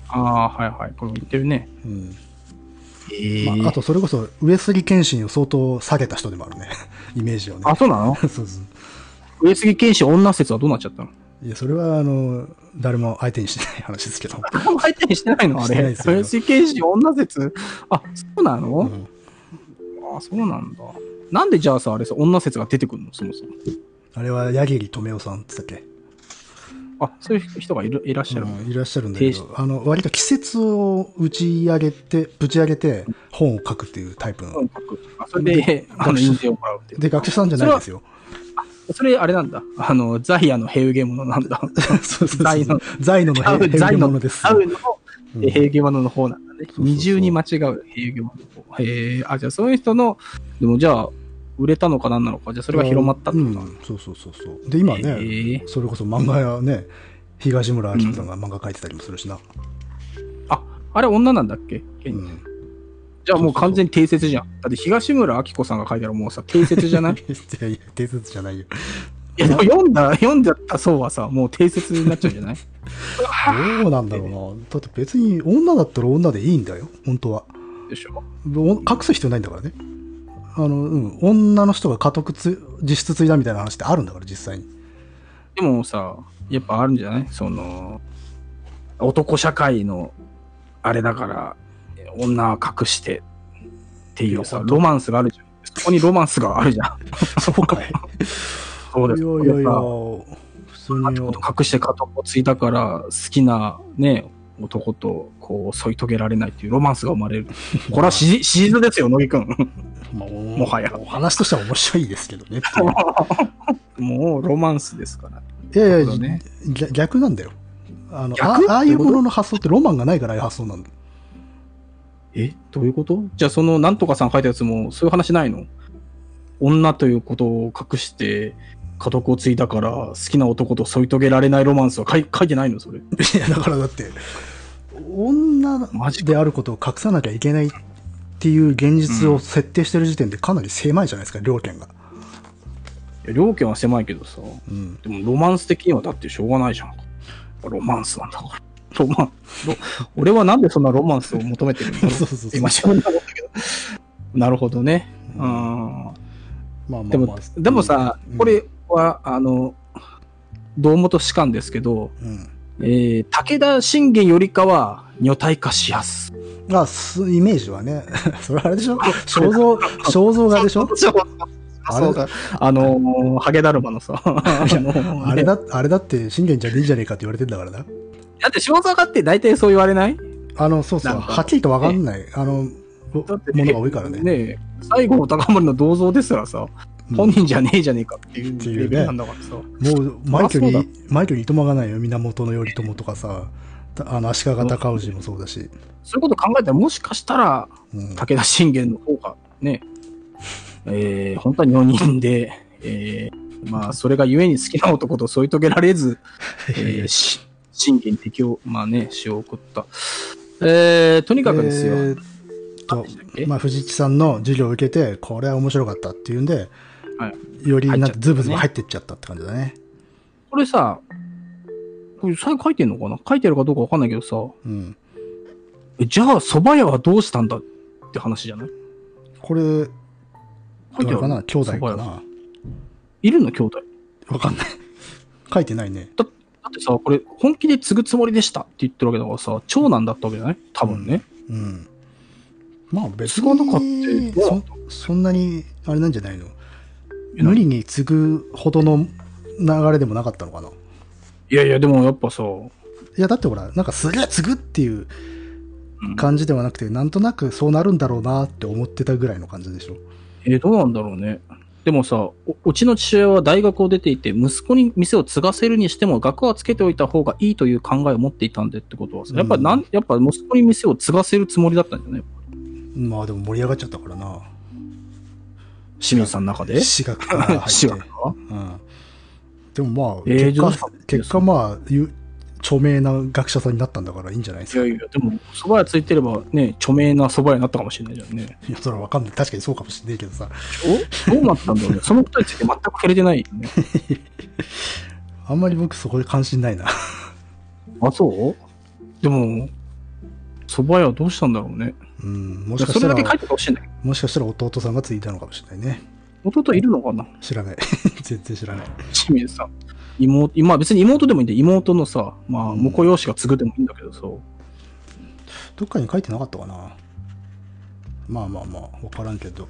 [SPEAKER 1] あー、はいはい、これも言ってるね。
[SPEAKER 2] うん、
[SPEAKER 1] ー
[SPEAKER 2] まあ、あとそれこそ上杉謙信を相当下げた人でもあるねイメージをね
[SPEAKER 1] あ、そうなの
[SPEAKER 2] そうそう
[SPEAKER 1] 上杉謙信女説はどうなっちゃ ったの
[SPEAKER 2] いやそれはあの誰も相手にしてない話ですけど、
[SPEAKER 1] あんま相手にしてないのあ
[SPEAKER 2] してない
[SPEAKER 1] れ。
[SPEAKER 2] ですよ
[SPEAKER 1] 上杉謙信女説あ、そうなの、
[SPEAKER 2] うん
[SPEAKER 1] あ、そうなんだ。なんでじゃあさ、あれさ、女説が出てくるのそもそも。
[SPEAKER 2] あれは矢桐留夫さんって言ったっけ
[SPEAKER 1] あ、そういう人がいるいらっしゃるの、
[SPEAKER 2] うんいらっしゃるんだけ
[SPEAKER 1] 停
[SPEAKER 2] ど、あの、割と季節を打ち上げて、ぶち上げて、本を書くっていうタイプの。
[SPEAKER 1] あそれで、あの、印税をもらうっていう。
[SPEAKER 2] で、学者さんじゃないですよ。
[SPEAKER 1] それ、あれなんだ。あの、ザイアのヘウゲモノなんだ。
[SPEAKER 2] そう そう
[SPEAKER 1] 財の
[SPEAKER 2] 財のの
[SPEAKER 1] ザイ
[SPEAKER 2] へへ
[SPEAKER 1] ザイ
[SPEAKER 2] の
[SPEAKER 1] の
[SPEAKER 2] ものです。
[SPEAKER 1] ザウの
[SPEAKER 2] うん
[SPEAKER 1] ヘウゲモノの方なんだね。
[SPEAKER 2] そうそう
[SPEAKER 1] 二重に間違うヘウゲモノの方。へえ、あ、じゃあそういう人の、でもじゃあ、売れたのかなんなのか、じゃあそれが広まったっ
[SPEAKER 2] う
[SPEAKER 1] て
[SPEAKER 2] ん
[SPEAKER 1] ことなの、
[SPEAKER 2] そうそうそうそう。で、今ね、
[SPEAKER 1] へえ
[SPEAKER 2] それこそ漫画やね、東村明子さんが漫画描いてたりもするしな。
[SPEAKER 1] あ、あれ女なんだっけ、
[SPEAKER 2] うん。
[SPEAKER 1] じゃあもう完全に定説じゃん。だって東村明子さんが書いたらもうさ、定説じゃないい
[SPEAKER 2] いやいや、定説じゃないよ。
[SPEAKER 1] や、でも読んだ、読んじゃった層はさ、もう定説になっちゃうんじゃない
[SPEAKER 2] どうなんだろうな。だって別に女だったら女でいいんだよ、本当は。
[SPEAKER 1] でしょ
[SPEAKER 2] お隠す必要ないんだからね。あの、うん、女の人が家督つ、実質ついだみたいな話ってあるんだから、実際に。
[SPEAKER 1] でもさ、やっぱあるんじゃないその、男社会の、あれだから、女は隠してっていうさ、ロマンスがあるじゃん。そこにロマンスがあるじゃん。
[SPEAKER 2] そうかい。
[SPEAKER 1] そうです。
[SPEAKER 2] いやいやいや、
[SPEAKER 1] こ
[SPEAKER 2] 普通
[SPEAKER 1] れさ
[SPEAKER 2] に
[SPEAKER 1] 男と隠して片方ついたから、好きなね、男とこう添い遂げられないっていうロマンスが生まれる。これはシ リシリーズですよ、乃木く ん。
[SPEAKER 2] まあお
[SPEAKER 1] もはや
[SPEAKER 2] お話としては面白いですけど ね。
[SPEAKER 1] もうロマンスですから。
[SPEAKER 2] いやい
[SPEAKER 1] そ
[SPEAKER 2] や、
[SPEAKER 1] うだね
[SPEAKER 2] ぎゃ逆なんだよ。あのあ
[SPEAKER 1] 逆
[SPEAKER 2] ああいうものの発想ってロマンがないからああいう発想なんだよ。
[SPEAKER 1] えどういうことじゃあそのなんとかさん書いたやつもそういう話ないの女ということを隠して家督を継いだから好きな男と添い遂げられないロマンスは書い書いてないのそれ。
[SPEAKER 2] いや、だからだって、女
[SPEAKER 1] マジか
[SPEAKER 2] であることを隠さなきゃいけないっていう現実を設定してる時点でかなり狭いじゃないですか、両権が。
[SPEAKER 1] いや両家は狭いけどさ。
[SPEAKER 2] うん。
[SPEAKER 1] でもロマンス的にはだってしょうがないじゃん。ロマンスなんだから。ロマン。ロ俺はなんでそんなロマンスを求めてるの
[SPEAKER 2] そうそうそう
[SPEAKER 1] 今自分で思ったけど。なるほどね。うん。
[SPEAKER 2] まあまあまあ
[SPEAKER 1] でも、でもさ、
[SPEAKER 2] うん
[SPEAKER 1] これは、あの、堂本士官ですけど、
[SPEAKER 2] うん。
[SPEAKER 1] えー、武田信玄よりかは、女体化しやす。
[SPEAKER 2] まあ、すイメージはね、 それあれでしょ肖像、肖像画でしょ
[SPEAKER 1] そう
[SPEAKER 2] あれ
[SPEAKER 1] だ。あのー、ハゲだるまのさ、あのー
[SPEAKER 2] あれだ、あれだって信玄じゃねえんじゃねえかって言われてんだからな。
[SPEAKER 1] だって、肖像画って大体そう言われない
[SPEAKER 2] あの、そうそう、
[SPEAKER 1] なんか
[SPEAKER 2] はっきりとわかんない、あの、も
[SPEAKER 1] だって
[SPEAKER 2] ものが多いからね。
[SPEAKER 1] ねえ、最後の高森の銅像ですらさ、
[SPEAKER 2] うん
[SPEAKER 1] 本人じゃねえじゃねえかっていう
[SPEAKER 2] っていうね
[SPEAKER 1] レベルなんだからさ。
[SPEAKER 2] もう、マイケル
[SPEAKER 1] そりゃ
[SPEAKER 2] に、マイケルにとまがないよ、源頼朝とかさ、たあの、足利尊氏もそうだし。
[SPEAKER 1] そういうこと考えたら、もしかしたら、
[SPEAKER 2] うん、
[SPEAKER 1] 武田信玄の方がね、えー、本当は4人で、えー、まあ、それが故に好きな男と添い遂げられず、えー、し信玄に敵を、まあね、死を送った。えー、とにかくですよ。
[SPEAKER 2] えーっ
[SPEAKER 1] 何
[SPEAKER 2] と
[SPEAKER 1] でしたっけ
[SPEAKER 2] まあ、藤木さんの授業を受けて、これは面白かったっていうんで、
[SPEAKER 1] は
[SPEAKER 2] よりなん
[SPEAKER 1] 入っちゃった
[SPEAKER 2] か
[SPEAKER 1] ね
[SPEAKER 2] ズブズブ入ってっちゃったって感じだね。
[SPEAKER 1] これさ、これ最後書いてんのかな書いてるかどうかわかんないけどさ、
[SPEAKER 2] うん。
[SPEAKER 1] えじゃあ蕎麦屋はどうしたんだって話じゃない
[SPEAKER 2] これ、
[SPEAKER 1] 書
[SPEAKER 2] ど
[SPEAKER 1] いてあ
[SPEAKER 2] れ
[SPEAKER 1] る
[SPEAKER 2] かな兄弟
[SPEAKER 1] そ
[SPEAKER 2] か
[SPEAKER 1] ば屋
[SPEAKER 2] ない
[SPEAKER 1] るの兄弟。
[SPEAKER 2] わかんない。 書いてないね。
[SPEAKER 1] だってさ、これ本気で継ぐつもりでしたって言ってるわけだからさ、長男だったわけじゃない多分ね。
[SPEAKER 2] うん。まあ別
[SPEAKER 1] 継がなかった
[SPEAKER 2] そそんなに、あれなんじゃないの
[SPEAKER 1] えな
[SPEAKER 2] 無理に継ぐほどの流れでもなかったのかな。い
[SPEAKER 1] いやいや、でもやっぱさ、
[SPEAKER 2] や、だってほら、なんかすげえ継ぐっていう感じではなくて、なんとなくそうなるんだろうなって思ってたぐらいの感じでしょ。
[SPEAKER 1] えーどうなんだろうね。でもさ、おうちの父親は大学を出ていて、息子に店を継がせるにしても、額はつけておいた方がいいという考えを持っていたんでってことはさ、やっぱなん、
[SPEAKER 2] う
[SPEAKER 1] やっぱ息子に店を継がせるつもりだったんじゃない
[SPEAKER 2] まあでも盛り上がっちゃったからな。
[SPEAKER 1] 清水さんの中で。
[SPEAKER 2] 私 学から入
[SPEAKER 1] 志
[SPEAKER 2] っ
[SPEAKER 1] 願
[SPEAKER 2] て
[SPEAKER 1] が。
[SPEAKER 2] うん。でもまあ、
[SPEAKER 1] えー
[SPEAKER 2] 結
[SPEAKER 1] どう
[SPEAKER 2] 果
[SPEAKER 1] したんです、か
[SPEAKER 2] 結果まあ、ゆ著名な学者さんになったんだからいいんじゃないです
[SPEAKER 1] い
[SPEAKER 2] か。
[SPEAKER 1] やいや、でも、蕎麦屋ついてればね、著名な蕎麦屋になったかもしれないじゃんね。
[SPEAKER 2] いや、それはわかんない。確かにそうかもしれないけどさ。
[SPEAKER 1] おどうなったんだろう ね。そのことについて全く触れてないよね。
[SPEAKER 2] あんまり僕そこで関心ないな。
[SPEAKER 1] あ、そうでも、蕎麦屋どうしたんだろうね。
[SPEAKER 2] うん、もしかし
[SPEAKER 1] そ
[SPEAKER 2] た
[SPEAKER 1] れだけ書
[SPEAKER 2] ら
[SPEAKER 1] い、てほしいんだけど。
[SPEAKER 2] もしかしたら弟さんがついたのかもしれないね。
[SPEAKER 1] 弟いるのかな
[SPEAKER 2] 知らない。 全然知らない。
[SPEAKER 1] 清水さん。妹、まあ別に妹でもいいんで、妹のさ、まあ
[SPEAKER 2] うん
[SPEAKER 1] 婿養子が継ぐでもいいんだけどさ、
[SPEAKER 2] どっかに書いてなかったかな。まあまあまあ、わからんけど。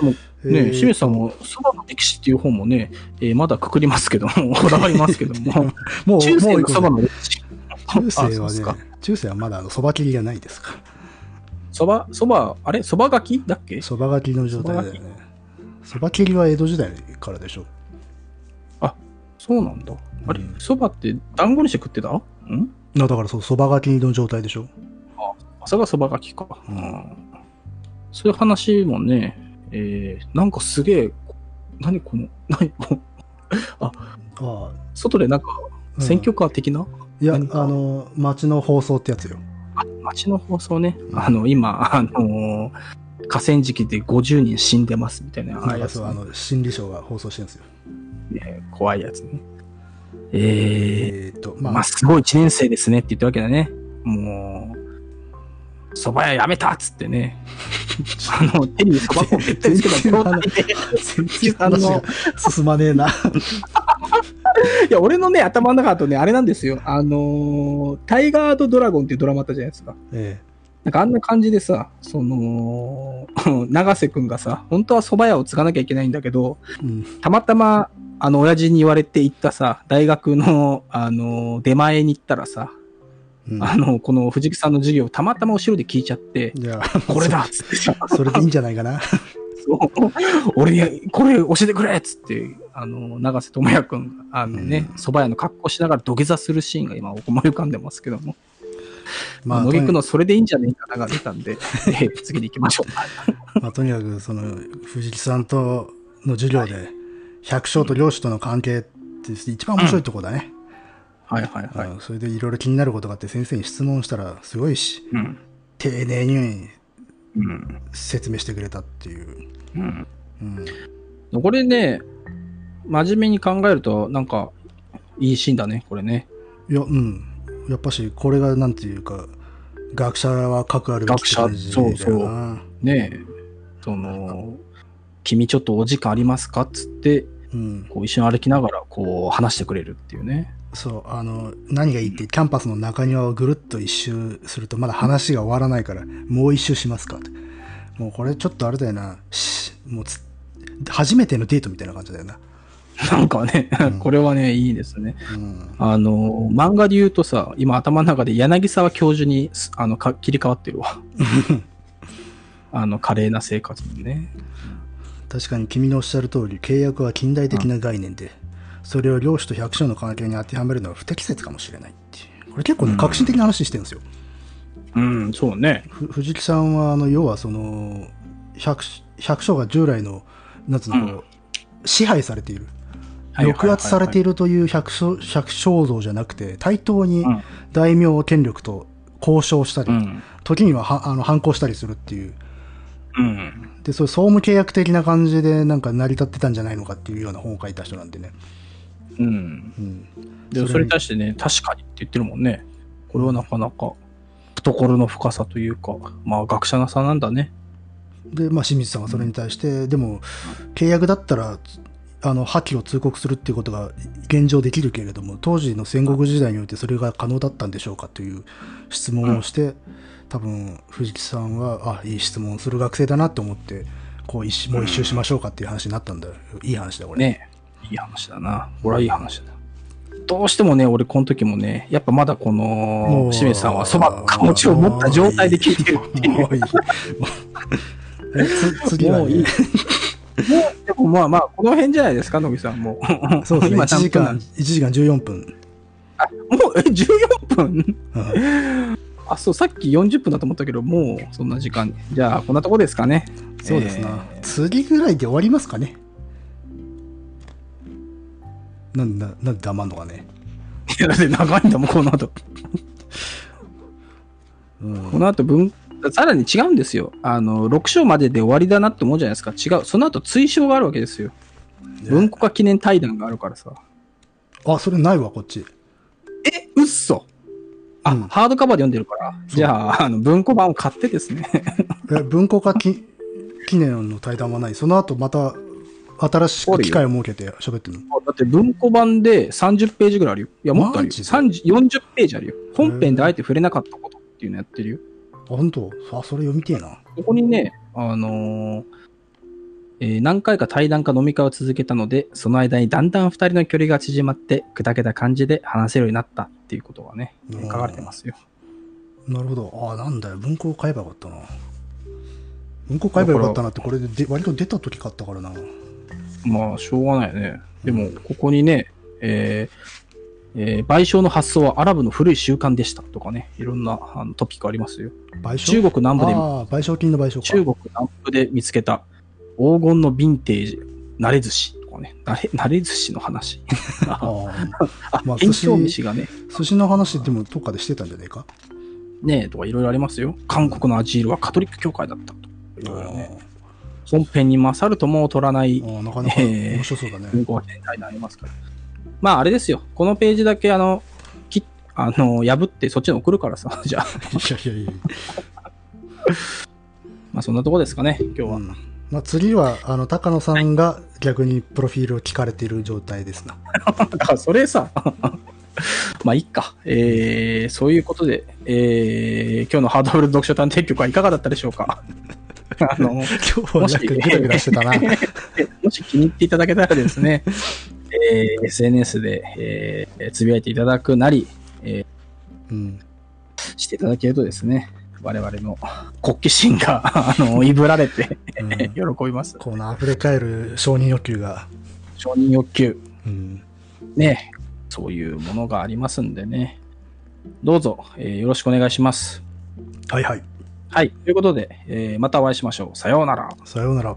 [SPEAKER 1] もね
[SPEAKER 2] え
[SPEAKER 1] ねえ、
[SPEAKER 2] ー
[SPEAKER 1] 清水さんも、そばの歴史っていう本もね、えーまだくくりますけども、 こだわりますけども、
[SPEAKER 2] もう、
[SPEAKER 1] 中世
[SPEAKER 2] もう一
[SPEAKER 1] の
[SPEAKER 2] 個
[SPEAKER 1] そばの歴史。あ
[SPEAKER 2] 中世
[SPEAKER 1] そうっす
[SPEAKER 2] は
[SPEAKER 1] か
[SPEAKER 2] ね、中世はまだあのそば切りがないですから。
[SPEAKER 1] そば、そば、あれそばがきだっけ
[SPEAKER 2] そばがきの状態だよね。そば切りは江戸時代からでしょ。
[SPEAKER 1] そうなんだ。あれ
[SPEAKER 2] うん
[SPEAKER 1] そばって団子にして食ってたん
[SPEAKER 2] なだからそう、そばがきの状態でしょ。
[SPEAKER 1] あそれがそばがきか。
[SPEAKER 2] う
[SPEAKER 1] うんん。そういう話もね、えー、なんかすげえ、何この、何 この、
[SPEAKER 2] あ
[SPEAKER 1] 外でなんか
[SPEAKER 2] あ、
[SPEAKER 1] 選挙カー的な、
[SPEAKER 2] いや、あ
[SPEAKER 1] 何か
[SPEAKER 2] の、町の放送ってやつよ。
[SPEAKER 1] 街の放送ね、あの、今、あのー河川敷で50人死んでますみたいな、あ
[SPEAKER 2] な
[SPEAKER 1] あいう
[SPEAKER 2] ん
[SPEAKER 1] や
[SPEAKER 2] か
[SPEAKER 1] つ
[SPEAKER 2] そう、
[SPEAKER 1] ね
[SPEAKER 2] あの、心理省が放送してるんですよ。
[SPEAKER 1] ね怖いやつね。え
[SPEAKER 2] えーっと、
[SPEAKER 1] ー、
[SPEAKER 2] ま
[SPEAKER 1] まあ、
[SPEAKER 2] あ、
[SPEAKER 1] すごい1年生ですねって言ったわけだね。もう、蕎麦屋やめたっつって ね。あの、手に蕎麦粉べったりつけた状態で。
[SPEAKER 2] 全然 話が進まね えな。
[SPEAKER 1] いや、俺のね、頭の中だとね、あれなんですよ。あのータイガードドラゴンっていうドラマあったじゃないですか。
[SPEAKER 2] え
[SPEAKER 1] なんかあんな感じでさ、その、 長瀬くんがさ、本当は蕎麦屋を継がなきゃいけないんだけど、
[SPEAKER 2] えうん
[SPEAKER 1] たまたま、あの、親父に言われて行ったさ、大学の、あの、出前に行ったらさ、
[SPEAKER 2] うん
[SPEAKER 1] あの、この藤木さんの授業をたまたま後ろで聞いちゃって、
[SPEAKER 2] いや、
[SPEAKER 1] これだっつってさ、
[SPEAKER 2] そそれでいいんじゃないかな。
[SPEAKER 1] そう俺に、これ教えてくれっつって、あの、長瀬智也くんが、あのね、
[SPEAKER 2] うん
[SPEAKER 1] 蕎麦屋の格好しながら土下座するシーンが今思い浮かんでますけども、 ま
[SPEAKER 2] ま
[SPEAKER 1] あ、
[SPEAKER 2] あ、
[SPEAKER 1] 野
[SPEAKER 2] と
[SPEAKER 1] 木
[SPEAKER 2] に
[SPEAKER 1] くんのそれでいいんじゃねえかなが出た んで、えー次に行きましょう。
[SPEAKER 2] まあとにかく、その、藤木さんとの授業で、百姓と領主との関係って一番面白いとこだね。
[SPEAKER 1] はいはいはい。
[SPEAKER 2] うんそれでいろいろ気になることがあって先生に質問したらすごいし
[SPEAKER 1] うん。
[SPEAKER 2] 丁寧に
[SPEAKER 1] うん。
[SPEAKER 2] 説明してくれたっていう、
[SPEAKER 1] うん。
[SPEAKER 2] うん、
[SPEAKER 1] これね、真面目に考えると、なんか、いいシーンだね、これね。
[SPEAKER 2] いやうんやっぱしこれがなんていうか学者は核あるべきって感じだよな
[SPEAKER 1] 学者そうそうねえ、その、君ちょっとお時間ありますかっつって、
[SPEAKER 2] うん、
[SPEAKER 1] こう一緒に歩きながら、こう話してくれるっていうね。
[SPEAKER 2] そうあの何がいいってキャンパスの中庭をぐるっと一周するとまだ話が終わらないからもう一周しますかってもうこれちょっとあれだよなしもうつ初めてのデートみたいな感じだよな、
[SPEAKER 1] なんかね
[SPEAKER 2] うん、
[SPEAKER 1] これはね、いいですね。
[SPEAKER 2] うん、
[SPEAKER 1] あの、漫画で言うとさ、今頭の中で柳沢教授にすあのか切り替わってる わ。あの、華麗な生活にね。
[SPEAKER 2] 確かに君のおっしゃる通り契約は近代的な概念で、それを領主と百姓の関係に当てはめるのは不適切かもしれないっていうこれ結構ね、
[SPEAKER 1] うん
[SPEAKER 2] 革新的な話してるんですよ
[SPEAKER 1] うん、そうね。
[SPEAKER 2] ふ藤木さんはあの要はその百百姓が従来のなんつうの、こう支配されている抑圧されてい
[SPEAKER 1] る。
[SPEAKER 2] るという百姓百姓像じゃなくて対等に
[SPEAKER 1] うん
[SPEAKER 2] 大名権力と交渉したり、
[SPEAKER 1] うん。
[SPEAKER 2] 時にははあの反抗したりするっていう
[SPEAKER 1] うん。
[SPEAKER 2] でそういう総務契約的な感じでなんか成り立ってたんじゃないのかっていうような本を書いた人なんでね、
[SPEAKER 1] うん。
[SPEAKER 2] うん、
[SPEAKER 1] でそれに対してね、確かにって言ってるもんね。これはなかなか、懐の深さというか、まあ学者なさなんだね。
[SPEAKER 2] で、まあ、清水さんはそれに対して、でも契約だったらあの破棄を通告するっていうことが現状できるけれども当時の戦国時代においてそれが可能だったんでしょうかという質問をして、多分藤木さんはあいい質問をする学生だなと思ってこう一周もう一周しましょうかっていう話になったんだよいい話だこれ、
[SPEAKER 1] ねいい話だな。これはいい話だ。どうしてもね、俺この時もね、やっぱまだこ
[SPEAKER 2] も
[SPEAKER 1] の
[SPEAKER 2] う、
[SPEAKER 1] 清水さんはそばの顔持ちを持った状態で聞いてるっていう。
[SPEAKER 2] もういいもうえつ次は、ね、
[SPEAKER 1] もういい でもまあまあ、この辺じゃないですか、野木さんもう。
[SPEAKER 2] そうですね
[SPEAKER 1] 今
[SPEAKER 2] 1
[SPEAKER 1] 何
[SPEAKER 2] 時
[SPEAKER 1] 分
[SPEAKER 2] 間
[SPEAKER 1] なの
[SPEAKER 2] 1時間14分、
[SPEAKER 1] もう、え、14分
[SPEAKER 2] うん
[SPEAKER 1] あ、そう、さっき40分だと思ったけど、もうそんな時間。じゃあ、こんなとこですかね。
[SPEAKER 2] そうですな、
[SPEAKER 1] えー
[SPEAKER 2] 次ぐらいで終わりますかねなんだなんで黙んのかね
[SPEAKER 1] いや、だって長いんだもん、この後。
[SPEAKER 2] うん
[SPEAKER 1] この後分、さらに違うんですよ。あの、6章までで終わりだなって思うじゃないですか。違う。その後追章があるわけですよ。文庫化記念対談があるからさ。
[SPEAKER 2] あそれないわこっち
[SPEAKER 1] え、うっそ。あ、
[SPEAKER 2] うん
[SPEAKER 1] ハードカバーで読んでるから。じゃあ、あの文庫版を買ってですね。
[SPEAKER 2] え文庫化き 記念の対談はないその後また新し
[SPEAKER 1] お
[SPEAKER 2] く
[SPEAKER 1] るよ
[SPEAKER 2] 機会を設けて喋ってるの
[SPEAKER 1] だって文庫版で30ページぐらいあるよ。いや、もっとあるよ。
[SPEAKER 2] マジで
[SPEAKER 1] 30 40ページあるよ。本編であえて触れなかったことっていうのやってるよ。
[SPEAKER 2] あ本当あそれ読みてえな
[SPEAKER 1] ここにね、あのーえー何回か対談か飲み会を続けたので、その間にだんだん二人の距離が縮まって、砕けた感じで話せるようになったっていうことがね、
[SPEAKER 2] うん
[SPEAKER 1] 書かれてますよ。
[SPEAKER 2] なるほどあなんだよ文庫を買えばよかったな文庫買えばよかったなってこれでで割と出た時買ったからな
[SPEAKER 1] まあ、しょうがないよね。でも、ここにね、えーえー賠償の発想はアラブの古い習慣でしたとかね、いろんなあのトピックありますよ。
[SPEAKER 2] 賠償
[SPEAKER 1] 中国南部で
[SPEAKER 2] ああ賠償金の賠償か
[SPEAKER 1] 中国南部で見つけた黄金のヴィンテージ、慣れ寿司とかね、慣れ慣れ寿司の話。
[SPEAKER 2] あ
[SPEAKER 1] あ、
[SPEAKER 2] まあ
[SPEAKER 1] 延長
[SPEAKER 2] 寿司
[SPEAKER 1] 飯がね、
[SPEAKER 2] あ寿司の話でもどっかでしてたんじゃねえか
[SPEAKER 1] ねえとかいろいろありますよ。韓国のアジールはカトリック教会だったとか。いろいろね。本編に勝るとも劣らない
[SPEAKER 2] あーなかなか
[SPEAKER 1] えー
[SPEAKER 2] 面白そうだ ね、
[SPEAKER 1] 文庫が展開になりますから。まああれですよ。このページだけあの、きあの、破ってそっちに送るからさ。 じゃあ、
[SPEAKER 2] いやいやいや
[SPEAKER 1] まあそんなとこですかね、今日は。
[SPEAKER 2] うんまあ、次はあの高野さんが逆にプロフィールを聞かれている状態ですな。
[SPEAKER 1] だからそれさ、 まあいいか。えー、そういうことで、えー、今日のハードボールド読書探偵局はいかがだったでしょうか あの、
[SPEAKER 2] 今日はなんかグラグラしてたな。
[SPEAKER 1] もし気に入っていただけたらですね、えー SNS で、えーつぶやいていただくなり
[SPEAKER 2] うん、
[SPEAKER 1] していただけるとですね、我々の国旗心が、 あの、いぶられて、
[SPEAKER 2] うん
[SPEAKER 1] 喜びます。
[SPEAKER 2] この溢れ返る承認欲求が。
[SPEAKER 1] 承認欲求、
[SPEAKER 2] うん、
[SPEAKER 1] ね、そういうものがありますんでね、どうぞ、えーよろしくお願いします。
[SPEAKER 2] はいはい。
[SPEAKER 1] はい。ということで、えーまたお会いしましょう。さようなら。
[SPEAKER 2] さようなら。